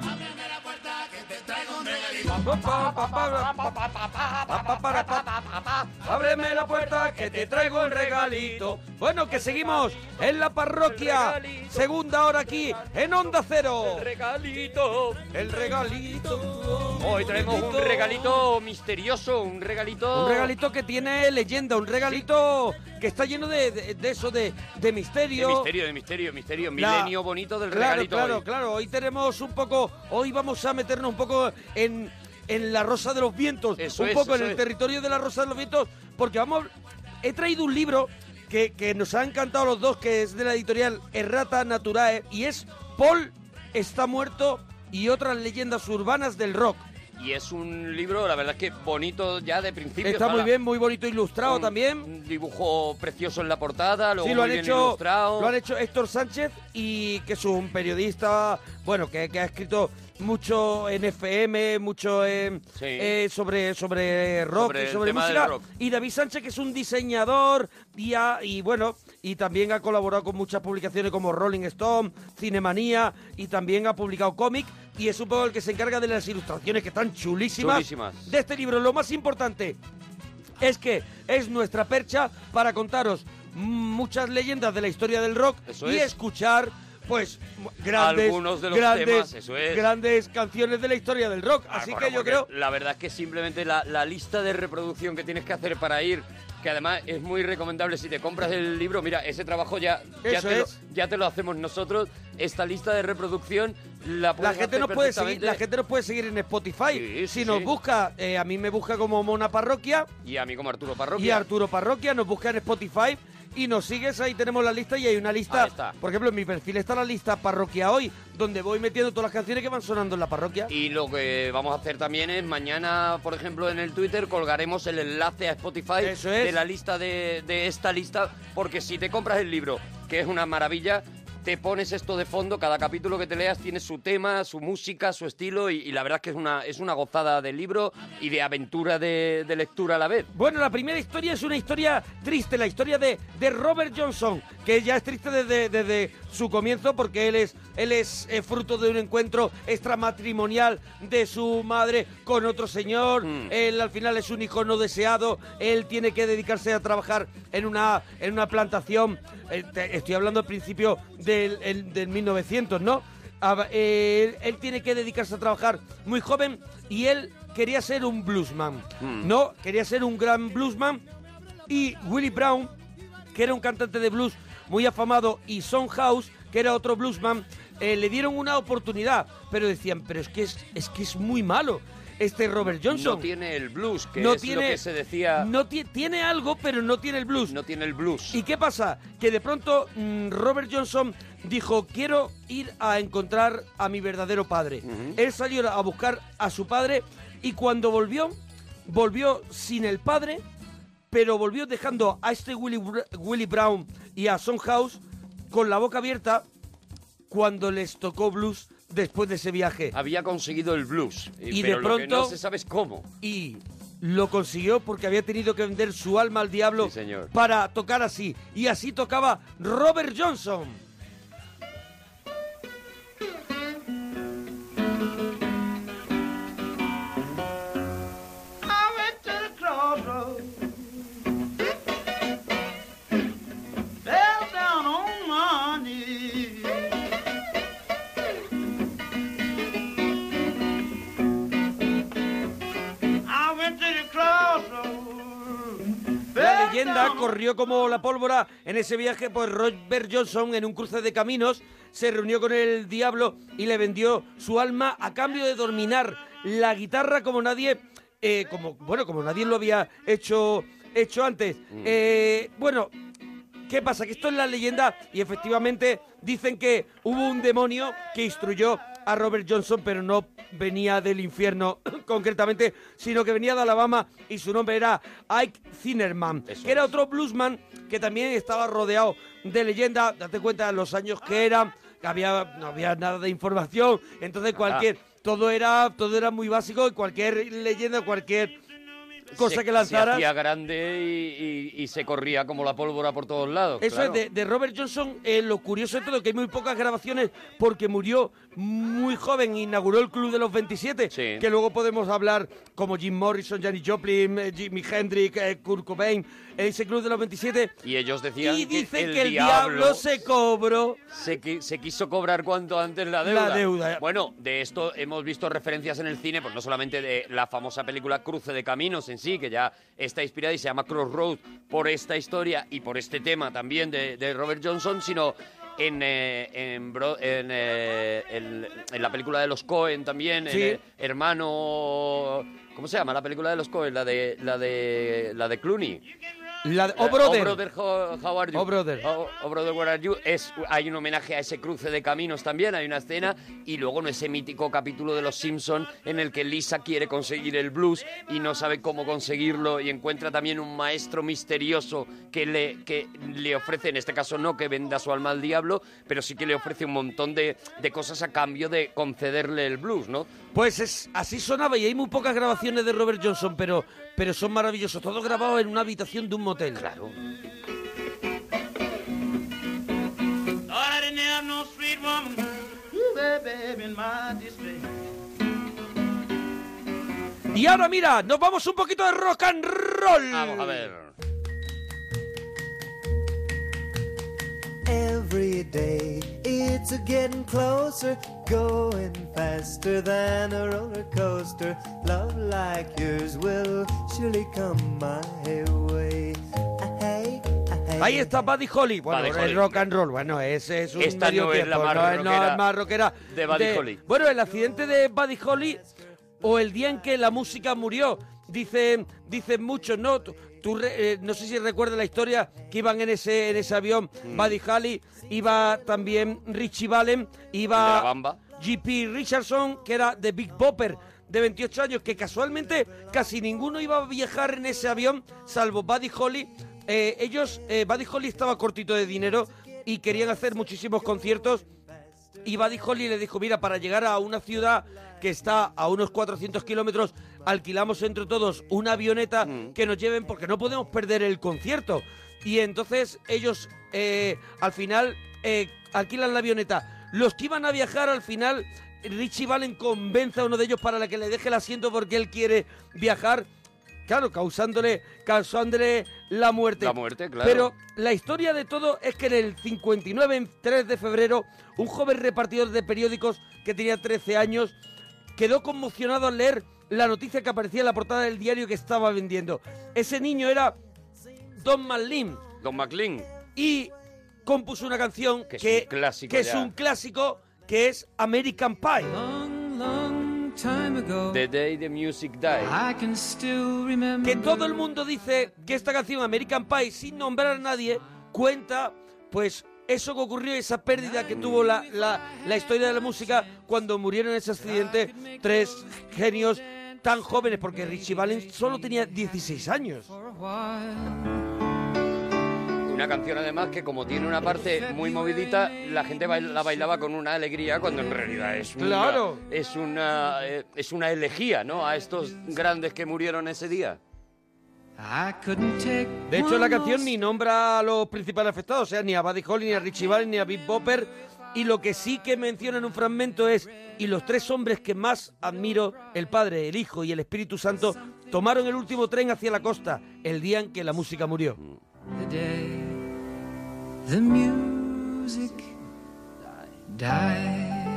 [SPEAKER 5] Ábreme la puerta que te traigo el regalito. Bueno, que seguimos en la parroquia. Segunda hora aquí en Onda Cero.
[SPEAKER 7] Regalito.
[SPEAKER 5] El regalito.
[SPEAKER 7] Hoy traemos un regalito misterioso, un regalito.
[SPEAKER 5] Un regalito que tiene leyenda, un regalito que está lleno de, de- de eso, de, de
[SPEAKER 7] de
[SPEAKER 5] misterio.
[SPEAKER 7] misterio, de misterio, misterio.
[SPEAKER 5] La-
[SPEAKER 7] Milenio bonito del
[SPEAKER 5] claro,
[SPEAKER 7] regalito.
[SPEAKER 5] Claro,
[SPEAKER 7] hoy.
[SPEAKER 5] claro, hoy tenemos un poco, hoy vamos a meternos un poco en, en la Rosa de los Vientos, un
[SPEAKER 7] es,
[SPEAKER 5] poco
[SPEAKER 7] eso
[SPEAKER 5] en el
[SPEAKER 7] es.
[SPEAKER 5] territorio de la Rosa de los Vientos, porque vamos, a- he traído un libro que, que nos ha encantado a los dos, que es de la editorial Errata Naturae, y es Paul está muerto y otras leyendas urbanas del rock.
[SPEAKER 7] Y es un libro, la verdad es que bonito ya de principio.
[SPEAKER 5] Está muy
[SPEAKER 7] para-
[SPEAKER 5] bien, muy bonito ilustrado también.
[SPEAKER 7] Un dibujo precioso en la portada, luego
[SPEAKER 5] sí, lo
[SPEAKER 7] muy
[SPEAKER 5] han
[SPEAKER 7] bien
[SPEAKER 5] hecho,
[SPEAKER 7] ilustrado.
[SPEAKER 5] lo han hecho Héctor Sánchez y que es un periodista, bueno, que, que ha escrito mucho en FM, mucho en- eh, sobre sobre rock
[SPEAKER 7] Sobre
[SPEAKER 5] y
[SPEAKER 7] el
[SPEAKER 5] sobre
[SPEAKER 7] tema del
[SPEAKER 5] música.
[SPEAKER 7] rock.
[SPEAKER 5] Y David Sánchez que es un diseñador y, ha- y bueno y también ha colaborado con muchas publicaciones como Rolling Stone, Cinemanía y también ha publicado cómic y es un poco el que se encarga de las ilustraciones que están chulísimas,
[SPEAKER 7] Chulísimas.
[SPEAKER 5] de este libro. Lo más importante es que es nuestra percha para contaros muchas leyendas de la historia del rock
[SPEAKER 7] Eso
[SPEAKER 5] y
[SPEAKER 7] es.
[SPEAKER 5] escuchar pues grandes
[SPEAKER 7] Algunos de los
[SPEAKER 5] grandes
[SPEAKER 7] temas, eso es.
[SPEAKER 5] grandes canciones de la historia del rock, así
[SPEAKER 7] Ah,
[SPEAKER 5] que
[SPEAKER 7] bueno,
[SPEAKER 5] yo
[SPEAKER 7] porque
[SPEAKER 5] creo
[SPEAKER 7] La verdad es que simplemente la, la lista de reproducción que tienes que hacer para ir, que además es muy recomendable si te compras el libro, mira, ese trabajo ya, ya,
[SPEAKER 5] Eso
[SPEAKER 7] te, lo,
[SPEAKER 5] es.
[SPEAKER 7] ya te lo hacemos nosotros. Esta lista de reproducción la
[SPEAKER 5] la
[SPEAKER 7] puedes
[SPEAKER 5] gente
[SPEAKER 7] hacer
[SPEAKER 5] nos puede seguir,
[SPEAKER 7] perfectamente.
[SPEAKER 5] la gente nos puede seguir en Spotify. si
[SPEAKER 7] sí,
[SPEAKER 5] nos
[SPEAKER 7] sí.
[SPEAKER 5] busca, eh, a mí me busca como Mona Parroquia
[SPEAKER 7] Y a mí como Arturo
[SPEAKER 5] y
[SPEAKER 7] Parroquia.
[SPEAKER 5] Arturo Parroquia nos busca en Spotify y nos sigues, ahí tenemos la lista y hay una lista, por ejemplo, en mi perfil está la lista Parroquia hoy, donde voy metiendo todas las canciones que van sonando en la parroquia.
[SPEAKER 7] Y lo que vamos a hacer también es mañana, por ejemplo, en el Twitter colgaremos el enlace a Spotify
[SPEAKER 5] Eso es.
[SPEAKER 7] de la lista de, de esta lista, porque si te compras el libro, que es una maravilla, te pones esto de fondo, cada capítulo que te leas tiene su tema, su música, su estilo, y, y la verdad es que es una, es una gozada de libro y de aventura de, de lectura a la vez.
[SPEAKER 5] Bueno, la primera historia es una historia triste, la historia de, de Robert Johnson, que ya es triste desde, desde su comienzo porque él es, él es eh, fruto de un encuentro extramatrimonial de su madre con otro señor. Él al final es un hijo no deseado, él tiene que dedicarse a trabajar en una, en una plantación. Eh, te- estoy hablando al principio del, el- del 1900, ¿no? Ah, eh, él tiene que dedicarse a trabajar muy joven y él quería ser un bluesman.
[SPEAKER 2] Mm.
[SPEAKER 5] No, quería ser un gran bluesman. Y Willie Brown, que era un cantante de blues muy afamado, y Son House, que era otro bluesman, eh, le dieron una oportunidad, pero decían, pero es que es, es que es muy malo este Robert Johnson.
[SPEAKER 7] No tiene el blues, que
[SPEAKER 5] No
[SPEAKER 7] es
[SPEAKER 5] tiene-
[SPEAKER 7] lo que se decía.
[SPEAKER 5] No ti- tiene algo, pero no tiene el blues.
[SPEAKER 7] No tiene el blues.
[SPEAKER 5] ¿Y qué pasa? Que de pronto mm, Robert Johnson dijo, quiero ir a encontrar a mi verdadero padre. Él salió a buscar a su padre y cuando volvió, volvió sin el padre, pero volvió dejando a este Willie, Br- Willie Brown y a Son House con la boca abierta cuando les tocó blues después de ese viaje.
[SPEAKER 7] Había conseguido el blues.
[SPEAKER 5] Y
[SPEAKER 7] pero
[SPEAKER 5] de
[SPEAKER 7] lo que
[SPEAKER 5] pronto-
[SPEAKER 7] no se sabe es cómo.
[SPEAKER 5] Y lo consiguió porque había tenido que vender su alma al diablo
[SPEAKER 7] señor.
[SPEAKER 5] para tocar así. Y así tocaba Robert Johnson.
[SPEAKER 2] I went to the crossroads, fell down on my knees. I went to the crossroads,
[SPEAKER 5] La leyenda corrió como la pólvora en ese viaje por Robert Johnson en un cruce de caminos. Se reunió con el diablo y le vendió su alma a cambio de dominar la guitarra como nadie, eh, como bueno, como nadie lo había hecho hecho antes. Eh, bueno, ¿Qué pasa? Que esto es la leyenda y efectivamente dicen que hubo un demonio que instruyó a Robert Johnson, pero no venía del infierno concretamente, sino que venía de Alabama y su nombre era Ike Zinnerman, que era otro bluesman que también estaba rodeado de leyenda. Date cuenta de los años que eran, que había, no había nada de información, entonces cualquier, todo era, todo era muy básico y cualquier leyenda, cualquier cosa
[SPEAKER 7] Se-
[SPEAKER 5] que lanzara.
[SPEAKER 7] Se hacía grande y, y- y se corría como la pólvora por todos lados. Oh,
[SPEAKER 5] Eso
[SPEAKER 7] claro.
[SPEAKER 5] es, de, de Robert Johnson, eh, lo curioso es todo que hay muy pocas grabaciones porque murió muy joven, inauguró el Club de los 27, que luego podemos hablar como Jim Morrison, Janis Joplin, eh, Jimi Hendrix, eh, Kurt Cobain, ese Club de los 27.
[SPEAKER 7] Y ellos decían
[SPEAKER 5] Y
[SPEAKER 7] que
[SPEAKER 5] dicen
[SPEAKER 7] el,
[SPEAKER 5] que el
[SPEAKER 7] diablo,
[SPEAKER 5] diablo se cobró.
[SPEAKER 7] Se, qui- se quiso cobrar cuanto antes la deuda.
[SPEAKER 5] La deuda.
[SPEAKER 7] Bueno, de esto hemos visto referencias en el cine, pues no solamente de la famosa película Cruce de Caminos en sí, que ya está inspirada y se llama Crossroad por esta historia y por este tema también de, de Robert Johnson, sino en, eh, en, Bro- en, eh, el- en la película de los Cohen también, en,
[SPEAKER 5] Sí.
[SPEAKER 7] eh, Hermano... ¿Cómo se llama la película de los Cohen? La de, la de, la de Clooney.
[SPEAKER 5] La de, oh,
[SPEAKER 7] Eh,
[SPEAKER 5] brother.
[SPEAKER 7] Oh, brother, ho- how are you?
[SPEAKER 5] Oh, brother.
[SPEAKER 7] Oh, oh, brother, where are you? Es, hay un homenaje a ese cruce de caminos también, hay una escena, y luego no ese mítico capítulo de Los Simpson en el que Lisa quiere conseguir el blues y no sabe cómo conseguirlo y encuentra también un maestro misterioso que le, que le ofrece, en este caso no que venda su alma al diablo, pero sí que le ofrece un montón de, de cosas a cambio de concederle el blues, ¿no?
[SPEAKER 5] Pues es, así sonaba y hay muy pocas grabaciones de Robert Johnson, pero, pero son maravillosos, todos grabados en una habitación de un motel. Claro.
[SPEAKER 10] Thought I didn't have no sweet woman, ooh, baby, in my display.
[SPEAKER 5] Y ahora mira, nos vamos un poquito de rock and roll. Vamos a ver.
[SPEAKER 2] Every day it's a getting closer, going faster than a roller coaster. Love like yours will surely come my way. Hey, hey.
[SPEAKER 5] Ahí está Buddy Holly. Bueno,
[SPEAKER 2] Buddy
[SPEAKER 5] el
[SPEAKER 2] Holly.
[SPEAKER 5] rock and roll. Bueno, ese es un
[SPEAKER 7] Esta
[SPEAKER 5] medio
[SPEAKER 7] no es la
[SPEAKER 5] tiempo,
[SPEAKER 7] más
[SPEAKER 5] no es- no
[SPEAKER 7] rockera
[SPEAKER 5] es más rockera
[SPEAKER 7] de Buddy Holly.
[SPEAKER 5] Bueno, el accidente de Buddy Holly o el día en que la música murió, dicen, dicen muchos, ¿no? Tú- tú re- eh, no sé si recuerdas la historia que iban en ese, en ese avión.
[SPEAKER 7] Mm.
[SPEAKER 5] Buddy Holly, iba también Richie Valen, iba
[SPEAKER 7] de La Bamba.
[SPEAKER 5] GP Richardson, que era de Big Bopper, de 28 años, que casualmente casi ninguno iba a viajar en ese avión, salvo Buddy Holly. Eh, ellos, eh, Buddy Holly estaba cortito de dinero y querían hacer muchísimos conciertos. Y Buddy Holly le dijo, mira, para llegar a una ciudad que está a unos 400 kilómetros, alquilamos entre todos una avioneta que nos lleven porque no podemos perder el concierto. Y entonces ellos eh, al final eh, alquilan la avioneta. Los que iban a viajar al final, Richie Valen convence a uno de ellos para que le deje el asiento porque él quiere viajar. Claro, causándole, causándole la muerte.
[SPEAKER 7] La muerte, claro.
[SPEAKER 5] Pero la historia de todo es que en el 59, en 3 de febrero, un joven repartidor de periódicos que tenía 13 años quedó conmocionado al leer la noticia que aparecía en la portada del diario que estaba vendiendo. Ese niño era Don McLean.
[SPEAKER 7] Don McLean.
[SPEAKER 5] Y compuso una canción que,
[SPEAKER 7] un clásico
[SPEAKER 5] que es
[SPEAKER 7] ya.
[SPEAKER 5] un clásico, que es American Pie.
[SPEAKER 10] Time ago,
[SPEAKER 7] The Day the Music Died.
[SPEAKER 10] I can still remember.
[SPEAKER 5] que todo el mundo dice que esta canción American Pie sin nombrar a nadie cuenta pues eso que ocurrió esa pérdida que tuvo la, la- la historia de la música cuando murieron en ese accidente tres genios tan jóvenes porque Richie Valens solo tenía 16 años
[SPEAKER 7] Una canción además que como tiene una parte muy movidita, la gente bail- la bailaba con una alegría cuando en realidad es una,
[SPEAKER 5] Claro.
[SPEAKER 7] es una eh, es una elegía, ¿no? A estos grandes que murieron ese día.
[SPEAKER 5] de hecho la canción ni nombra a los principales afectados o sea ni a Buddy Holly ni a Richie Valens ni a Big Bopper y lo que sí que menciona en un fragmento es y los tres hombres que más admiro el Padre el Hijo y el Espíritu Santo tomaron el último tren hacia la costa el día en que la música murió
[SPEAKER 10] The day the music died.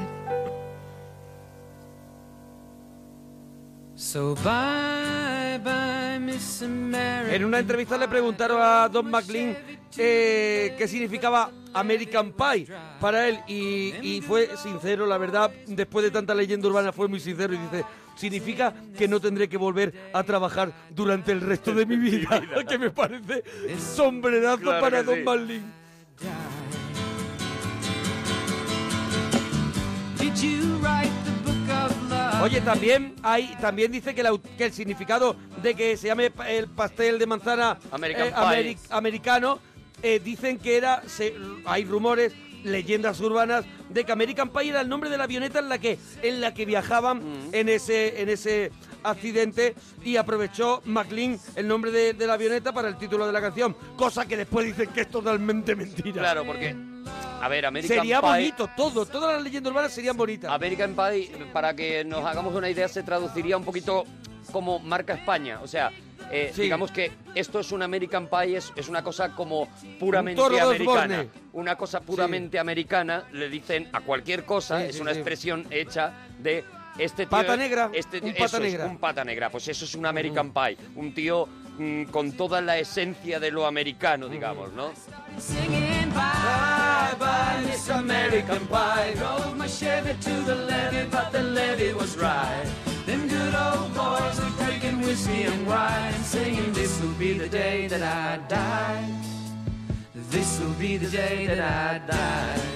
[SPEAKER 10] So bye bye, Miss America.
[SPEAKER 5] En una entrevista le preguntaron a Don McLean eh, qué significaba American Pie para él y, y fue sincero, la verdad, después de tanta leyenda urbana fue muy sincero y dice, significa que no tendré que volver a trabajar durante el resto de mi vida, que me parece sombrerazo
[SPEAKER 10] Claro
[SPEAKER 5] para
[SPEAKER 10] que
[SPEAKER 5] Don
[SPEAKER 10] sí.
[SPEAKER 5] McLean.
[SPEAKER 10] Did you write
[SPEAKER 5] Oye, también hay, también dice que, la- que el significado de que se llame pa- el pastel de manzana
[SPEAKER 7] American
[SPEAKER 5] eh,
[SPEAKER 7] pie.
[SPEAKER 5] americano, eh, dicen que era, se- hay rumores, leyendas urbanas de que American Pie era el nombre de la avioneta en la que, en la que viajaban
[SPEAKER 7] Mm.
[SPEAKER 5] en ese, en ese accidente y aprovechó McLean el nombre de, de la avioneta para el título de la canción, cosa que después dicen que es totalmente mentira.
[SPEAKER 7] Claro, porque. A ver, American Pie-
[SPEAKER 5] Sería bonito todo, todas las leyendas urbanas serían bonitas.
[SPEAKER 7] American Pie, para que nos hagamos una idea, se traduciría un poquito como marca España. O sea, eh,
[SPEAKER 5] Sí.
[SPEAKER 7] digamos que esto es un American Pie, es, es una cosa como puramente
[SPEAKER 5] Un toro de
[SPEAKER 7] americana.
[SPEAKER 5] Osborne.
[SPEAKER 7] Una cosa puramente americana, le dicen a cualquier cosa,
[SPEAKER 5] Sí,
[SPEAKER 7] es
[SPEAKER 5] sí,
[SPEAKER 7] una
[SPEAKER 5] sí.
[SPEAKER 7] expresión hecha de este tío.
[SPEAKER 5] Pata negra,
[SPEAKER 7] este tío-
[SPEAKER 5] un pata
[SPEAKER 7] eso es,
[SPEAKER 5] negra. Mm.
[SPEAKER 7] un pata negra. Pues eso es un American Pie. Un tío mm, con toda la esencia de lo americano, digamos, ¿no?
[SPEAKER 2] Singing bye bye, Miss American Pie. Drove my Chevy to the levee, but the levee was right. Them good old boys were drinking whiskey and wine, singing, This will be the day that I die. This will be the day that I die.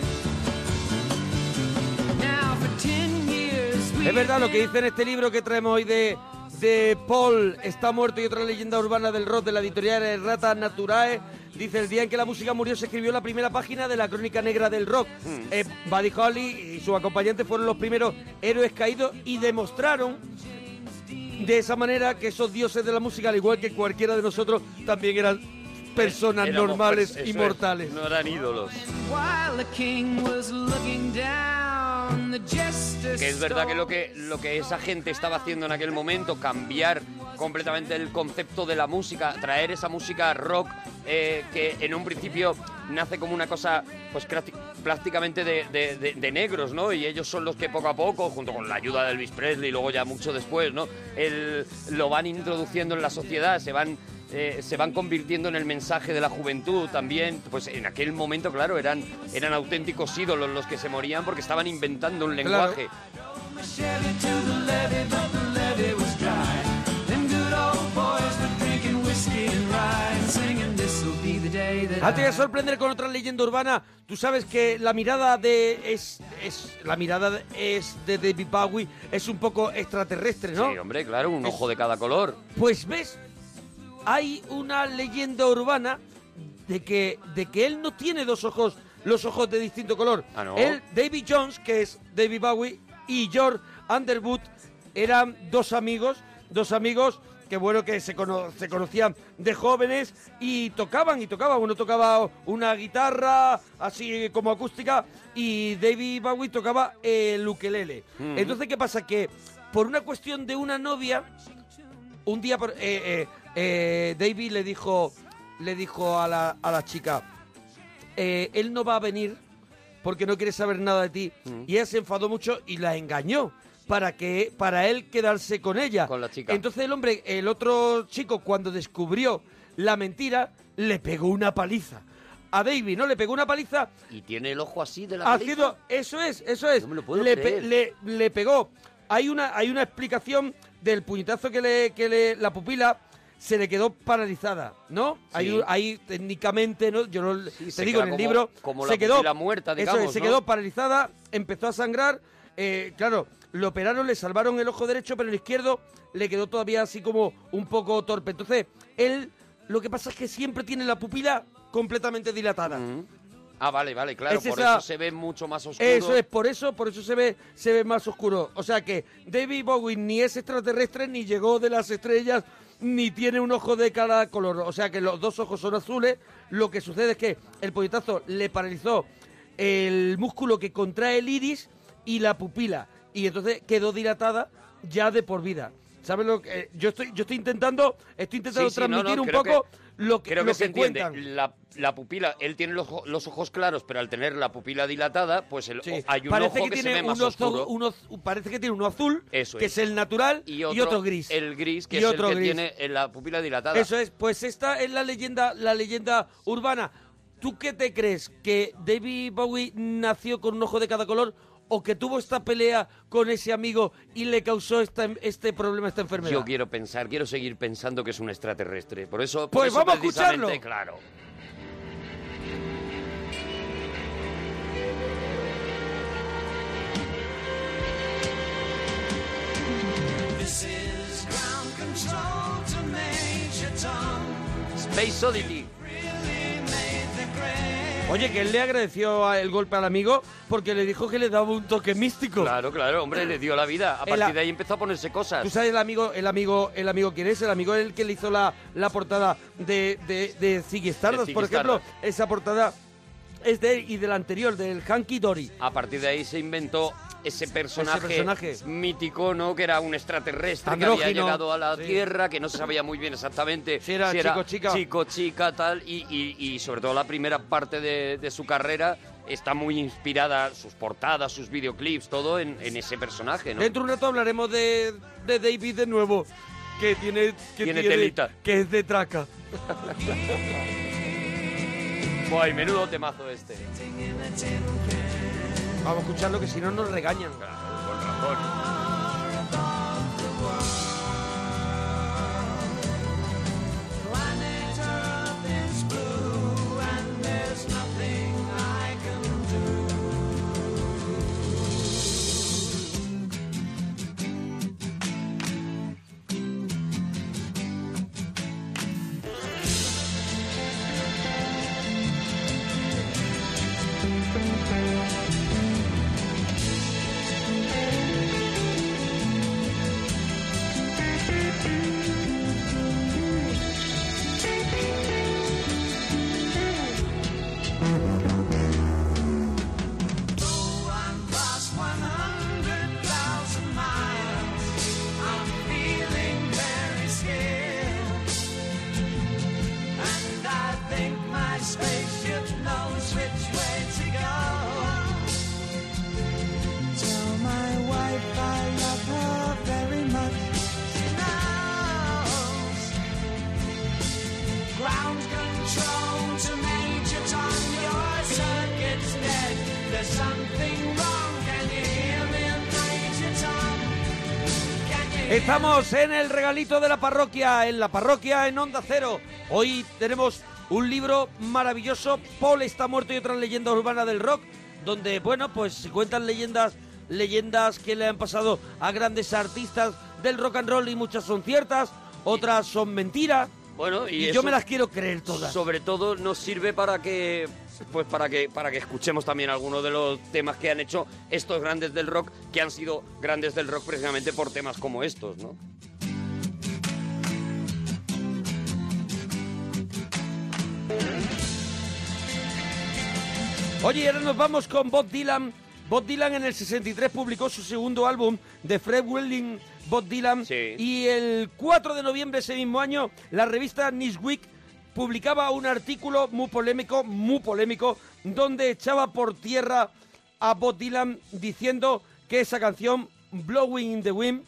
[SPEAKER 2] Now for ten years we
[SPEAKER 5] Es verdad lo que dice en este libro que traemos hoy de, de Paul está muerto y otra leyenda urbana del rock de la editorial Errata Naturae. Dice, el día en que la música murió se escribió la primera página de la crónica negra del rock.
[SPEAKER 7] Hmm.
[SPEAKER 5] Eh, Buddy Holly y sus acompañantes fueron los primeros héroes caídos y demostraron de esa manera que esos dioses de la música, al igual que cualquiera de nosotros, también eran personas
[SPEAKER 7] Eh, Éramos
[SPEAKER 5] normales
[SPEAKER 7] pers- eso
[SPEAKER 5] y
[SPEAKER 7] es,
[SPEAKER 5] mortales.
[SPEAKER 7] no eran ídolos.
[SPEAKER 2] While the king was looking down, the jester
[SPEAKER 7] que es verdad que lo que lo que esa gente estaba haciendo en aquel momento cambiar completamente el concepto de la música traer esa música rock eh, que en un principio nace como una cosa pues crati- prácticamente de, de- de- de negros no y ellos son los que poco a poco junto con la ayuda de Elvis Presley y luego ya mucho después no el, lo van introduciendo en la sociedad se van eh, se van convirtiendo en el mensaje de la juventud también, pues en aquel momento, claro, eran, eran auténticos ídolos los que se morían porque estaban inventando un
[SPEAKER 5] Claro.
[SPEAKER 7] lenguaje.
[SPEAKER 2] Chevy to the levee, but the levee was dry. Them good old boys were drinking whiskey and rye, singing, This'll be the day that
[SPEAKER 5] Ah, te
[SPEAKER 2] I
[SPEAKER 5] voy a sorprender con otra leyenda urbana. Tú sabes que la mirada de es, es la mirada de- es de David Bowie es un poco extraterrestre, ¿no?
[SPEAKER 7] Sí, hombre, claro, un ojo de cada color.
[SPEAKER 5] Pues ves, hay una leyenda urbana de que de que él no tiene dos ojos, los ojos de distinto color.
[SPEAKER 7] Ah, ¿no?
[SPEAKER 5] Él, David Jones, que es David Bowie, y George Underwood eran dos amigos, dos amigos que bueno que se, cono- se conocían de jóvenes y tocaban y tocaban. Uno tocaba una guitarra así como acústica y David Bowie tocaba el ukelele.
[SPEAKER 7] Mm.
[SPEAKER 5] Entonces qué pasa que por una cuestión de una novia un día por- eh, eh, eh, David le dijo le dijo a la, a la chica eh, él no va a venir porque no quiere saber nada de ti y ella se enfadó mucho y la engañó para que para él quedarse con ella con la chica entonces el hombre el otro chico cuando descubrió la mentira le pegó una paliza a David no le pegó una paliza
[SPEAKER 7] Y tiene el ojo así de la
[SPEAKER 5] Haciendo, eso es, eso es.
[SPEAKER 7] puedo
[SPEAKER 5] le, pe-
[SPEAKER 7] creer.
[SPEAKER 5] le- le pegó. Hay una, hay una explicación del puñetazo que le, que le- la pupila se le quedó paralizada, ¿no? Hay, un- hay técnicamente, ¿no? Yo lo, te
[SPEAKER 7] se
[SPEAKER 5] digo
[SPEAKER 7] queda
[SPEAKER 5] en el
[SPEAKER 7] como-
[SPEAKER 5] libro,
[SPEAKER 7] como
[SPEAKER 5] se
[SPEAKER 7] la
[SPEAKER 5] quedó
[SPEAKER 7] pupila muerta,
[SPEAKER 5] eso
[SPEAKER 7] digamos,
[SPEAKER 5] es, se
[SPEAKER 7] ¿no?
[SPEAKER 5] quedó paralizada, empezó a sangrar, eh, claro, lo operaron, le salvaron el ojo derecho, pero el izquierdo le quedó todavía así como un poco torpe. Entonces, él, lo que pasa es que siempre tiene la pupila completamente dilatada.
[SPEAKER 7] Ah, vale, vale, claro,
[SPEAKER 5] Es
[SPEAKER 7] por
[SPEAKER 5] esa-
[SPEAKER 7] eso se ve mucho más oscuro.
[SPEAKER 5] Eso es, por eso, por eso se ve, se ve más oscuro. O sea que David Bowie ni es extraterrestre, ni llegó de las estrellas, ni tiene un ojo de cada color. O sea que los dos ojos son azules. Lo que sucede es que el puñetazo le paralizó el músculo que contrae el iris y la pupila. Y entonces quedó dilatada ya de por vida. ¿Sabes lo que? eh, yo estoy, yo estoy intentando, estoy intentando
[SPEAKER 7] Sí, sí, no, no,
[SPEAKER 5] transmitir un
[SPEAKER 7] creo
[SPEAKER 5] poco
[SPEAKER 7] que-
[SPEAKER 5] lo que,
[SPEAKER 7] creo
[SPEAKER 5] lo
[SPEAKER 7] que se
[SPEAKER 5] que
[SPEAKER 7] entiende.
[SPEAKER 5] cuentan.
[SPEAKER 7] La, la pupila, él tiene los, ojo- los ojos claros, pero al tener la pupila dilatada, pues el,
[SPEAKER 5] Sí.
[SPEAKER 7] hay un
[SPEAKER 5] parece
[SPEAKER 7] ojo
[SPEAKER 5] que,
[SPEAKER 7] que, se
[SPEAKER 5] tiene
[SPEAKER 7] ve más
[SPEAKER 5] uno azu-
[SPEAKER 7] oscuro.
[SPEAKER 5] uno azu- parece que tiene uno azul,
[SPEAKER 7] Eso
[SPEAKER 5] que
[SPEAKER 7] es.
[SPEAKER 5] es el natural,
[SPEAKER 7] y, otro,
[SPEAKER 5] gris.
[SPEAKER 7] El gris, que
[SPEAKER 5] Y
[SPEAKER 7] es
[SPEAKER 5] otro
[SPEAKER 7] el que
[SPEAKER 5] gris.
[SPEAKER 7] tiene eh, la pupila dilatada.
[SPEAKER 5] Eso es, pues esta es la leyenda, la leyenda urbana. ¿Tú qué te crees? ¿Que David Bowie nació con un ojo de cada color o que tuvo esta pelea con ese amigo y le causó esta, este problema, esta enfermedad?
[SPEAKER 7] Yo quiero pensar, quiero seguir pensando que es un extraterrestre. Por eso, por
[SPEAKER 5] Pues
[SPEAKER 7] eso
[SPEAKER 5] vamos a
[SPEAKER 7] precisamente,
[SPEAKER 5] escucharlo.
[SPEAKER 7] claro.
[SPEAKER 2] This This is ground control to Major Tom.
[SPEAKER 7] Space Oddity.
[SPEAKER 5] Oye, que él le agradeció a- el golpe al amigo porque le dijo que le daba un toque místico.
[SPEAKER 7] Claro, claro, hombre, le dio la vida. A
[SPEAKER 5] El a-
[SPEAKER 7] partir de ahí empezó a ponerse cosas.
[SPEAKER 5] ¿Tú sabes el amigo, el amigo, el amigo quién es? El amigo el que le hizo la, la portada de, de, de Ziggy Stardust,
[SPEAKER 7] De Ziggy
[SPEAKER 5] por ejemplo.
[SPEAKER 7] Stardust.
[SPEAKER 5] Esa portada es de él y del anterior, del Hanky Dory.
[SPEAKER 7] A partir de ahí se inventó ese personaje,
[SPEAKER 5] personaje.
[SPEAKER 7] mítico, ¿no? Que era un extraterrestre que había
[SPEAKER 5] Andrógino.
[SPEAKER 7] llegado a la
[SPEAKER 5] Sí.
[SPEAKER 7] Tierra, que no se sabía muy bien exactamente si
[SPEAKER 5] era chico, chica.
[SPEAKER 7] chico, chica, tal. Y, y- y sobre todo la primera parte de, de su carrera está muy inspirada, sus portadas, sus videoclips, todo en, en ese personaje, ¿no?
[SPEAKER 5] Dentro de un rato hablaremos de, de David de nuevo, que tiene, que
[SPEAKER 7] Tiene telita.
[SPEAKER 5] que es de traca.
[SPEAKER 7] Guay, menudo temazo este.
[SPEAKER 5] Vamos a escucharlo que si no nos regañan.
[SPEAKER 7] Con razón.
[SPEAKER 2] Planet Earth is blue and there's nothing I can cross 100,000 miles. I'm feeling very scared. And I think my spaceship knows which way to go. Tell my wife I love her very much. She knows. Ground control to Major Tom, your circuit's dead. There's something wrong. Can you hear me, Major Tom?
[SPEAKER 5] Estamos en el regalito de la parroquia, en la parroquia en Onda Cero. Hoy tenemos un libro maravilloso, Paul está muerto y otras leyendas urbanas del rock, donde, bueno, pues se cuentan leyendas, leyendas que le han pasado a grandes artistas del rock and roll y muchas son ciertas, otras son mentiras.
[SPEAKER 7] Bueno, y
[SPEAKER 5] yo
[SPEAKER 7] eso-
[SPEAKER 5] me las quiero creer todas.
[SPEAKER 7] Sobre todo nos sirve para que pues para que para que escuchemos también algunos de los temas que han hecho estos grandes del rock que han sido grandes del rock precisamente por temas como estos, ¿no?
[SPEAKER 5] Oye, y ahora nos vamos con Bob Dylan. Bob Dylan en el 63 publicó su segundo álbum de Fred Willing, Bob Dylan. Y el 4 de noviembre de ese mismo año, la revista Newsweek publicaba un artículo muy polémico, muy polémico, donde echaba por tierra a Bob Dylan diciendo que esa canción, Blowing in the Wind,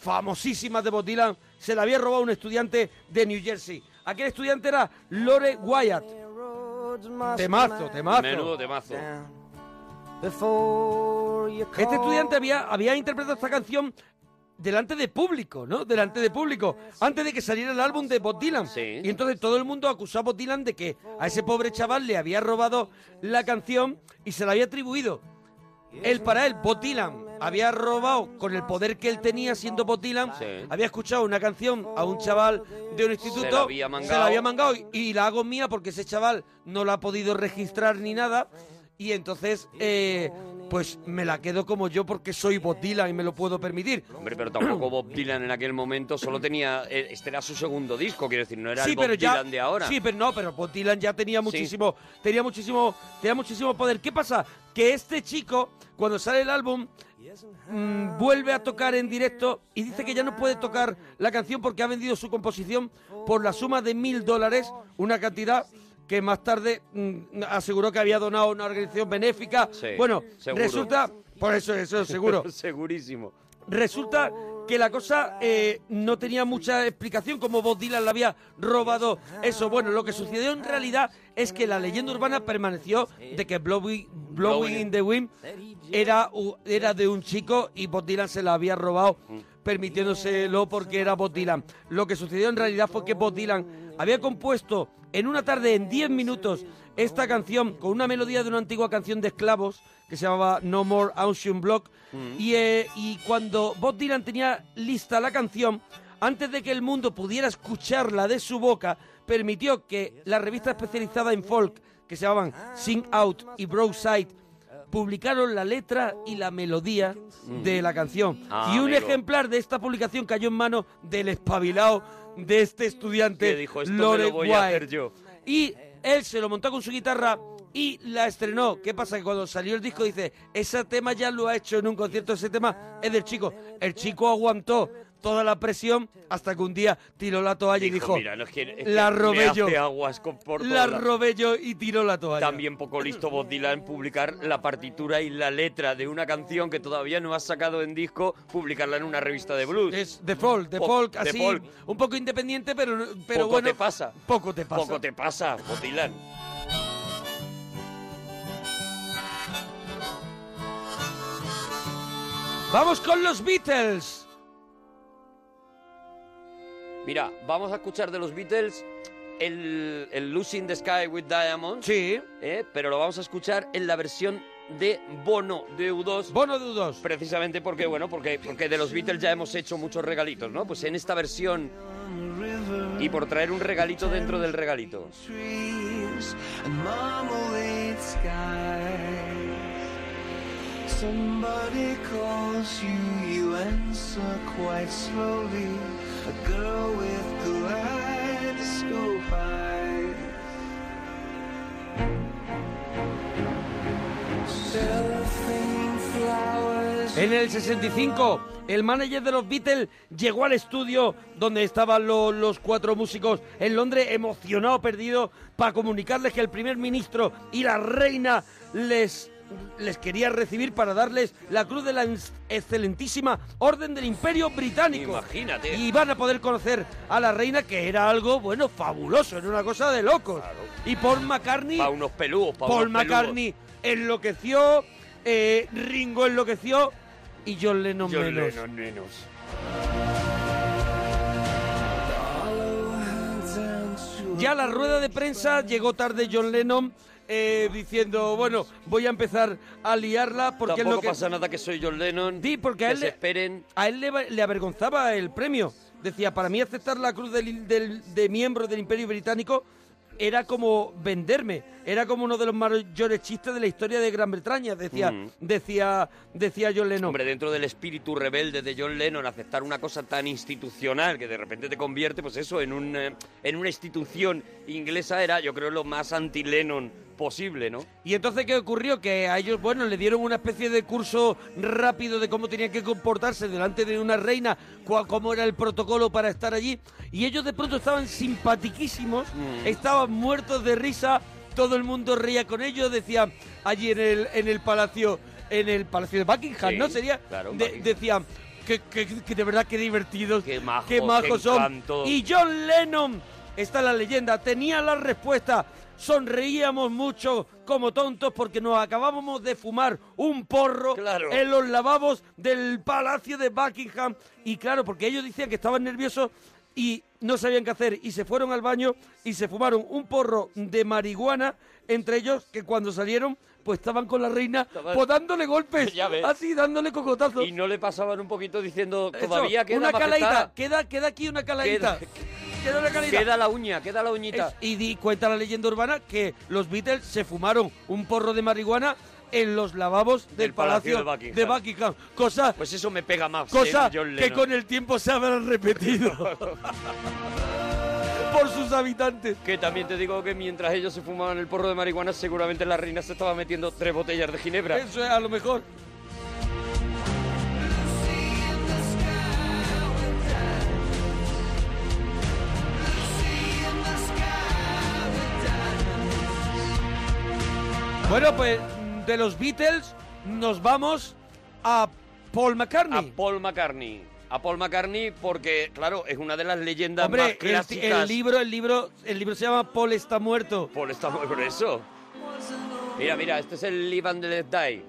[SPEAKER 5] famosísima de Bob Dylan, se la había robado un estudiante de New Jersey. Aquel estudiante era Lore Wyatt. Temazo, temazo.
[SPEAKER 7] Menudo temazo.
[SPEAKER 5] Este estudiante había, había interpretado esta canción delante de público, ¿no? Delante de público, antes de que saliera el álbum de Bob Dylan. Y entonces todo el mundo acusó a Bob Dylan de que a ese pobre chaval le había robado la canción y se la había atribuido. Él para él, Bob Dylan, había robado con el poder que él tenía siendo Bob Dylan, había escuchado una canción a un chaval de un instituto,
[SPEAKER 7] había
[SPEAKER 5] se la
[SPEAKER 7] mangao.
[SPEAKER 5] había mangado y, y la hago mía porque ese chaval no la ha podido registrar ni nada y entonces eh, pues me la quedo como yo porque soy Bob Dylan y me lo puedo permitir.
[SPEAKER 7] Hombre, pero tampoco Bob Dylan en aquel momento solo tenía eh, este era su segundo disco, quiero decir, no era el Bob Dylan de ahora.
[SPEAKER 5] Sí, pero no, pero Bob Dylan ya tenía muchísimo, tenía muchísimo, tenía muchísimo poder. ¿Qué pasa? Que este chico, cuando sale el álbum, mm, vuelve a tocar en directo y dice que ya no puede tocar la canción porque ha vendido su composición por la suma de mil dólares, una cantidad que más tarde mm, aseguró que había donado a una organización benéfica. bueno,
[SPEAKER 7] seguro.
[SPEAKER 5] resulta, por eso, eso seguro.
[SPEAKER 7] Segurísimo.
[SPEAKER 5] Resulta que la cosa eh, no tenía mucha explicación, como Bob Dylan le había robado eso. Bueno, lo que sucedió en realidad es que la leyenda urbana permaneció de que Blowing, Blowing in the Wind era, u- era de un chico y Bob Dylan se la había robado permitiéndoselo porque era Bob Dylan. Lo que sucedió en realidad fue que Bob Dylan había compuesto en una tarde, en 10 minutos, esta canción con una melodía de una antigua canción de esclavos que se llamaba No More Ocean Block. Y, eh, y cuando Bob Dylan tenía lista la canción, antes de que el mundo pudiera escucharla de su boca, permitió que la revista especializada en folk, que se llamaban Sing Out y Broadside, publicaron la letra y la melodía de la canción.
[SPEAKER 7] Ah,
[SPEAKER 5] y un
[SPEAKER 7] amigo.
[SPEAKER 5] ejemplar de esta publicación cayó en manos del espabilado de este estudiante,
[SPEAKER 7] Que dijo, "Esto me lo
[SPEAKER 5] Lore
[SPEAKER 7] voy a hacer
[SPEAKER 5] White".
[SPEAKER 7] yo.
[SPEAKER 5] Y él se lo montó con su guitarra y la estrenó. ¿Qué pasa? Que cuando salió el disco dice, ese tema ya lo ha hecho en un concierto, ese tema es del chico. El chico aguantó toda la presión hasta que un día tiró la toalla y dijo,
[SPEAKER 7] Mira, no es que, es que
[SPEAKER 5] la
[SPEAKER 7] me
[SPEAKER 5] robé yo.
[SPEAKER 7] hace aguas con- por todos
[SPEAKER 5] La
[SPEAKER 7] lados".
[SPEAKER 5] robé yo y tiró la toalla.
[SPEAKER 7] También poco listo Bob Dylan publicar la partitura y la letra de una canción que todavía no has sacado en disco, publicarla en una revista de blues.
[SPEAKER 5] Es de folk, de
[SPEAKER 7] Po-
[SPEAKER 5] folk,
[SPEAKER 7] de
[SPEAKER 5] así,
[SPEAKER 7] folk.
[SPEAKER 5] un poco independiente, pero, pero
[SPEAKER 7] Poco
[SPEAKER 5] bueno,
[SPEAKER 7] te pasa.
[SPEAKER 5] poco te pasa.
[SPEAKER 7] Poco te pasa, Bob Dylan.
[SPEAKER 5] Vamos con los Beatles.
[SPEAKER 7] Mira, vamos a escuchar de los Beatles el, el Losing the Sky with Diamonds. ¿eh?
[SPEAKER 5] Sí.
[SPEAKER 7] Pero lo vamos a escuchar en la versión de Bono de U2.
[SPEAKER 5] Bono de U2.
[SPEAKER 7] Precisamente porque, bueno, porque, porque de los Beatles ya hemos hecho muchos regalitos, ¿no? Pues en esta versión y por traer un regalito dentro del regalito.
[SPEAKER 2] trees and marmalade sky. Somebody calls you, you answer quite slowly. A girl with kaleidoscope eyes. Cellophane flowers.
[SPEAKER 5] En el 65, el manager de los Beatles llegó al estudio donde estaban lo- los cuatro músicos en Londres, emocionado, perdido, para comunicarles que el primer ministro y la reina les, les quería recibir para darles la cruz de la ex- excelentísima Orden del Imperio Británico.
[SPEAKER 7] Imagínate.
[SPEAKER 5] Y van a poder conocer a la reina, que era algo, bueno, fabuloso, era una cosa de locos. Y Paul McCartney...
[SPEAKER 7] Para unos peludos, para
[SPEAKER 5] Paul
[SPEAKER 7] unos peludos.
[SPEAKER 5] McCartney enloqueció, eh, Ringo enloqueció y John Lennon
[SPEAKER 7] John
[SPEAKER 5] menos.
[SPEAKER 7] Lennon menos.
[SPEAKER 5] Ya a la rueda de prensa llegó tarde John Lennon eh, diciendo, bueno, voy a empezar a liarla porque es
[SPEAKER 7] Tampoco
[SPEAKER 5] lo que...
[SPEAKER 7] pasa nada que soy John Lennon.
[SPEAKER 5] Sí, porque a
[SPEAKER 7] que
[SPEAKER 5] él,
[SPEAKER 7] se
[SPEAKER 5] le, a él le, va- le avergonzaba el premio. Decía, para mí aceptar la cruz del- del- de miembro del Imperio Británico era como venderme. Era como uno de los mayores chistes de la historia de Gran Bretaña, decía,
[SPEAKER 7] Mm.
[SPEAKER 5] decía, decía John Lennon.
[SPEAKER 7] Hombre, dentro del espíritu rebelde de John Lennon, aceptar una cosa tan institucional que de repente te convierte, pues eso, en, un, eh, en una institución inglesa era, yo creo, lo más anti-Lennon posible, ¿no?
[SPEAKER 5] Y entonces, ¿qué ocurrió? Que a ellos, bueno, le dieron una especie de curso rápido de cómo tenían que comportarse delante de una reina, cua- cómo era el protocolo para estar allí. Y ellos de pronto estaban simpatiquísimos,
[SPEAKER 7] Mm.
[SPEAKER 5] estaban muertos de risa, todo el mundo reía con ellos, decían allí en el, en el palacio, en el palacio de Buckingham,
[SPEAKER 7] Sí,
[SPEAKER 5] ¿no? Sería,
[SPEAKER 7] claro,
[SPEAKER 5] de- decían... Que, que- que de verdad que divertidos, qué majos,
[SPEAKER 7] qué
[SPEAKER 5] son.
[SPEAKER 7] encanto.
[SPEAKER 5] Y John Lennon, está la leyenda, tenía la respuesta. Sonreíamos mucho como tontos porque nos acabábamos de fumar un porro en los lavabos del Palacio de Buckingham. Y claro, porque ellos decían que estaban nerviosos y no sabían qué hacer. Y se fueron al baño y se fumaron un porro de marihuana entre ellos que cuando salieron pues estaban con la reina pues dándole golpes,
[SPEAKER 7] Ya ves.
[SPEAKER 5] así dándole cocotazos.
[SPEAKER 7] Y no le pasaban un poquito diciendo,
[SPEAKER 5] Eso,
[SPEAKER 7] todavía queda
[SPEAKER 5] una
[SPEAKER 7] majestad".
[SPEAKER 5] calaita, queda, queda aquí una calaita.
[SPEAKER 7] Queda-
[SPEAKER 5] Queda una calaita.
[SPEAKER 7] Queda la uña, queda la uñita.
[SPEAKER 5] Es- y di, cuenta la leyenda urbana que los Beatles se fumaron un porro de marihuana en los lavabos del,
[SPEAKER 7] Palacio
[SPEAKER 5] palacio,
[SPEAKER 7] de
[SPEAKER 5] de
[SPEAKER 7] Buckingham.
[SPEAKER 5] Buckingham. Cosa,
[SPEAKER 7] Pues eso me pega más.
[SPEAKER 5] cosa
[SPEAKER 7] eh, John
[SPEAKER 5] que
[SPEAKER 7] Lennon.
[SPEAKER 5] con el tiempo se habrán repetido por sus habitantes.
[SPEAKER 7] Que también te digo que mientras ellos se fumaban el porro de marihuana, seguramente la reina se estaba metiendo tres botellas de ginebra.
[SPEAKER 5] Eso es a lo mejor. Bueno, pues de los Beatles nos vamos a Paul McCartney.
[SPEAKER 7] A Paul McCartney. A Paul McCartney porque, claro, es una de las leyendas más
[SPEAKER 5] Hombre, el,
[SPEAKER 7] clásicas.
[SPEAKER 5] el libro, el libro, el libro se llama Paul está muerto.
[SPEAKER 7] Paul está muerto, eso. Mira, mira, este es el Live and Let Die.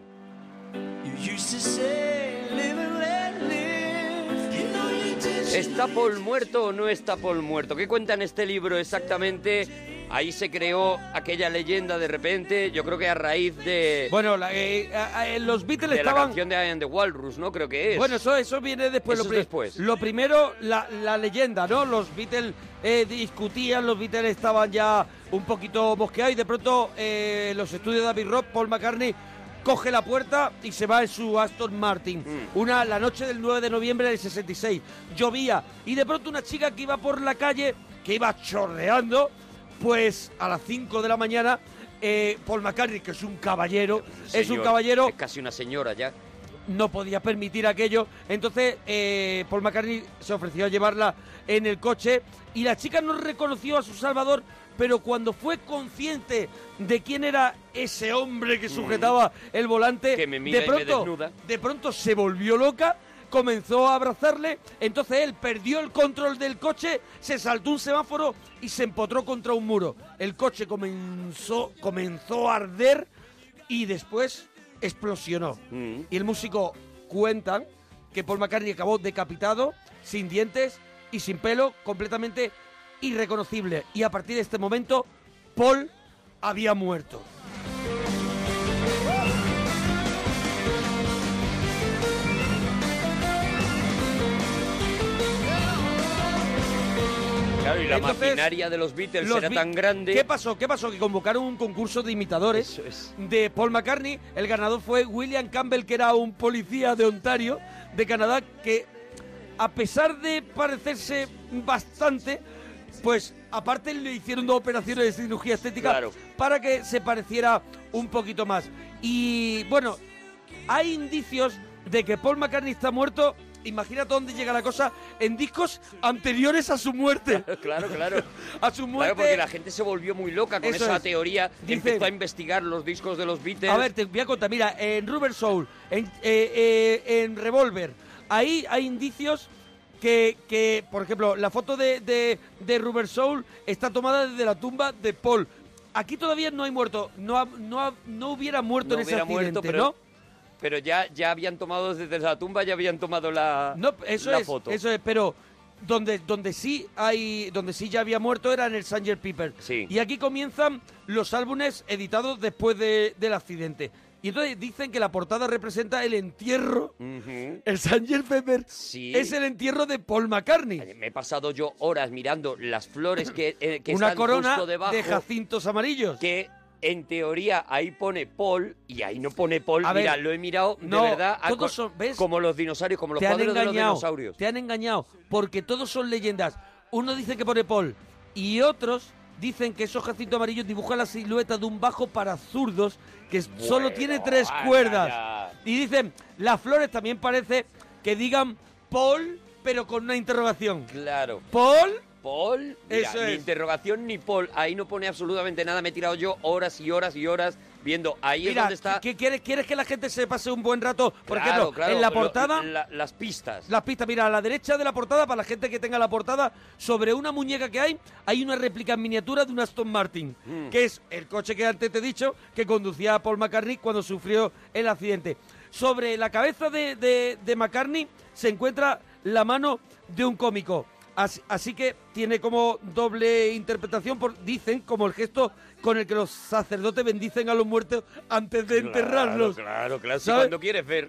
[SPEAKER 7] ¿Está Paul muerto o no está Paul muerto? ¿Qué cuenta en este libro exactamente? Ahí se creó aquella leyenda de repente, yo creo que a raíz de...
[SPEAKER 5] Bueno, la- eh, a- a- eh, los Beatles
[SPEAKER 7] de la
[SPEAKER 5] estaban...
[SPEAKER 7] canción de I am the Walrus, ¿no? Creo que es.
[SPEAKER 5] Bueno, eso, eso viene después.
[SPEAKER 7] Eso
[SPEAKER 5] lo, pri-
[SPEAKER 7] es después.
[SPEAKER 5] lo primero, la, la leyenda, ¿no? Los Beatles eh, discutían, los Beatles estaban ya un poquito bosqueados y de pronto eh, los estudios de David Rock, Paul McCartney coge la puerta y se va en su Aston Martin.
[SPEAKER 7] Mm.
[SPEAKER 5] Una la noche del 9 de noviembre del 66. Llovía y de pronto una chica que iba por la calle, que iba chorreando, pues a las 5 de la mañana eh, Paul McCartney, que es un caballero, es un
[SPEAKER 7] Señor,
[SPEAKER 5] caballero
[SPEAKER 7] Es casi una señora ya.
[SPEAKER 5] no podía permitir aquello. Entonces, eh, Paul McCartney se ofreció a llevarla en el coche y la chica no reconoció a su salvador, pero cuando fue consciente de quién era ese hombre que sujetaba el volante,
[SPEAKER 7] mira
[SPEAKER 5] de
[SPEAKER 7] y Mm. me
[SPEAKER 5] pronto,
[SPEAKER 7] desnuda.
[SPEAKER 5] de pronto se volvió loca. Comenzó a abrazarle, entonces él perdió el control del coche, se saltó un semáforo y se empotró contra un muro. El coche comenzó, comenzó a arder y después explosionó. Y el músico cuentan que Paul McCartney acabó decapitado, sin dientes y sin pelo, completamente irreconocible. Y a partir de este momento, Paul había muerto.
[SPEAKER 7] Claro, y la
[SPEAKER 5] Entonces,
[SPEAKER 7] maquinaria de los Beatles
[SPEAKER 5] Los
[SPEAKER 7] era
[SPEAKER 5] Beat-
[SPEAKER 7] tan grande.
[SPEAKER 5] ¿Qué pasó? ¿Qué pasó? Que convocaron un concurso de imitadores de Paul McCartney. El ganador fue William Campbell, que era un policía de Ontario, de Canadá, que a pesar de parecerse bastante, pues aparte le hicieron dos operaciones de cirugía estética para que se pareciera un poquito más. Y bueno, hay indicios de que Paul McCartney está muerto. Imagínate dónde llega la cosa en discos anteriores a su muerte.
[SPEAKER 7] Claro, claro.
[SPEAKER 5] a su muerte.
[SPEAKER 7] Claro, porque la gente se volvió muy loca con
[SPEAKER 5] Eso
[SPEAKER 7] esa
[SPEAKER 5] es.
[SPEAKER 7] teoría.
[SPEAKER 5] Dice-
[SPEAKER 7] empezó a investigar los discos de los Beatles.
[SPEAKER 5] A ver, te voy a contar. Mira, en Rubber Soul, en, eh, eh, en Revolver, ahí hay indicios que, que, por ejemplo, la foto de, de, de Rubber Soul está tomada desde la tumba de Paul. Aquí todavía no hay muerto. No, ha- no, ha- no hubiera muerto en ese
[SPEAKER 7] hubiera
[SPEAKER 5] accidente,
[SPEAKER 7] muerto, pero,
[SPEAKER 5] ¿no?
[SPEAKER 7] pero ya, ya habían tomado desde la tumba, ya habían tomado la,
[SPEAKER 5] No, eso
[SPEAKER 7] la
[SPEAKER 5] es,
[SPEAKER 7] foto.
[SPEAKER 5] Eso es, pero donde, donde sí hay. Donde sí ya había muerto era en el Sanger Piper. Y aquí comienzan los álbumes editados después de- del accidente. Y entonces dicen que la portada representa el entierro. El Sanger Piper es el entierro de Paul McCartney.
[SPEAKER 7] Me he pasado yo horas mirando las flores que, eh, que
[SPEAKER 5] Una
[SPEAKER 7] están
[SPEAKER 5] corona
[SPEAKER 7] justo debajo.
[SPEAKER 5] de jacintos amarillos.
[SPEAKER 7] Que en teoría ahí pone Paul y ahí no pone Paul.
[SPEAKER 5] A ver,
[SPEAKER 7] Mira, lo he mirado
[SPEAKER 5] no,
[SPEAKER 7] de verdad. a
[SPEAKER 5] todos
[SPEAKER 7] co-
[SPEAKER 5] son- ¿ves?
[SPEAKER 7] Como los dinosaurios, como los
[SPEAKER 5] te han
[SPEAKER 7] cuadros de
[SPEAKER 5] engañado.
[SPEAKER 7] los dinosaurios.
[SPEAKER 5] Te han engañado. Porque todos son leyendas. Uno dice que pone Paul. Y otros dicen que esos jacintos amarillos dibujan la silueta de un bajo para zurdos que es- solo
[SPEAKER 7] Bueno,
[SPEAKER 5] tiene tres
[SPEAKER 7] anda
[SPEAKER 5] cuerdas.
[SPEAKER 7] ya.
[SPEAKER 5] Y dicen, las flores también parece que digan Paul, pero con una interrogación.
[SPEAKER 7] Claro.
[SPEAKER 5] Paul.
[SPEAKER 7] Paul, mira,
[SPEAKER 5] Eso
[SPEAKER 7] ni
[SPEAKER 5] es.
[SPEAKER 7] interrogación ni Paul, ahí no pone absolutamente nada, me he tirado yo horas y horas y horas viendo, ahí es
[SPEAKER 5] Mira,
[SPEAKER 7] donde está...
[SPEAKER 5] ¿qué quieres, ¿quieres que la gente se pase un buen rato? Por
[SPEAKER 7] Claro,
[SPEAKER 5] ejemplo,
[SPEAKER 7] claro,
[SPEAKER 5] en la
[SPEAKER 7] lo-
[SPEAKER 5] portada...
[SPEAKER 7] la- las pistas.
[SPEAKER 5] Las pistas, mira, a la derecha de la portada, para la gente que tenga la portada, sobre una muñeca que hay, hay una réplica en miniatura de un Aston Martin,
[SPEAKER 7] Mm.
[SPEAKER 5] que es el coche que antes te he dicho que conducía Paul McCartney cuando sufrió el accidente. Sobre la cabeza de, de- de McCartney se encuentra la mano de un cómico. Así, así que tiene como doble interpretación, por, dicen, como el gesto con el que los sacerdotes bendicen a los muertos antes de enterrarlos.
[SPEAKER 7] Claro, claro, si
[SPEAKER 5] ¿Sabes?
[SPEAKER 7] cuando quieres ver...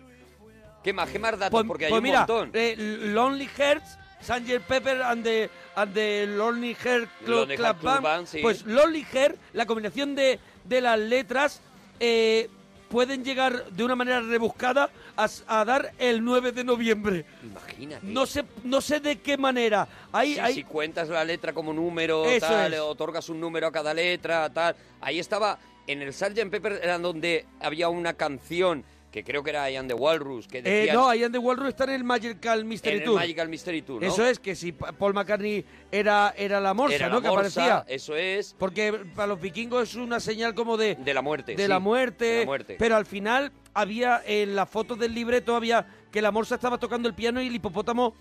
[SPEAKER 7] ¿Qué más, qué más datos? Porque hay
[SPEAKER 5] Pues
[SPEAKER 7] un
[SPEAKER 5] mira,
[SPEAKER 7] montón.
[SPEAKER 5] eh, Lonely Hearts, Sanger Pepper and the, and the Lonely Hearts Club,
[SPEAKER 7] Lonely
[SPEAKER 5] Club
[SPEAKER 7] Hearts Club
[SPEAKER 5] Band.
[SPEAKER 7] Band, sí.
[SPEAKER 5] Pues Lonely Hearts, la combinación de, de las letras, eh, pueden llegar de una manera rebuscada a, s- a dar el 9 de noviembre.
[SPEAKER 7] Imagínate.
[SPEAKER 5] No sé, no sé de qué manera. Hay,
[SPEAKER 7] Sí,
[SPEAKER 5] hay-
[SPEAKER 7] Si cuentas la letra como número,
[SPEAKER 5] Eso
[SPEAKER 7] tal,
[SPEAKER 5] es.
[SPEAKER 7] otorgas un número a cada letra, tal. Ahí estaba, en el Sgt. Pepper era donde había una canción que creo que era Ian the Walrus, que
[SPEAKER 5] eh,
[SPEAKER 7] decía...
[SPEAKER 5] no, ahí the Walrus está en el Magical Mystery
[SPEAKER 7] en el
[SPEAKER 5] Tour.
[SPEAKER 7] Magical Mystery Tour, ¿no?
[SPEAKER 5] Eso es, que si Pa- Paul McCartney era, era la morsa,
[SPEAKER 7] Era
[SPEAKER 5] ¿no?
[SPEAKER 7] la
[SPEAKER 5] que
[SPEAKER 7] morsa,
[SPEAKER 5] aparecía.
[SPEAKER 7] Eso es.
[SPEAKER 5] Porque para los vikingos es una señal como de...
[SPEAKER 7] De la muerte.
[SPEAKER 5] de
[SPEAKER 7] sí.
[SPEAKER 5] la muerte.
[SPEAKER 7] De la muerte.
[SPEAKER 5] Pero al final había, en la foto del libreto había que la morsa estaba tocando el piano y el hipopótamo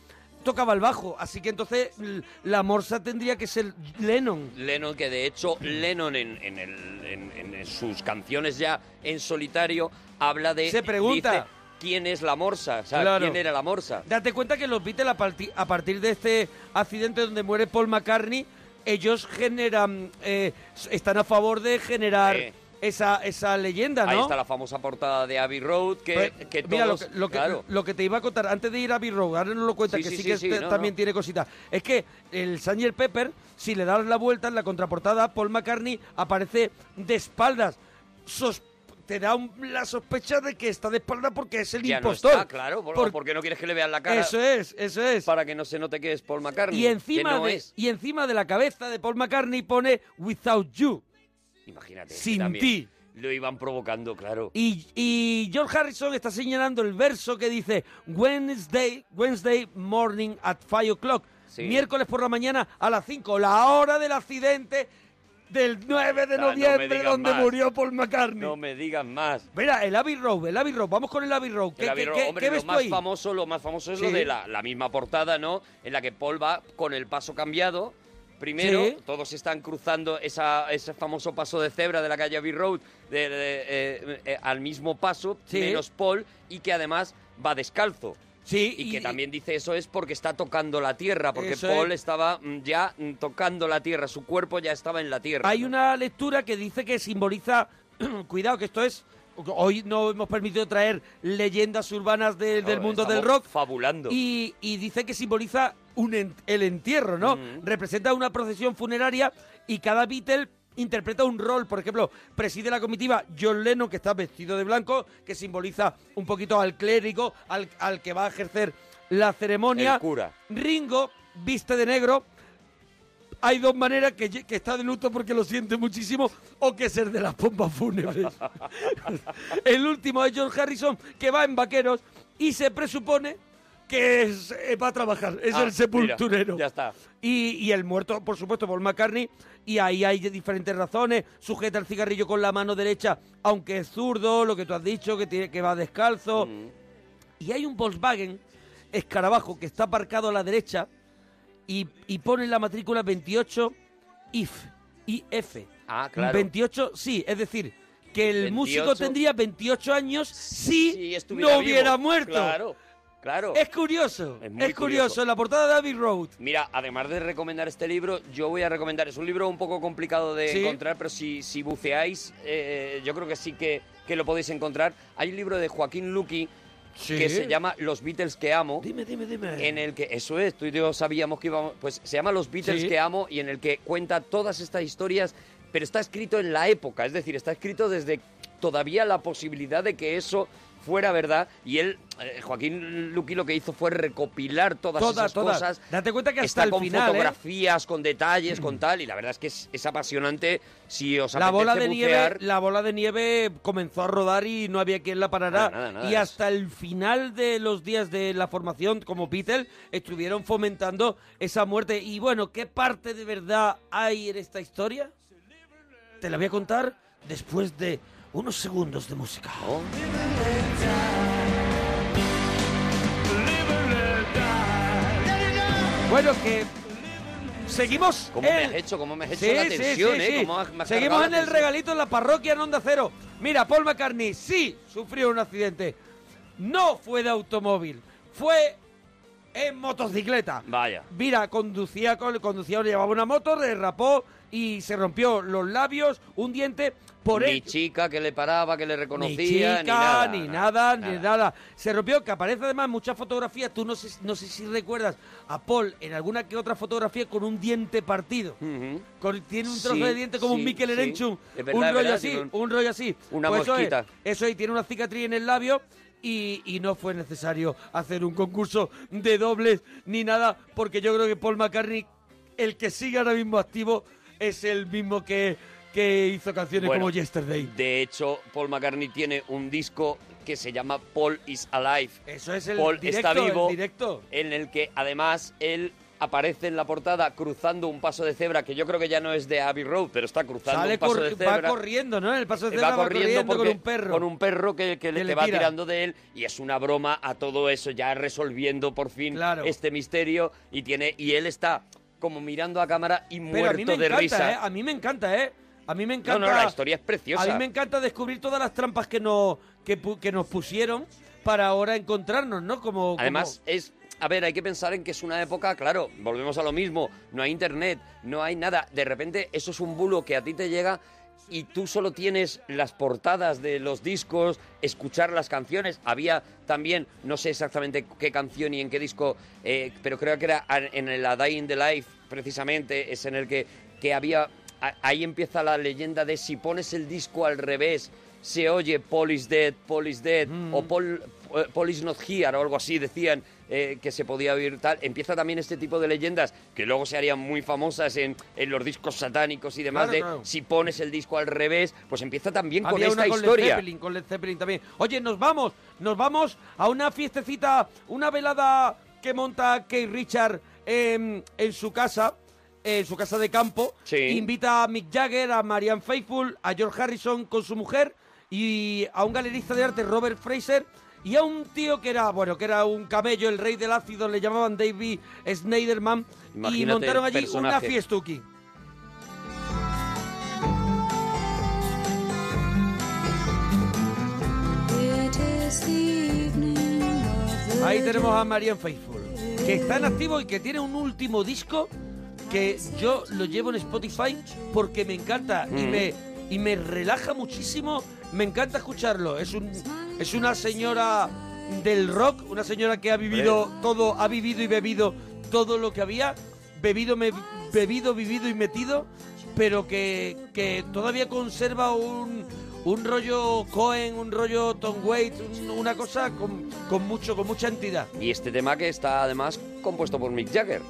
[SPEAKER 5] tocaba el bajo. Así que entonces l- la morsa tendría que ser Lennon.
[SPEAKER 7] Lennon, que de hecho Lennon en, en el- en- en- en sus canciones ya en solitario habla de...
[SPEAKER 5] Se pregunta.
[SPEAKER 7] dice, ¿Quién es la morsa? O sea,
[SPEAKER 5] Claro.
[SPEAKER 7] ¿quién era la morsa?
[SPEAKER 5] Date cuenta que los Beatles a, parti- a partir de este accidente donde muere Paul McCartney ellos generan, eh, s- están a favor de generar
[SPEAKER 7] Sí.
[SPEAKER 5] esa, esa leyenda, ¿no?
[SPEAKER 7] Ahí está la famosa portada de Abbey Road que,
[SPEAKER 5] Pues,
[SPEAKER 7] que
[SPEAKER 5] Mira, lo
[SPEAKER 7] todos-
[SPEAKER 5] que, lo, que,
[SPEAKER 7] claro.
[SPEAKER 5] lo que te iba a contar, antes de ir a Birro, ahora no lo cuenta,
[SPEAKER 7] Sí,
[SPEAKER 5] que
[SPEAKER 7] sí,
[SPEAKER 5] sí,
[SPEAKER 7] sí,
[SPEAKER 5] que
[SPEAKER 7] sí,
[SPEAKER 5] este
[SPEAKER 7] no,
[SPEAKER 5] también
[SPEAKER 7] no.
[SPEAKER 5] tiene cositas. Es que el Sanger Pepper, si le das la vuelta en la contraportada, Paul McCartney aparece de espaldas. Sos- te da un- la sospecha de que está de espaldas porque es el
[SPEAKER 7] ya no
[SPEAKER 5] impostor.
[SPEAKER 7] está, claro, por-
[SPEAKER 5] Por-
[SPEAKER 7] porque no quieres que le vean la cara.
[SPEAKER 5] Eso es, eso es.
[SPEAKER 7] Para que no se note que es Paul McCartney.
[SPEAKER 5] y, encima
[SPEAKER 7] que no
[SPEAKER 5] de,
[SPEAKER 7] es.
[SPEAKER 5] y encima de la cabeza de Paul McCartney pone Without You.
[SPEAKER 7] Imagínate. es que
[SPEAKER 5] Sin
[SPEAKER 7] también
[SPEAKER 5] ti.
[SPEAKER 7] Lo iban provocando, claro.
[SPEAKER 5] Y, y George Harrison está señalando el verso que dice Wednesday, Wednesday morning at 5 o'clock. Miércoles por la mañana a las 5, la hora del accidente del 9 de
[SPEAKER 7] Ah, no me
[SPEAKER 5] noviembre
[SPEAKER 7] digas
[SPEAKER 5] donde
[SPEAKER 7] más.
[SPEAKER 5] murió Paul McCartney.
[SPEAKER 7] No me digas más.
[SPEAKER 5] Mira, el Abbey Road, el Abbey Road, vamos con el Abbey Road. ¿Qué,
[SPEAKER 7] El Abbey
[SPEAKER 5] qué-
[SPEAKER 7] Road,
[SPEAKER 5] qué-
[SPEAKER 7] hombre,
[SPEAKER 5] qué
[SPEAKER 7] lo
[SPEAKER 5] ves tú
[SPEAKER 7] más
[SPEAKER 5] ahí?
[SPEAKER 7] famoso, lo más famoso es
[SPEAKER 5] Sí.
[SPEAKER 7] lo de la, la misma portada, ¿no? En la que Paul va con el paso cambiado. Primero,
[SPEAKER 5] Sí.
[SPEAKER 7] todos están cruzando esa, ese famoso paso de cebra de la calle Abbey Road de- de- eh, eh, al mismo paso,
[SPEAKER 5] Sí.
[SPEAKER 7] menos Paul, y que además va descalzo.
[SPEAKER 5] Sí,
[SPEAKER 7] y, que también dice eso es porque está tocando la tierra, porque
[SPEAKER 5] Eso
[SPEAKER 7] Paul
[SPEAKER 5] es.
[SPEAKER 7] estaba mm, ya mm, tocando la tierra, su cuerpo ya estaba en la tierra.
[SPEAKER 5] Hay una lectura que dice que simboliza, cuidado que esto es, hoy no hemos permitido traer leyendas urbanas de- del
[SPEAKER 7] No,
[SPEAKER 5] mundo del
[SPEAKER 7] estamos
[SPEAKER 5] rock.
[SPEAKER 7] Fabulando.
[SPEAKER 5] Y, y dice que simboliza un en- el entierro, ¿no? Representa una procesión funeraria y cada Beatle interpreta un rol. Por ejemplo, preside la comitiva John Lennon, que está vestido de blanco, que simboliza un poquito al clérigo, al, al que va a ejercer la ceremonia.
[SPEAKER 7] El cura.
[SPEAKER 5] Ringo viste de negro. Hay dos maneras, que, lle- que está de luto porque lo siente muchísimo o que ser de las pompas fúnebres. El último es George Harrison, que va en vaqueros y se presupone que es- eh, va a trabajar, es
[SPEAKER 7] Ah,
[SPEAKER 5] el sepulturero.
[SPEAKER 7] mira, ya está.
[SPEAKER 5] Y, y el muerto, por supuesto, Paul McCartney, y ahí hay diferentes razones, sujeta el cigarrillo con la mano derecha, aunque es zurdo, lo que tú has dicho, que, tiene, que va descalzo.
[SPEAKER 7] Mm.
[SPEAKER 5] Y hay un Volkswagen escarabajo que está aparcado a la derecha y, y pone en la matrícula 28 IF, IF.
[SPEAKER 7] Ah, claro.
[SPEAKER 5] 28, sí, es decir, que el
[SPEAKER 7] 28.
[SPEAKER 5] músico tendría 28 años si,
[SPEAKER 7] estuviera
[SPEAKER 5] no
[SPEAKER 7] vivo.
[SPEAKER 5] hubiera muerto.
[SPEAKER 7] Claro, claro.
[SPEAKER 5] Es curioso, es,
[SPEAKER 7] muy
[SPEAKER 5] curioso. la portada de Abbey Road.
[SPEAKER 7] Mira, además de recomendar este libro, yo voy a recomendar. Es un libro un poco complicado de
[SPEAKER 5] Sí.
[SPEAKER 7] encontrar, pero si, si buceáis, eh, yo creo que sí que, que lo podéis encontrar. Hay un libro de Joaquín Luqui
[SPEAKER 5] Sí.
[SPEAKER 7] que se llama Los Beatles que amo.
[SPEAKER 5] Dime, dime, dime.
[SPEAKER 7] En el que, eso es, tú y yo sabíamos que íbamos. Pues se llama Los Beatles
[SPEAKER 5] Sí.
[SPEAKER 7] que amo y en el que cuenta todas estas historias, pero está escrito en la época, es decir, está escrito desde todavía la posibilidad de que eso fuera verdad. Y él, eh, Joaquín Luqui, lo que hizo fue recopilar todas esas cosas
[SPEAKER 5] Date cuenta que hasta
[SPEAKER 7] está
[SPEAKER 5] el
[SPEAKER 7] con
[SPEAKER 5] final, ¿eh? Mm.
[SPEAKER 7] fotografías, con detalles, con tal, y la verdad es que es, es apasionante si os
[SPEAKER 5] La bola de
[SPEAKER 7] apetece bucear.
[SPEAKER 5] nieve, la bola de nieve comenzó a rodar y no había quien la parara.
[SPEAKER 7] Nada, nada, nada,
[SPEAKER 5] y
[SPEAKER 7] es-
[SPEAKER 5] hasta el final de los días de la formación como Beatle estuvieron fomentando esa muerte. Y bueno, ¿qué parte de verdad hay en esta historia? Te la voy a contar después de unos segundos de música.
[SPEAKER 7] Oh.
[SPEAKER 5] Bueno, que seguimos.
[SPEAKER 7] ¿Cómo me
[SPEAKER 5] en-
[SPEAKER 7] has hecho? ¿Cómo me has hecho
[SPEAKER 5] Sí,
[SPEAKER 7] la
[SPEAKER 5] sí,
[SPEAKER 7] tensión,
[SPEAKER 5] sí,
[SPEAKER 7] eh?
[SPEAKER 5] sí.
[SPEAKER 7] ¿Cómo has- me has cargado
[SPEAKER 5] Seguimos
[SPEAKER 7] la
[SPEAKER 5] en el
[SPEAKER 7] tensión?
[SPEAKER 5] regalito en la parroquia en Onda Cero. Mira, Paul McCartney sí sufrió un accidente. No fue de automóvil, fue en motocicleta.
[SPEAKER 7] Vaya.
[SPEAKER 5] Mira, conducía, con- conducía, llevaba una moto, derrapó y se rompió los labios, un diente. Por
[SPEAKER 7] ni
[SPEAKER 5] el-
[SPEAKER 7] chica que le paraba, que le reconocía, ni,
[SPEAKER 5] ni chica,
[SPEAKER 7] nada.
[SPEAKER 5] ni
[SPEAKER 7] nada.
[SPEAKER 5] nada, ni nada. Se rompió, que aparece además muchas fotografías. Tú no sé, no sé si recuerdas a Paul en alguna que otra fotografía con un diente partido. Con- tiene un trozo
[SPEAKER 7] Sí,
[SPEAKER 5] de diente como
[SPEAKER 7] sí,
[SPEAKER 5] un Mikel
[SPEAKER 7] sí.
[SPEAKER 5] Erenchun.
[SPEAKER 7] Es verdad,
[SPEAKER 5] un
[SPEAKER 7] es
[SPEAKER 5] rollo
[SPEAKER 7] verdad,
[SPEAKER 5] así,
[SPEAKER 7] tiene un-
[SPEAKER 5] un rollo así.
[SPEAKER 7] una
[SPEAKER 5] Pues eso es,
[SPEAKER 7] mosquita.
[SPEAKER 5] Eso ahí tiene una cicatriz en el labio. Y, y no fue necesario hacer un concurso de dobles ni nada, porque yo creo que Paul McCartney, el que sigue ahora mismo activo, es el mismo que, que hizo canciones
[SPEAKER 7] Bueno,
[SPEAKER 5] como Yesterday.
[SPEAKER 7] De hecho, Paul McCartney tiene un disco que se llama Paul is Alive.
[SPEAKER 5] Eso es el
[SPEAKER 7] Paul
[SPEAKER 5] directo,
[SPEAKER 7] está vivo,
[SPEAKER 5] el directo.
[SPEAKER 7] en el que además él aparece en la portada cruzando un paso de cebra, que yo creo que ya no es de Abbey Road, pero está cruzando
[SPEAKER 5] Sale
[SPEAKER 7] un paso
[SPEAKER 5] cor-
[SPEAKER 7] de
[SPEAKER 5] va
[SPEAKER 7] cebra.
[SPEAKER 5] corriendo, ¿no? En el paso de
[SPEAKER 7] Eh,
[SPEAKER 5] cebra va corriendo, con
[SPEAKER 7] porque-
[SPEAKER 5] un perro.
[SPEAKER 7] Con un perro que, que le,
[SPEAKER 5] Que
[SPEAKER 7] te
[SPEAKER 5] le
[SPEAKER 7] va
[SPEAKER 5] tira.
[SPEAKER 7] tirando de él y es una broma a todo eso, ya resolviendo por fin este misterio y tiene y él está como mirando a cámara y
[SPEAKER 5] Pero a
[SPEAKER 7] muerto
[SPEAKER 5] mí me
[SPEAKER 7] de
[SPEAKER 5] encanta,
[SPEAKER 7] risa.
[SPEAKER 5] ¿eh? A mí me encanta, ¿eh? A mí me
[SPEAKER 7] No,
[SPEAKER 5] encanta.
[SPEAKER 7] no, la historia es preciosa.
[SPEAKER 5] A mí me encanta descubrir todas las trampas que, no, que, pu- que nos pusieron para ahora encontrarnos, ¿no? Como, como-
[SPEAKER 7] Además, es a ver, hay que pensar en que es una época, claro, volvemos a lo mismo, no hay internet, no hay nada, de repente eso es un bulo que a ti te llega y tú solo tienes las portadas de los discos, escuchar las canciones, había también, no sé exactamente qué canción y en qué disco, eh, pero creo que era en la Dying the Life, precisamente, es en el que, que había, a- ahí empieza la leyenda de si pones el disco al revés, se oye Polish Dead, Polish Dead, o
[SPEAKER 5] Mm.
[SPEAKER 7] Pol, eh, Polish Not Here, o algo así, decían eh, que se podía oír tal. Empieza también este tipo de leyendas que luego se harían muy famosas en, en los discos satánicos y demás,
[SPEAKER 5] Claro,
[SPEAKER 7] de
[SPEAKER 5] claro.
[SPEAKER 7] si pones el disco al revés, pues empieza también
[SPEAKER 5] Había
[SPEAKER 7] con
[SPEAKER 5] una
[SPEAKER 7] esta
[SPEAKER 5] con Led
[SPEAKER 7] historia.
[SPEAKER 5] Zeppelin, con Led Zeppelin también. Oye, nos vamos, nos vamos a una fiestecita, una velada que monta Kate Richard en, en su casa, en su casa de campo. Invita a Mick Jagger, a Marianne Faithfull, a George Harrison con su mujer y a un galerista de arte, Robert Fraser. Y a un tío que era, bueno, que era un camello, el rey del ácido, le llamaban David Snyderman. y
[SPEAKER 7] Imagínate
[SPEAKER 5] montaron
[SPEAKER 7] el
[SPEAKER 5] allí una
[SPEAKER 7] personaje.
[SPEAKER 5] fiestuki. Ahí tenemos a Marian Faithful, que está en activo y que tiene un último disco que yo lo llevo en Spotify porque me encanta y
[SPEAKER 7] Mm.
[SPEAKER 5] me y me relaja muchísimo, me encanta escucharlo. Es un es una señora del rock, una señora que ha vivido todo, ha vivido y bebido todo lo que había, bebido me- bebido vivido y metido, pero que, que todavía conserva un un rollo Cohen, un rollo Tom Waits, un- una cosa con, con mucho, con mucha entidad.
[SPEAKER 7] Y este tema que está además compuesto por Mick Jagger.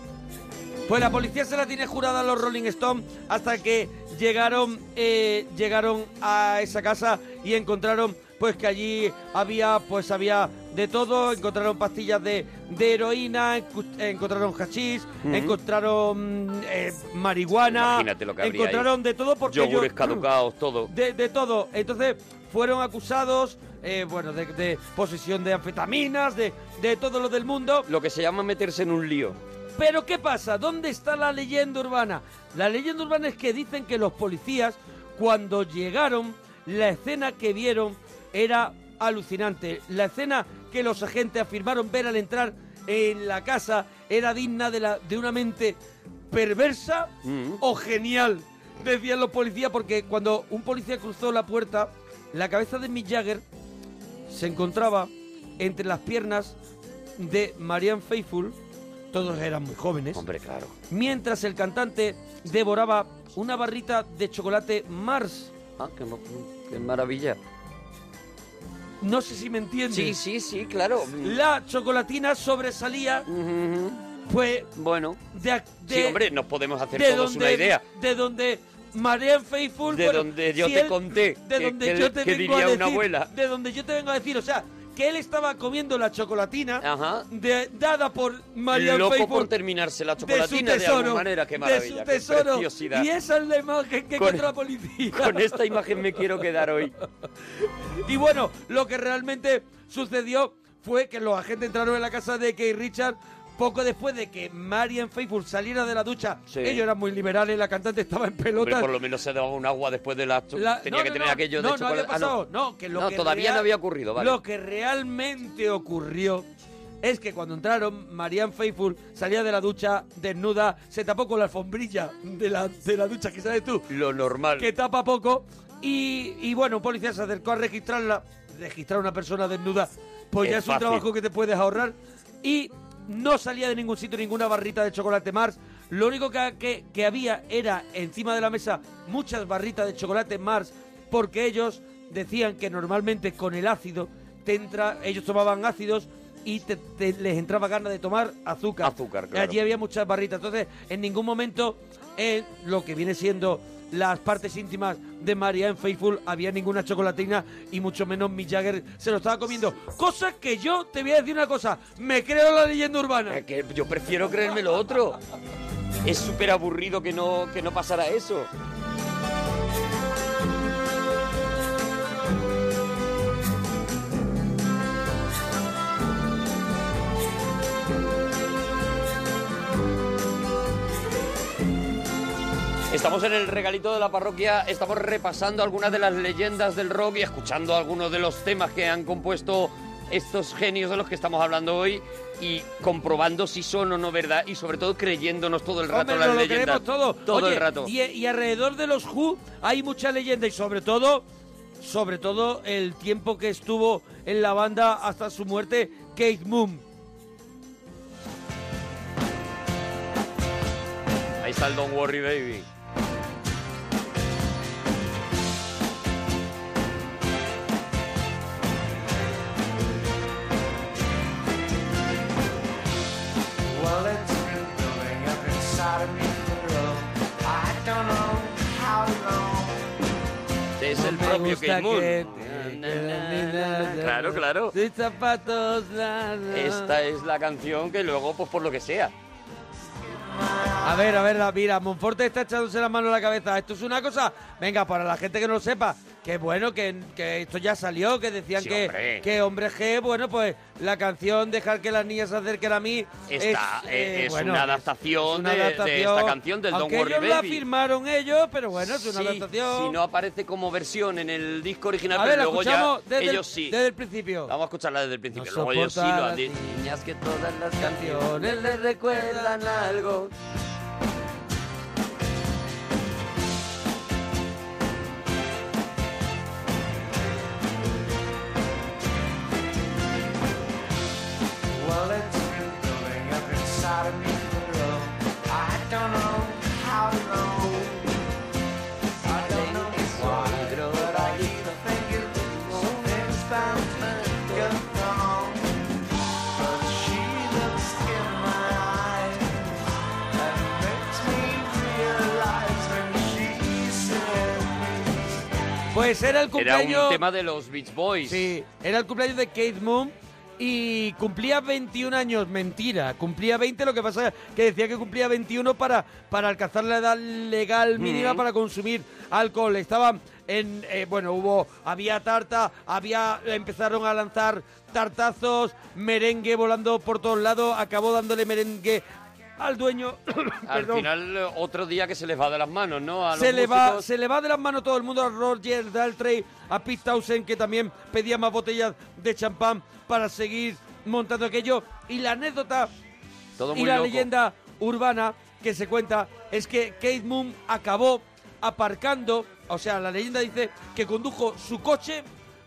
[SPEAKER 5] Pues la policía se la tiene jurada a los Rolling Stones hasta que llegaron, eh, llegaron a esa casa y encontraron pues que allí había pues había de todo, encontraron pastillas de, de heroína, encu- encontraron hachís,
[SPEAKER 7] Ujú.
[SPEAKER 5] encontraron eh, marihuana,
[SPEAKER 7] Imagínate lo que habría ahí.
[SPEAKER 5] encontraron de todo porque
[SPEAKER 7] Yogures
[SPEAKER 5] ellos-
[SPEAKER 7] caducados, todo.
[SPEAKER 5] de, de todo. Entonces fueron acusados, eh, bueno, de, de posesión de anfetaminas, de, de todo lo del mundo.
[SPEAKER 7] Lo que se llama meterse en un lío.
[SPEAKER 5] Pero ¿qué pasa? ¿Dónde está la leyenda urbana? La leyenda urbana es que dicen que los policías, cuando llegaron, la escena que vieron era alucinante. La escena que los agentes afirmaron ver al entrar en la casa era digna de, la, de una mente perversa o genial, decían los policías, porque cuando un policía cruzó la puerta, la cabeza de Mick Jagger se encontraba entre las piernas de Marianne Faithful, todos eran muy jóvenes.
[SPEAKER 7] Hombre, claro.
[SPEAKER 5] Mientras el cantante devoraba una barrita de chocolate Mars.
[SPEAKER 7] Ah, qué, maravilla.
[SPEAKER 5] No sé si me entiendes.
[SPEAKER 7] Sí, sí, sí, claro.
[SPEAKER 5] La chocolatina sobresalía, pues,
[SPEAKER 7] bueno,
[SPEAKER 5] de, ac-
[SPEAKER 7] sí,
[SPEAKER 5] de-
[SPEAKER 7] hombre, nos podemos hacer
[SPEAKER 5] de
[SPEAKER 7] todos una
[SPEAKER 5] donde-
[SPEAKER 7] idea.
[SPEAKER 5] De donde Marianne Faithful...
[SPEAKER 7] De donde yo te conté
[SPEAKER 5] De
[SPEAKER 7] que-
[SPEAKER 5] donde
[SPEAKER 7] que-
[SPEAKER 5] yo te
[SPEAKER 7] que
[SPEAKER 5] vengo
[SPEAKER 7] diría
[SPEAKER 5] a
[SPEAKER 7] una
[SPEAKER 5] decir...
[SPEAKER 7] abuela.
[SPEAKER 5] De donde yo te vengo a decir, o sea, que él estaba comiendo la chocolatina de- dada por Marianne
[SPEAKER 7] Loco
[SPEAKER 5] Faithful.
[SPEAKER 7] por terminarse la
[SPEAKER 5] de su
[SPEAKER 7] chocolatina de,
[SPEAKER 5] tesoro,
[SPEAKER 7] alguna manera. Qué maravilla,
[SPEAKER 5] de su
[SPEAKER 7] qué
[SPEAKER 5] tesoro.
[SPEAKER 7] preciosidad.
[SPEAKER 5] Y esa es la imagen que
[SPEAKER 7] Con-
[SPEAKER 5] encontró la policía.
[SPEAKER 7] Con esta imagen me quiero quedar hoy.
[SPEAKER 5] Y bueno, lo que realmente sucedió fue que los agentes entraron en la casa de Kate Richard poco después de que Marian Faithful saliera de la ducha.
[SPEAKER 7] Sí.
[SPEAKER 5] Ellos eran muy liberales, la cantante estaba en
[SPEAKER 7] Hombre,
[SPEAKER 5] pelotas.
[SPEAKER 7] por lo menos se daba un agua después de la... cho-
[SPEAKER 5] La-
[SPEAKER 7] Tenía
[SPEAKER 5] no,
[SPEAKER 7] que
[SPEAKER 5] no,
[SPEAKER 7] tener
[SPEAKER 5] no,
[SPEAKER 7] aquello de
[SPEAKER 5] no, no
[SPEAKER 7] chocolate.
[SPEAKER 5] había
[SPEAKER 7] Ah,
[SPEAKER 5] pasado. no, que lo
[SPEAKER 7] No,
[SPEAKER 5] que
[SPEAKER 7] todavía
[SPEAKER 5] real-
[SPEAKER 7] no había ocurrido, vale.
[SPEAKER 5] Lo que realmente ocurrió es que cuando entraron, Marianne Faithful salía de la ducha desnuda, se tapó con la alfombrilla de la, de la ducha, que sabes tú.
[SPEAKER 7] Lo normal.
[SPEAKER 5] Que tapa poco. Y, y bueno, un policía se acercó a registrarla. Registrar a una persona desnuda, pues
[SPEAKER 7] Es
[SPEAKER 5] ya es un
[SPEAKER 7] fácil.
[SPEAKER 5] trabajo que te puedes ahorrar. Y no salía de ningún sitio ninguna barrita de chocolate Mars. Lo único que, que- que había era encima de la mesa muchas barritas de chocolate Mars, porque ellos decían que normalmente con el ácido te entra, ellos tomaban ácidos y te- te- les entraba ganas de tomar azúcar.
[SPEAKER 7] Azúcar, claro.
[SPEAKER 5] Allí había muchas barritas. Entonces, en ningún momento, en lo que viene siendo las partes íntimas de Marianne Faithful, había ninguna chocolatina y mucho menos Mick Jagger se lo estaba comiendo. Cosa que yo te voy a decir una cosa, me creo la leyenda urbana.
[SPEAKER 7] que yo prefiero creerme lo otro. Es súper aburrido que no, que no pasara eso. Estamos en el regalito de la parroquia, estamos repasando algunas de las leyendas del rock y escuchando algunos de los temas que han compuesto estos genios de los que estamos hablando hoy y comprobando si son o no verdad y sobre todo creyéndonos todo el rato
[SPEAKER 5] Hombre,
[SPEAKER 7] las
[SPEAKER 5] nos lo
[SPEAKER 7] leyendas.
[SPEAKER 5] queremos todo.
[SPEAKER 7] Todo
[SPEAKER 5] Oye,
[SPEAKER 7] el rato.
[SPEAKER 5] Y, y alrededor de los Who hay mucha leyenda y sobre todo, sobre todo el tiempo que estuvo en la banda hasta su muerte, Kate Moon.
[SPEAKER 7] Ahí está el Don't Worry Baby.
[SPEAKER 2] Well, it's been building up inside of me for real. I don't know how long.
[SPEAKER 7] Es el
[SPEAKER 5] Me
[SPEAKER 7] propio
[SPEAKER 5] gusta
[SPEAKER 7] Kate Moon.
[SPEAKER 5] que
[SPEAKER 7] Claro, claro.
[SPEAKER 5] Sin zapatos, la, la.
[SPEAKER 7] Esta es la canción que luego, pues por lo que sea.
[SPEAKER 5] A ver, a ver, la- mira, Monforte está echándose la mano a la cabeza. Esto es una cosa. Venga, para la gente que no lo sepa, que bueno, que, que esto ya salió, que decían
[SPEAKER 7] Sí,
[SPEAKER 5] que,
[SPEAKER 7] hombre.
[SPEAKER 5] que hombre G, bueno, pues la canción Dejar que las niñas se acerquen a mí.
[SPEAKER 7] Esta
[SPEAKER 5] es,
[SPEAKER 7] es,
[SPEAKER 5] eh,
[SPEAKER 7] es
[SPEAKER 5] bueno,
[SPEAKER 7] una
[SPEAKER 5] es- es
[SPEAKER 7] adaptación,
[SPEAKER 5] una
[SPEAKER 7] de- de,
[SPEAKER 5] adaptación.
[SPEAKER 7] esta canción del
[SPEAKER 5] Aunque
[SPEAKER 7] Don't Worry
[SPEAKER 5] ellos la
[SPEAKER 7] Baby.
[SPEAKER 5] firmaron ellos, pero bueno, es una
[SPEAKER 7] Sí,
[SPEAKER 5] adaptación.
[SPEAKER 7] Si no aparece como versión en el disco original,
[SPEAKER 5] a
[SPEAKER 7] pero
[SPEAKER 5] ver, la
[SPEAKER 7] luego ya
[SPEAKER 5] escuchamos desde,
[SPEAKER 7] ellos
[SPEAKER 5] el,
[SPEAKER 7] sí.
[SPEAKER 5] desde el principio.
[SPEAKER 7] Vamos a escucharla desde el principio.
[SPEAKER 5] No
[SPEAKER 7] luego ellos sí lo
[SPEAKER 5] soporta
[SPEAKER 7] han
[SPEAKER 5] las
[SPEAKER 7] dicho.
[SPEAKER 20] Niñas que todas las canciones les recuerdan algo.
[SPEAKER 2] Well, it's been building up inside of me for real. I don't know how long. I don't know why, but I keep thinking something's bound to go wrong. But she looks in my eyes and makes me realize when she says
[SPEAKER 5] Pues era el cumpleaños.
[SPEAKER 7] Era un tema de los Beach Boys.
[SPEAKER 5] Sí, era el cumpleaños de Kate Moon y cumplía 21 años, mentira, cumplía 20, lo que pasa que decía que cumplía 21 para, para alcanzar la edad legal mínima
[SPEAKER 7] Mm.
[SPEAKER 5] para consumir alcohol. Estaban en, eh, bueno, hubo, había tarta, había, empezaron a lanzar tartazos, merengue volando por todos lados, acabó dándole merengue al dueño,
[SPEAKER 7] Al
[SPEAKER 5] perdón,
[SPEAKER 7] final, eh, otro día que se les va de las manos, ¿no? A los
[SPEAKER 5] se le, va,
[SPEAKER 7] músicos.
[SPEAKER 5] se le va de las manos todo el mundo a Roger Daltrey, a Pete Townsend, que también pedía más botellas de champán para seguir montando aquello. Y la anécdota
[SPEAKER 7] Todo
[SPEAKER 5] y
[SPEAKER 7] muy
[SPEAKER 5] la
[SPEAKER 7] loco.
[SPEAKER 5] leyenda urbana que se cuenta es que Kate Moon acabó aparcando, o sea, la leyenda dice que condujo su coche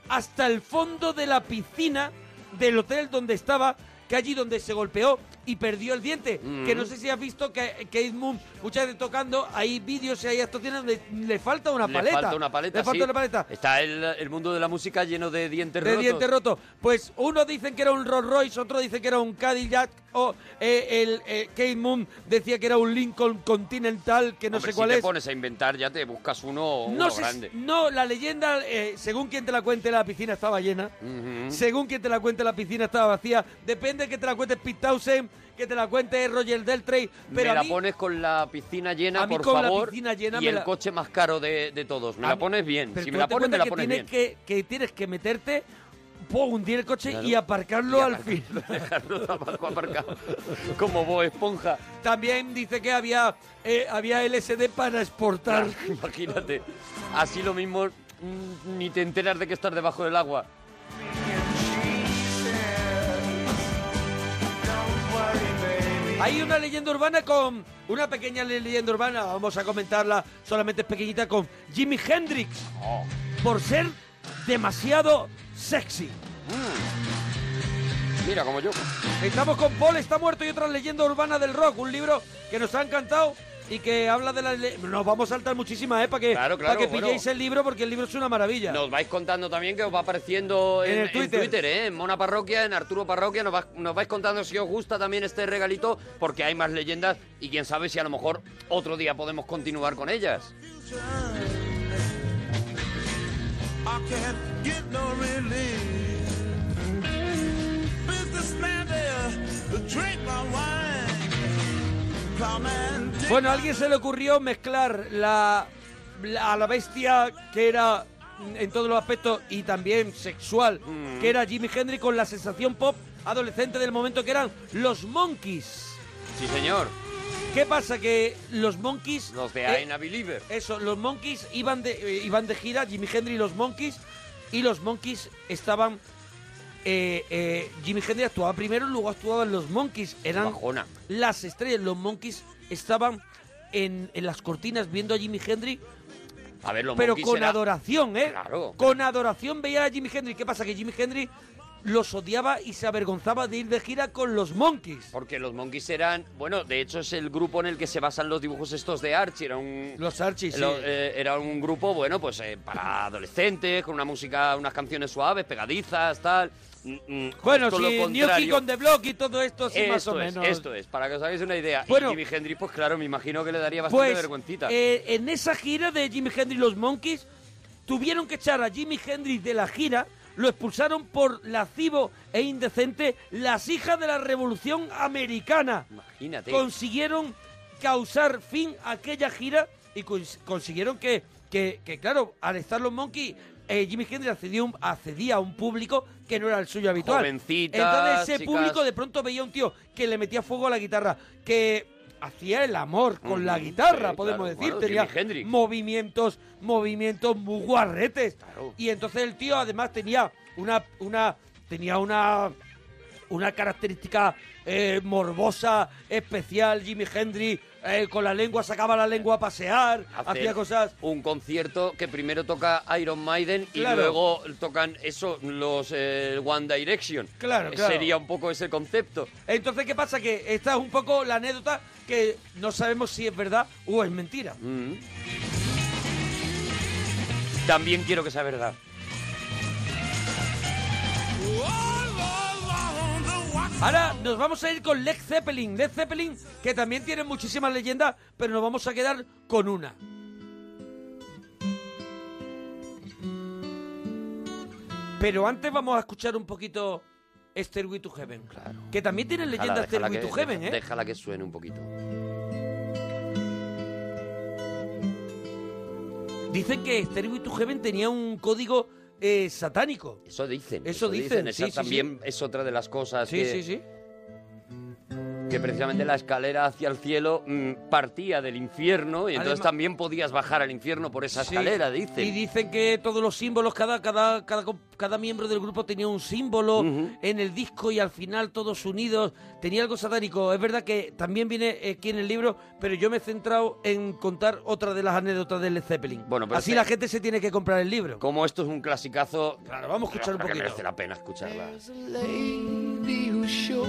[SPEAKER 5] hasta el fondo de la piscina del hotel donde estaba, que allí donde se golpeó y perdió el diente.
[SPEAKER 7] Mm.
[SPEAKER 5] Que no sé si has visto que Kate Moon muchas veces tocando, hay vídeos y hay actuaciones donde le falta una
[SPEAKER 7] Le
[SPEAKER 5] paleta.
[SPEAKER 7] falta una paleta,
[SPEAKER 5] Le falta
[SPEAKER 7] sí.
[SPEAKER 5] una paleta.
[SPEAKER 7] Está el, el mundo de la música lleno de dientes
[SPEAKER 5] De
[SPEAKER 7] rotos.
[SPEAKER 5] diente roto. Pues unos dicen que era un Rolls Royce, otros dicen que era un Cadillac, o eh, el eh, Kate Moon decía que era un Lincoln Continental, que no
[SPEAKER 7] Hombre,
[SPEAKER 5] sé cuál
[SPEAKER 7] si
[SPEAKER 5] es.
[SPEAKER 7] te pones a inventar, ya te buscas uno, uno
[SPEAKER 5] no, sé si-
[SPEAKER 7] grande.
[SPEAKER 5] no, la leyenda, eh, según quien te la cuente, la piscina estaba llena.
[SPEAKER 7] Ujú.
[SPEAKER 5] Según quien te la cuente, la piscina estaba vacía. Depende que te la cuente Pete Townsend, que te la cuente Roger Deltrey. Pero
[SPEAKER 7] me
[SPEAKER 5] a
[SPEAKER 7] la
[SPEAKER 5] mí-
[SPEAKER 7] pones con la piscina llena,
[SPEAKER 5] a mí
[SPEAKER 7] por
[SPEAKER 5] con la
[SPEAKER 7] favor.
[SPEAKER 5] piscina llena
[SPEAKER 7] y
[SPEAKER 5] me
[SPEAKER 7] el
[SPEAKER 5] la-
[SPEAKER 7] coche más caro de, de todos. Me
[SPEAKER 5] A
[SPEAKER 7] la
[SPEAKER 5] mí-
[SPEAKER 7] pones bien.
[SPEAKER 5] Pero
[SPEAKER 7] Si
[SPEAKER 5] tú
[SPEAKER 7] me la
[SPEAKER 5] date
[SPEAKER 7] pones, me
[SPEAKER 5] cuenta
[SPEAKER 7] la
[SPEAKER 5] que
[SPEAKER 7] pones bien.
[SPEAKER 5] tienes que, que tienes que meterte, po, hundir el coche y aparcarlo al fin.
[SPEAKER 7] Dejarlo aparcado, aparcado. Como vos, esponja.
[SPEAKER 5] También dice que había, eh, había LSD para exportar.
[SPEAKER 7] Imagínate. Así lo mismo, mm, ni te enteras de que estás debajo del agua.
[SPEAKER 5] Hay una leyenda urbana con. Una pequeña leyenda urbana, vamos a comentarla, solamente es pequeñita, con Jimi Hendrix.
[SPEAKER 7] Oh.
[SPEAKER 5] Por ser demasiado sexy.
[SPEAKER 7] Mm. Mira, como yo.
[SPEAKER 5] Estamos con Paul está muerto y otra leyenda urbana del rock, un libro que nos ha encantado y que habla de las... le- Nos vamos a saltar muchísimas, ¿eh? Para que,
[SPEAKER 7] Claro,
[SPEAKER 5] para
[SPEAKER 7] claro,
[SPEAKER 5] que
[SPEAKER 7] bueno.
[SPEAKER 5] pilléis el este libro, porque el libro es una maravilla.
[SPEAKER 7] Nos vais contando también que os va apareciendo en,
[SPEAKER 5] En el Twitter.
[SPEAKER 7] ¿eh? en Mona Parroquia, en Arturo Parroquia. Nos, va- nos vais contando si os gusta también este regalito, porque hay más leyendas y quién sabe si a lo mejor otro día podemos continuar con ellas.
[SPEAKER 2] I can't get no relief. Businessman there, drink my wine. Plowman
[SPEAKER 5] Bueno, a alguien se le ocurrió mezclar la, la- a la bestia que era mm, en todos los aspectos y también sexual, que era Jimi Hendrix con la sensación pop adolescente del momento que eran los Monkeys.
[SPEAKER 7] Sí, señor.
[SPEAKER 5] ¿Qué pasa? Que los Monkeys... Los
[SPEAKER 7] de I'm a Believer.
[SPEAKER 5] Eso, los Monkeys iban de, eh, iban de gira, Jimi Hendrix y los Monkeys, y los Monkeys estaban eh, eh, Jimi Hendrix actuaba primero, luego actuaban los Monkeys. Eran las estrellas. Los Monkeys estaban en, en las cortinas viendo a Jimi Hendrix
[SPEAKER 7] A ver, los
[SPEAKER 5] pero
[SPEAKER 7] Monkeys
[SPEAKER 5] con
[SPEAKER 7] era-
[SPEAKER 5] adoración, ¿eh?
[SPEAKER 7] Claro.
[SPEAKER 5] Con adoración veía a Jimi Hendrix. ¿Qué pasa? Que Jimi Hendrix los odiaba y se avergonzaba de ir de gira con los Monkeys.
[SPEAKER 7] Porque los Monkeys eran, bueno, de hecho es el grupo en el que se basan los dibujos estos de Archie. Era un,
[SPEAKER 5] Los Archies, sí.
[SPEAKER 7] lo- eh, era un grupo, bueno, pues eh, para adolescentes, con una música, unas canciones suaves, pegadizas, tal. Mm,
[SPEAKER 5] bueno, sí, New Kick on the Block y todo esto, sí,
[SPEAKER 7] esto
[SPEAKER 5] más o
[SPEAKER 7] es,
[SPEAKER 5] menos.
[SPEAKER 7] Esto es, para que os hagáis una idea.
[SPEAKER 5] Bueno.
[SPEAKER 7] y Jimi Hendrix, pues claro, me imagino que le daría bastante
[SPEAKER 5] Pues,
[SPEAKER 7] vergüencita.
[SPEAKER 5] eh, en esa gira de Jimi Hendrix y los Monkeys, tuvieron que echar a Jimi Hendrix de la gira, lo expulsaron por lascivo e indecente las hijas de la Revolución Americana.
[SPEAKER 7] Imagínate.
[SPEAKER 5] Consiguieron causar fin a aquella gira y cons- consiguieron que, que, que, claro, al estar los Monkeys, eh, Jimi Hendrix accedió un- accedía a un público que no era el suyo habitual.
[SPEAKER 7] Jovencitas,
[SPEAKER 5] Entonces ese
[SPEAKER 7] chicas.
[SPEAKER 5] público de pronto veía un tío que le metía fuego a la guitarra, que hacía el amor con la guitarra,
[SPEAKER 7] sí,
[SPEAKER 5] podemos
[SPEAKER 7] claro,
[SPEAKER 5] decir,
[SPEAKER 7] claro,
[SPEAKER 5] tenía
[SPEAKER 7] Jimi Hendrix.
[SPEAKER 5] movimientos, movimientos muy guarretes. Y entonces el tío además tenía una una tenía una una característica eh, morbosa, especial, Jimi Hendrix, eh, con la lengua, sacaba la lengua a pasear,
[SPEAKER 7] hacer
[SPEAKER 5] hacía cosas...
[SPEAKER 7] Un concierto que primero toca Iron Maiden
[SPEAKER 5] Claro.
[SPEAKER 7] y luego tocan eso, los eh, One Direction.
[SPEAKER 5] Claro,
[SPEAKER 7] Eh,
[SPEAKER 5] claro.
[SPEAKER 7] Sería un poco ese concepto.
[SPEAKER 5] Entonces, ¿qué pasa? Que esta es un poco la anécdota que no sabemos si es verdad o es mentira.
[SPEAKER 7] También quiero que sea verdad.
[SPEAKER 5] Ahora nos vamos a ir con Led Zeppelin. Led Zeppelin, que también tiene muchísimas leyendas, pero nos vamos a quedar con una. Pero antes vamos a escuchar un poquito Stairway to Heaven. Que también tiene leyendas
[SPEAKER 7] Déjala-
[SPEAKER 5] Stairway
[SPEAKER 7] déjala
[SPEAKER 5] to
[SPEAKER 7] que-
[SPEAKER 5] Heaven, ¿eh?
[SPEAKER 7] Déjala que suene un poquito.
[SPEAKER 5] Dicen que Stairway to Heaven tenía un código eh, satánico.
[SPEAKER 7] Eso dicen.
[SPEAKER 5] Eso dicen,
[SPEAKER 7] Esa
[SPEAKER 5] sí, sí, sí.
[SPEAKER 7] también es otra de las cosas
[SPEAKER 5] Sí,
[SPEAKER 7] que,
[SPEAKER 5] sí, sí.
[SPEAKER 7] que precisamente la escalera hacia el cielo mm, partía del infierno y entonces
[SPEAKER 5] Además-
[SPEAKER 7] también podías bajar al infierno por esa
[SPEAKER 5] Sí.
[SPEAKER 7] escalera, dicen.
[SPEAKER 5] Y dicen que todos los símbolos, cada, cada, cada, com- cada miembro del grupo tenía un símbolo en el disco y al final todos unidos. Tenía algo satánico. Es verdad que también viene eh, aquí en el libro, pero yo me he centrado en contar otra de las anécdotas del Led Zeppelin.
[SPEAKER 7] Bueno, pero
[SPEAKER 5] Así
[SPEAKER 7] este-
[SPEAKER 5] la gente se tiene que comprar el libro.
[SPEAKER 7] Como esto es un clasicazo,
[SPEAKER 5] claro, vamos a escuchar un
[SPEAKER 7] creo que
[SPEAKER 5] poquito.
[SPEAKER 7] merece la pena escucharla.
[SPEAKER 2] There's a lady who's sure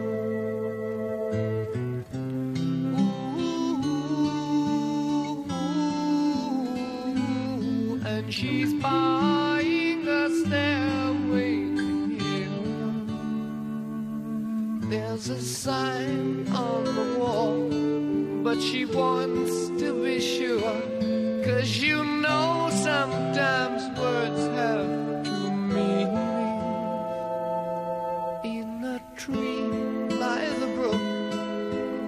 [SPEAKER 2] and she's buying a stairway to heaven. There's a sign on the wall, but she wants to be sure. Cause you know sometimes words have to mean. In a tree by the brook,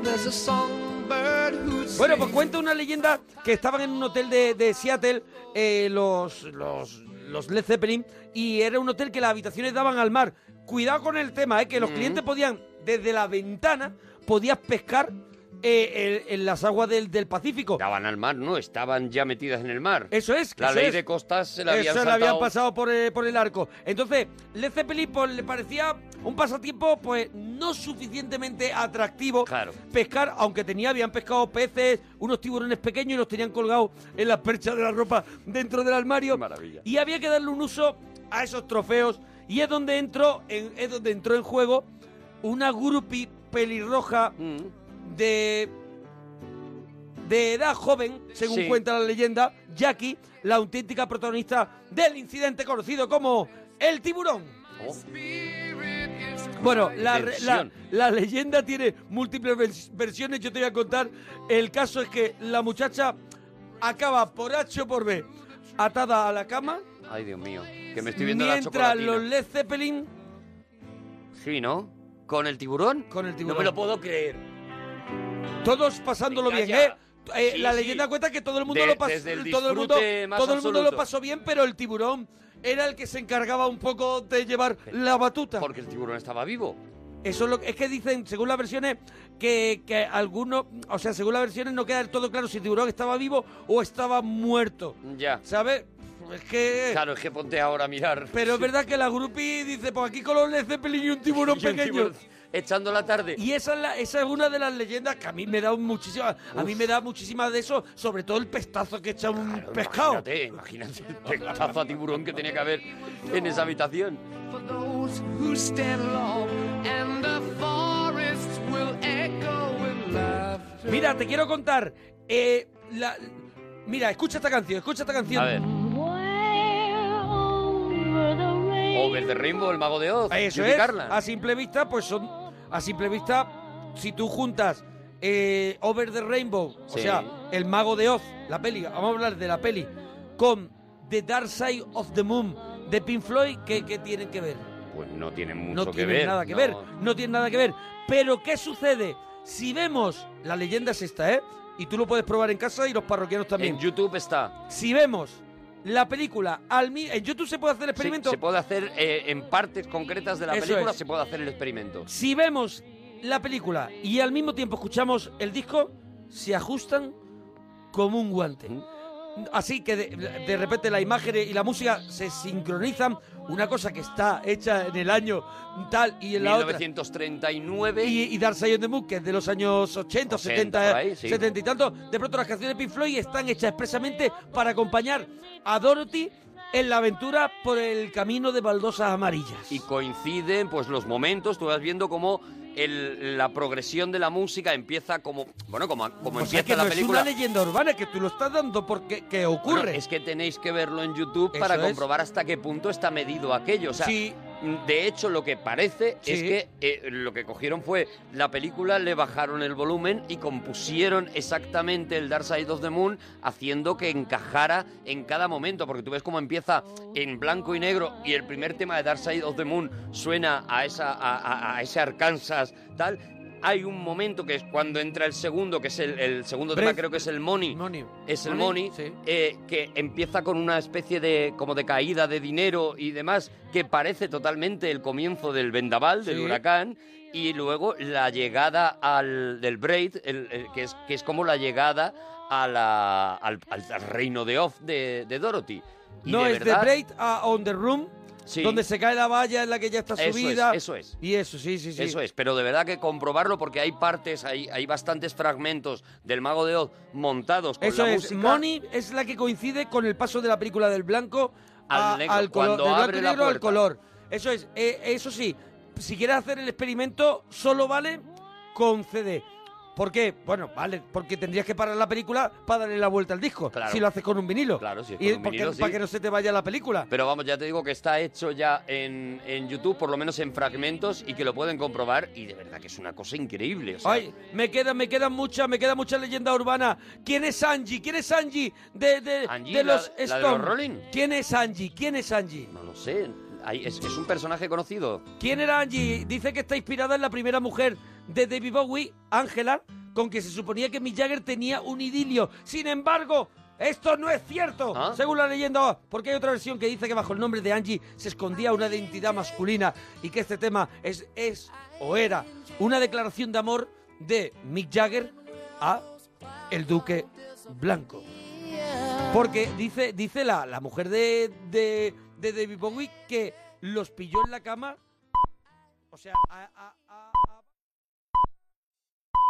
[SPEAKER 2] there's a songbird who sings.
[SPEAKER 5] Bueno, pues cuenta una leyenda que estaban en un hotel de, de Seattle eh, los, los, los Led Zeppelin y era un hotel que las habitaciones daban al mar. Cuidado con el tema, eh, que los clientes podían, desde la ventana, podías pescar eh, en, en las aguas del, del Pacífico.
[SPEAKER 7] Estaban al mar, ¿no? Estaban ya metidas en el mar.
[SPEAKER 5] Eso es.
[SPEAKER 7] La
[SPEAKER 5] eso
[SPEAKER 7] ley
[SPEAKER 5] es.
[SPEAKER 7] de costas se la habían
[SPEAKER 5] Eso le
[SPEAKER 7] saltado.
[SPEAKER 5] habían pasado por el, por el arco. Entonces, Led Zeppelin pues, le parecía un pasatiempo pues no suficientemente atractivo pescar, aunque tenía, habían pescado peces, unos tiburones pequeños y los tenían colgados en las perchas de la ropa dentro del armario. Maravilla. Y había que darle un uso a esos trofeos y es donde entró en, es donde entró en juego una grupi pelirroja
[SPEAKER 7] Mm.
[SPEAKER 5] de de edad joven, según
[SPEAKER 7] Sí.
[SPEAKER 5] cuenta la leyenda, Jackie, la auténtica protagonista del incidente conocido como el tiburón. Bueno, la, re- la,
[SPEAKER 7] Versión.
[SPEAKER 5] la leyenda tiene múltiples vers- versiones, yo te voy a contar. El caso es que la muchacha acaba por H o por B, atada a la cama,
[SPEAKER 7] Ay, Dios mío, que me estoy viendo la
[SPEAKER 5] mientras
[SPEAKER 7] chocolatina.
[SPEAKER 5] los Led Zeppelin...
[SPEAKER 7] Sí, ¿no? ¿Con el tiburón?
[SPEAKER 5] Con el
[SPEAKER 7] No me lo puedo creer.
[SPEAKER 5] Todos pasándolo bien,
[SPEAKER 7] Venga
[SPEAKER 5] ¿eh?
[SPEAKER 7] ya.
[SPEAKER 5] eh,
[SPEAKER 21] Sí,
[SPEAKER 5] la
[SPEAKER 21] sí.
[SPEAKER 5] leyenda cuenta que todo el mundo
[SPEAKER 21] De-
[SPEAKER 5] lo pasó,
[SPEAKER 21] desde el
[SPEAKER 5] todo el mundo,
[SPEAKER 21] disfrute más
[SPEAKER 5] todo el mundo lo
[SPEAKER 21] absoluto.
[SPEAKER 5] pasó bien, pero el tiburón era el que se encargaba un poco de llevar la batuta. Porque el tiburón estaba vivo. Eso es, lo, es que dicen, según las versiones, que, que algunos, o sea, según las versiones no queda del todo claro si el tiburón estaba vivo o estaba muerto.
[SPEAKER 21] Mm.
[SPEAKER 7] Ya.
[SPEAKER 5] ¿Sabes? Es que...
[SPEAKER 7] Claro, es que ponte ahora a mirar.
[SPEAKER 5] Pero es verdad que la grupi dice, pues aquí con los Led Zeppelin y un tiburón
[SPEAKER 7] Y un
[SPEAKER 5] pequeño.
[SPEAKER 7] tiburón echando la tarde.
[SPEAKER 5] Y esa es, la- esa es una de las leyendas que a mí me da muchísima... A mí me da muchísima de eso, sobre todo el pestazo que echa un pescado.
[SPEAKER 7] Imagínate, imagínate el pestazo a tiburón que tenía que haber en esa habitación.
[SPEAKER 2] for those who stand alone, and the forests will echo with love.
[SPEAKER 5] Mira, te quiero contar. eh, la- mira, escucha esta canción, escucha esta canción.
[SPEAKER 7] A ver. Over the Rainbow, el mago de Oz.
[SPEAKER 5] Eso
[SPEAKER 7] Judy
[SPEAKER 5] es.
[SPEAKER 7] Garland.
[SPEAKER 5] A simple vista, pues son. A simple vista, si tú juntas eh, Over the Rainbow,
[SPEAKER 7] Sí.
[SPEAKER 5] o sea, El Mago de Oz, la peli, vamos a hablar de la peli, con The Dark Side of the Moon de Pink Floyd, ¿qué, qué tienen que ver?
[SPEAKER 7] Pues no tiene mucho
[SPEAKER 5] No
[SPEAKER 7] que ver.
[SPEAKER 5] tienen nada que
[SPEAKER 7] no.
[SPEAKER 5] ver, no tienen nada que ver. Pero, ¿qué sucede? Si vemos, la leyenda es esta, ¿eh? Y tú lo puedes probar en casa y los parroquianos también.
[SPEAKER 7] En YouTube está.
[SPEAKER 5] Si vemos la película al mi- en YouTube se puede hacer el experimento.
[SPEAKER 7] Se puede hacer eh, en partes concretas de la
[SPEAKER 5] Eso
[SPEAKER 7] película,
[SPEAKER 5] es.
[SPEAKER 7] se puede hacer el experimento.
[SPEAKER 5] Si vemos la película y al mismo tiempo escuchamos el disco, se ajustan como un guante. Así que de, de repente la imagen y la música se sincronizan. Una cosa que está hecha en el año tal y en la otra.
[SPEAKER 7] 1939.
[SPEAKER 5] Y, y Dark Side of the Moon, que es de los años 80,
[SPEAKER 7] 80,
[SPEAKER 5] 70,
[SPEAKER 7] por ahí, sí.
[SPEAKER 5] 70 y tanto. De pronto las canciones de Pink Floyd están hechas expresamente para acompañar a Dorothy en la aventura por el camino de baldosas amarillas.
[SPEAKER 7] y coinciden pues los momentos tú vas viendo cómo el- la progresión de la música empieza como bueno como, como
[SPEAKER 5] O sea,
[SPEAKER 7] empieza
[SPEAKER 5] que
[SPEAKER 7] la
[SPEAKER 5] no
[SPEAKER 7] película
[SPEAKER 5] Pues es una leyenda urbana que tú lo estás dando porque que ocurre.
[SPEAKER 7] Bueno, es que tenéis que verlo en YouTube
[SPEAKER 5] Eso
[SPEAKER 7] para
[SPEAKER 5] es.
[SPEAKER 7] comprobar hasta qué punto está medido aquello o sea
[SPEAKER 5] Sí.
[SPEAKER 7] mm, de hecho lo que parece es
[SPEAKER 5] Sí.
[SPEAKER 7] que eh, lo que cogieron fue la película le bajaron el volumen y compusieron exactamente el Dark Side of the Moon haciendo que encajara en cada momento porque tú ves cómo empieza en blanco y negro y el primer tema de Dark Side of the Moon suena a esa a, a- a ese Arkansas tal hay un momento que es cuando entra el segundo que es el, el segundo tema
[SPEAKER 5] Breath.
[SPEAKER 7] creo que es el Money, es el
[SPEAKER 5] Money,
[SPEAKER 7] Money, eh, que empieza con una especie de como de caída de dinero y demás que parece totalmente el comienzo del vendaval del
[SPEAKER 5] Sí.
[SPEAKER 7] huracán y luego la llegada al del braid el- el- que es que es como la llegada a la- al, al- al reino de Oz de, de Dorothy Y
[SPEAKER 5] no
[SPEAKER 7] de
[SPEAKER 5] es
[SPEAKER 7] verdad-
[SPEAKER 5] The Braid a On the Room, donde se cae la valla en la que ya está
[SPEAKER 7] Eso es,
[SPEAKER 5] subida.
[SPEAKER 7] eso es.
[SPEAKER 5] Y eso, sí, sí, sí.
[SPEAKER 7] Eso es, pero de verdad que comprobarlo porque hay partes, hay, hay bastantes fragmentos del Mago de Oz montados con
[SPEAKER 5] Eso
[SPEAKER 7] la
[SPEAKER 5] es.
[SPEAKER 7] música.
[SPEAKER 5] Money es la que coincide con el paso de la película del blanco
[SPEAKER 7] Al
[SPEAKER 5] a-
[SPEAKER 7] negro,
[SPEAKER 5] color.
[SPEAKER 7] cuando
[SPEAKER 5] Del blanco
[SPEAKER 7] abre
[SPEAKER 5] y
[SPEAKER 7] la
[SPEAKER 5] negro al
[SPEAKER 7] puerta.
[SPEAKER 5] color. Eso es. Eh, eso sí, si quieres hacer el experimento, solo vale con CD. ¿Por qué? Bueno, vale, porque tendrías que parar la película para darle la vuelta al disco. Si lo haces con un vinilo. Claro,
[SPEAKER 7] si es
[SPEAKER 5] y
[SPEAKER 7] con un
[SPEAKER 5] porque-
[SPEAKER 7] vinilo, sí.
[SPEAKER 5] Para que no se te vaya la película.
[SPEAKER 7] Pero vamos, ya te digo que está hecho ya en, en YouTube, por lo menos en fragmentos, y que lo pueden comprobar. Y de verdad que es una cosa increíble. o sea,
[SPEAKER 5] Ay, me quedan, me quedan muchas, me quedan muchas leyendas urbanas. ¿Quién es Angie? ¿Quién es Angie de, de,
[SPEAKER 7] Angie,
[SPEAKER 5] de
[SPEAKER 7] la-
[SPEAKER 5] los
[SPEAKER 7] la de los
[SPEAKER 5] Stones?
[SPEAKER 7] Rolling.
[SPEAKER 5] ¿Quién es Angie? ¿Quién es Angie?
[SPEAKER 7] no lo sé. Hay- es, es un personaje conocido.
[SPEAKER 5] ¿Quién era Angie? Dice que está inspirada en la primera mujer de David Bowie, Angela, con que se suponía que Mick Jagger tenía un idilio. Sin embargo, esto no es cierto,
[SPEAKER 7] Ah.
[SPEAKER 5] según la leyenda, porque hay otra versión que dice que bajo el nombre de Angie se escondía una identidad masculina y que este tema es, es o era una declaración de amor de Mick Jagger a el Duque Blanco. Porque dice, dice la, la mujer de, de, de David Bowie que los pilló en la cama. O sea, a, a- a-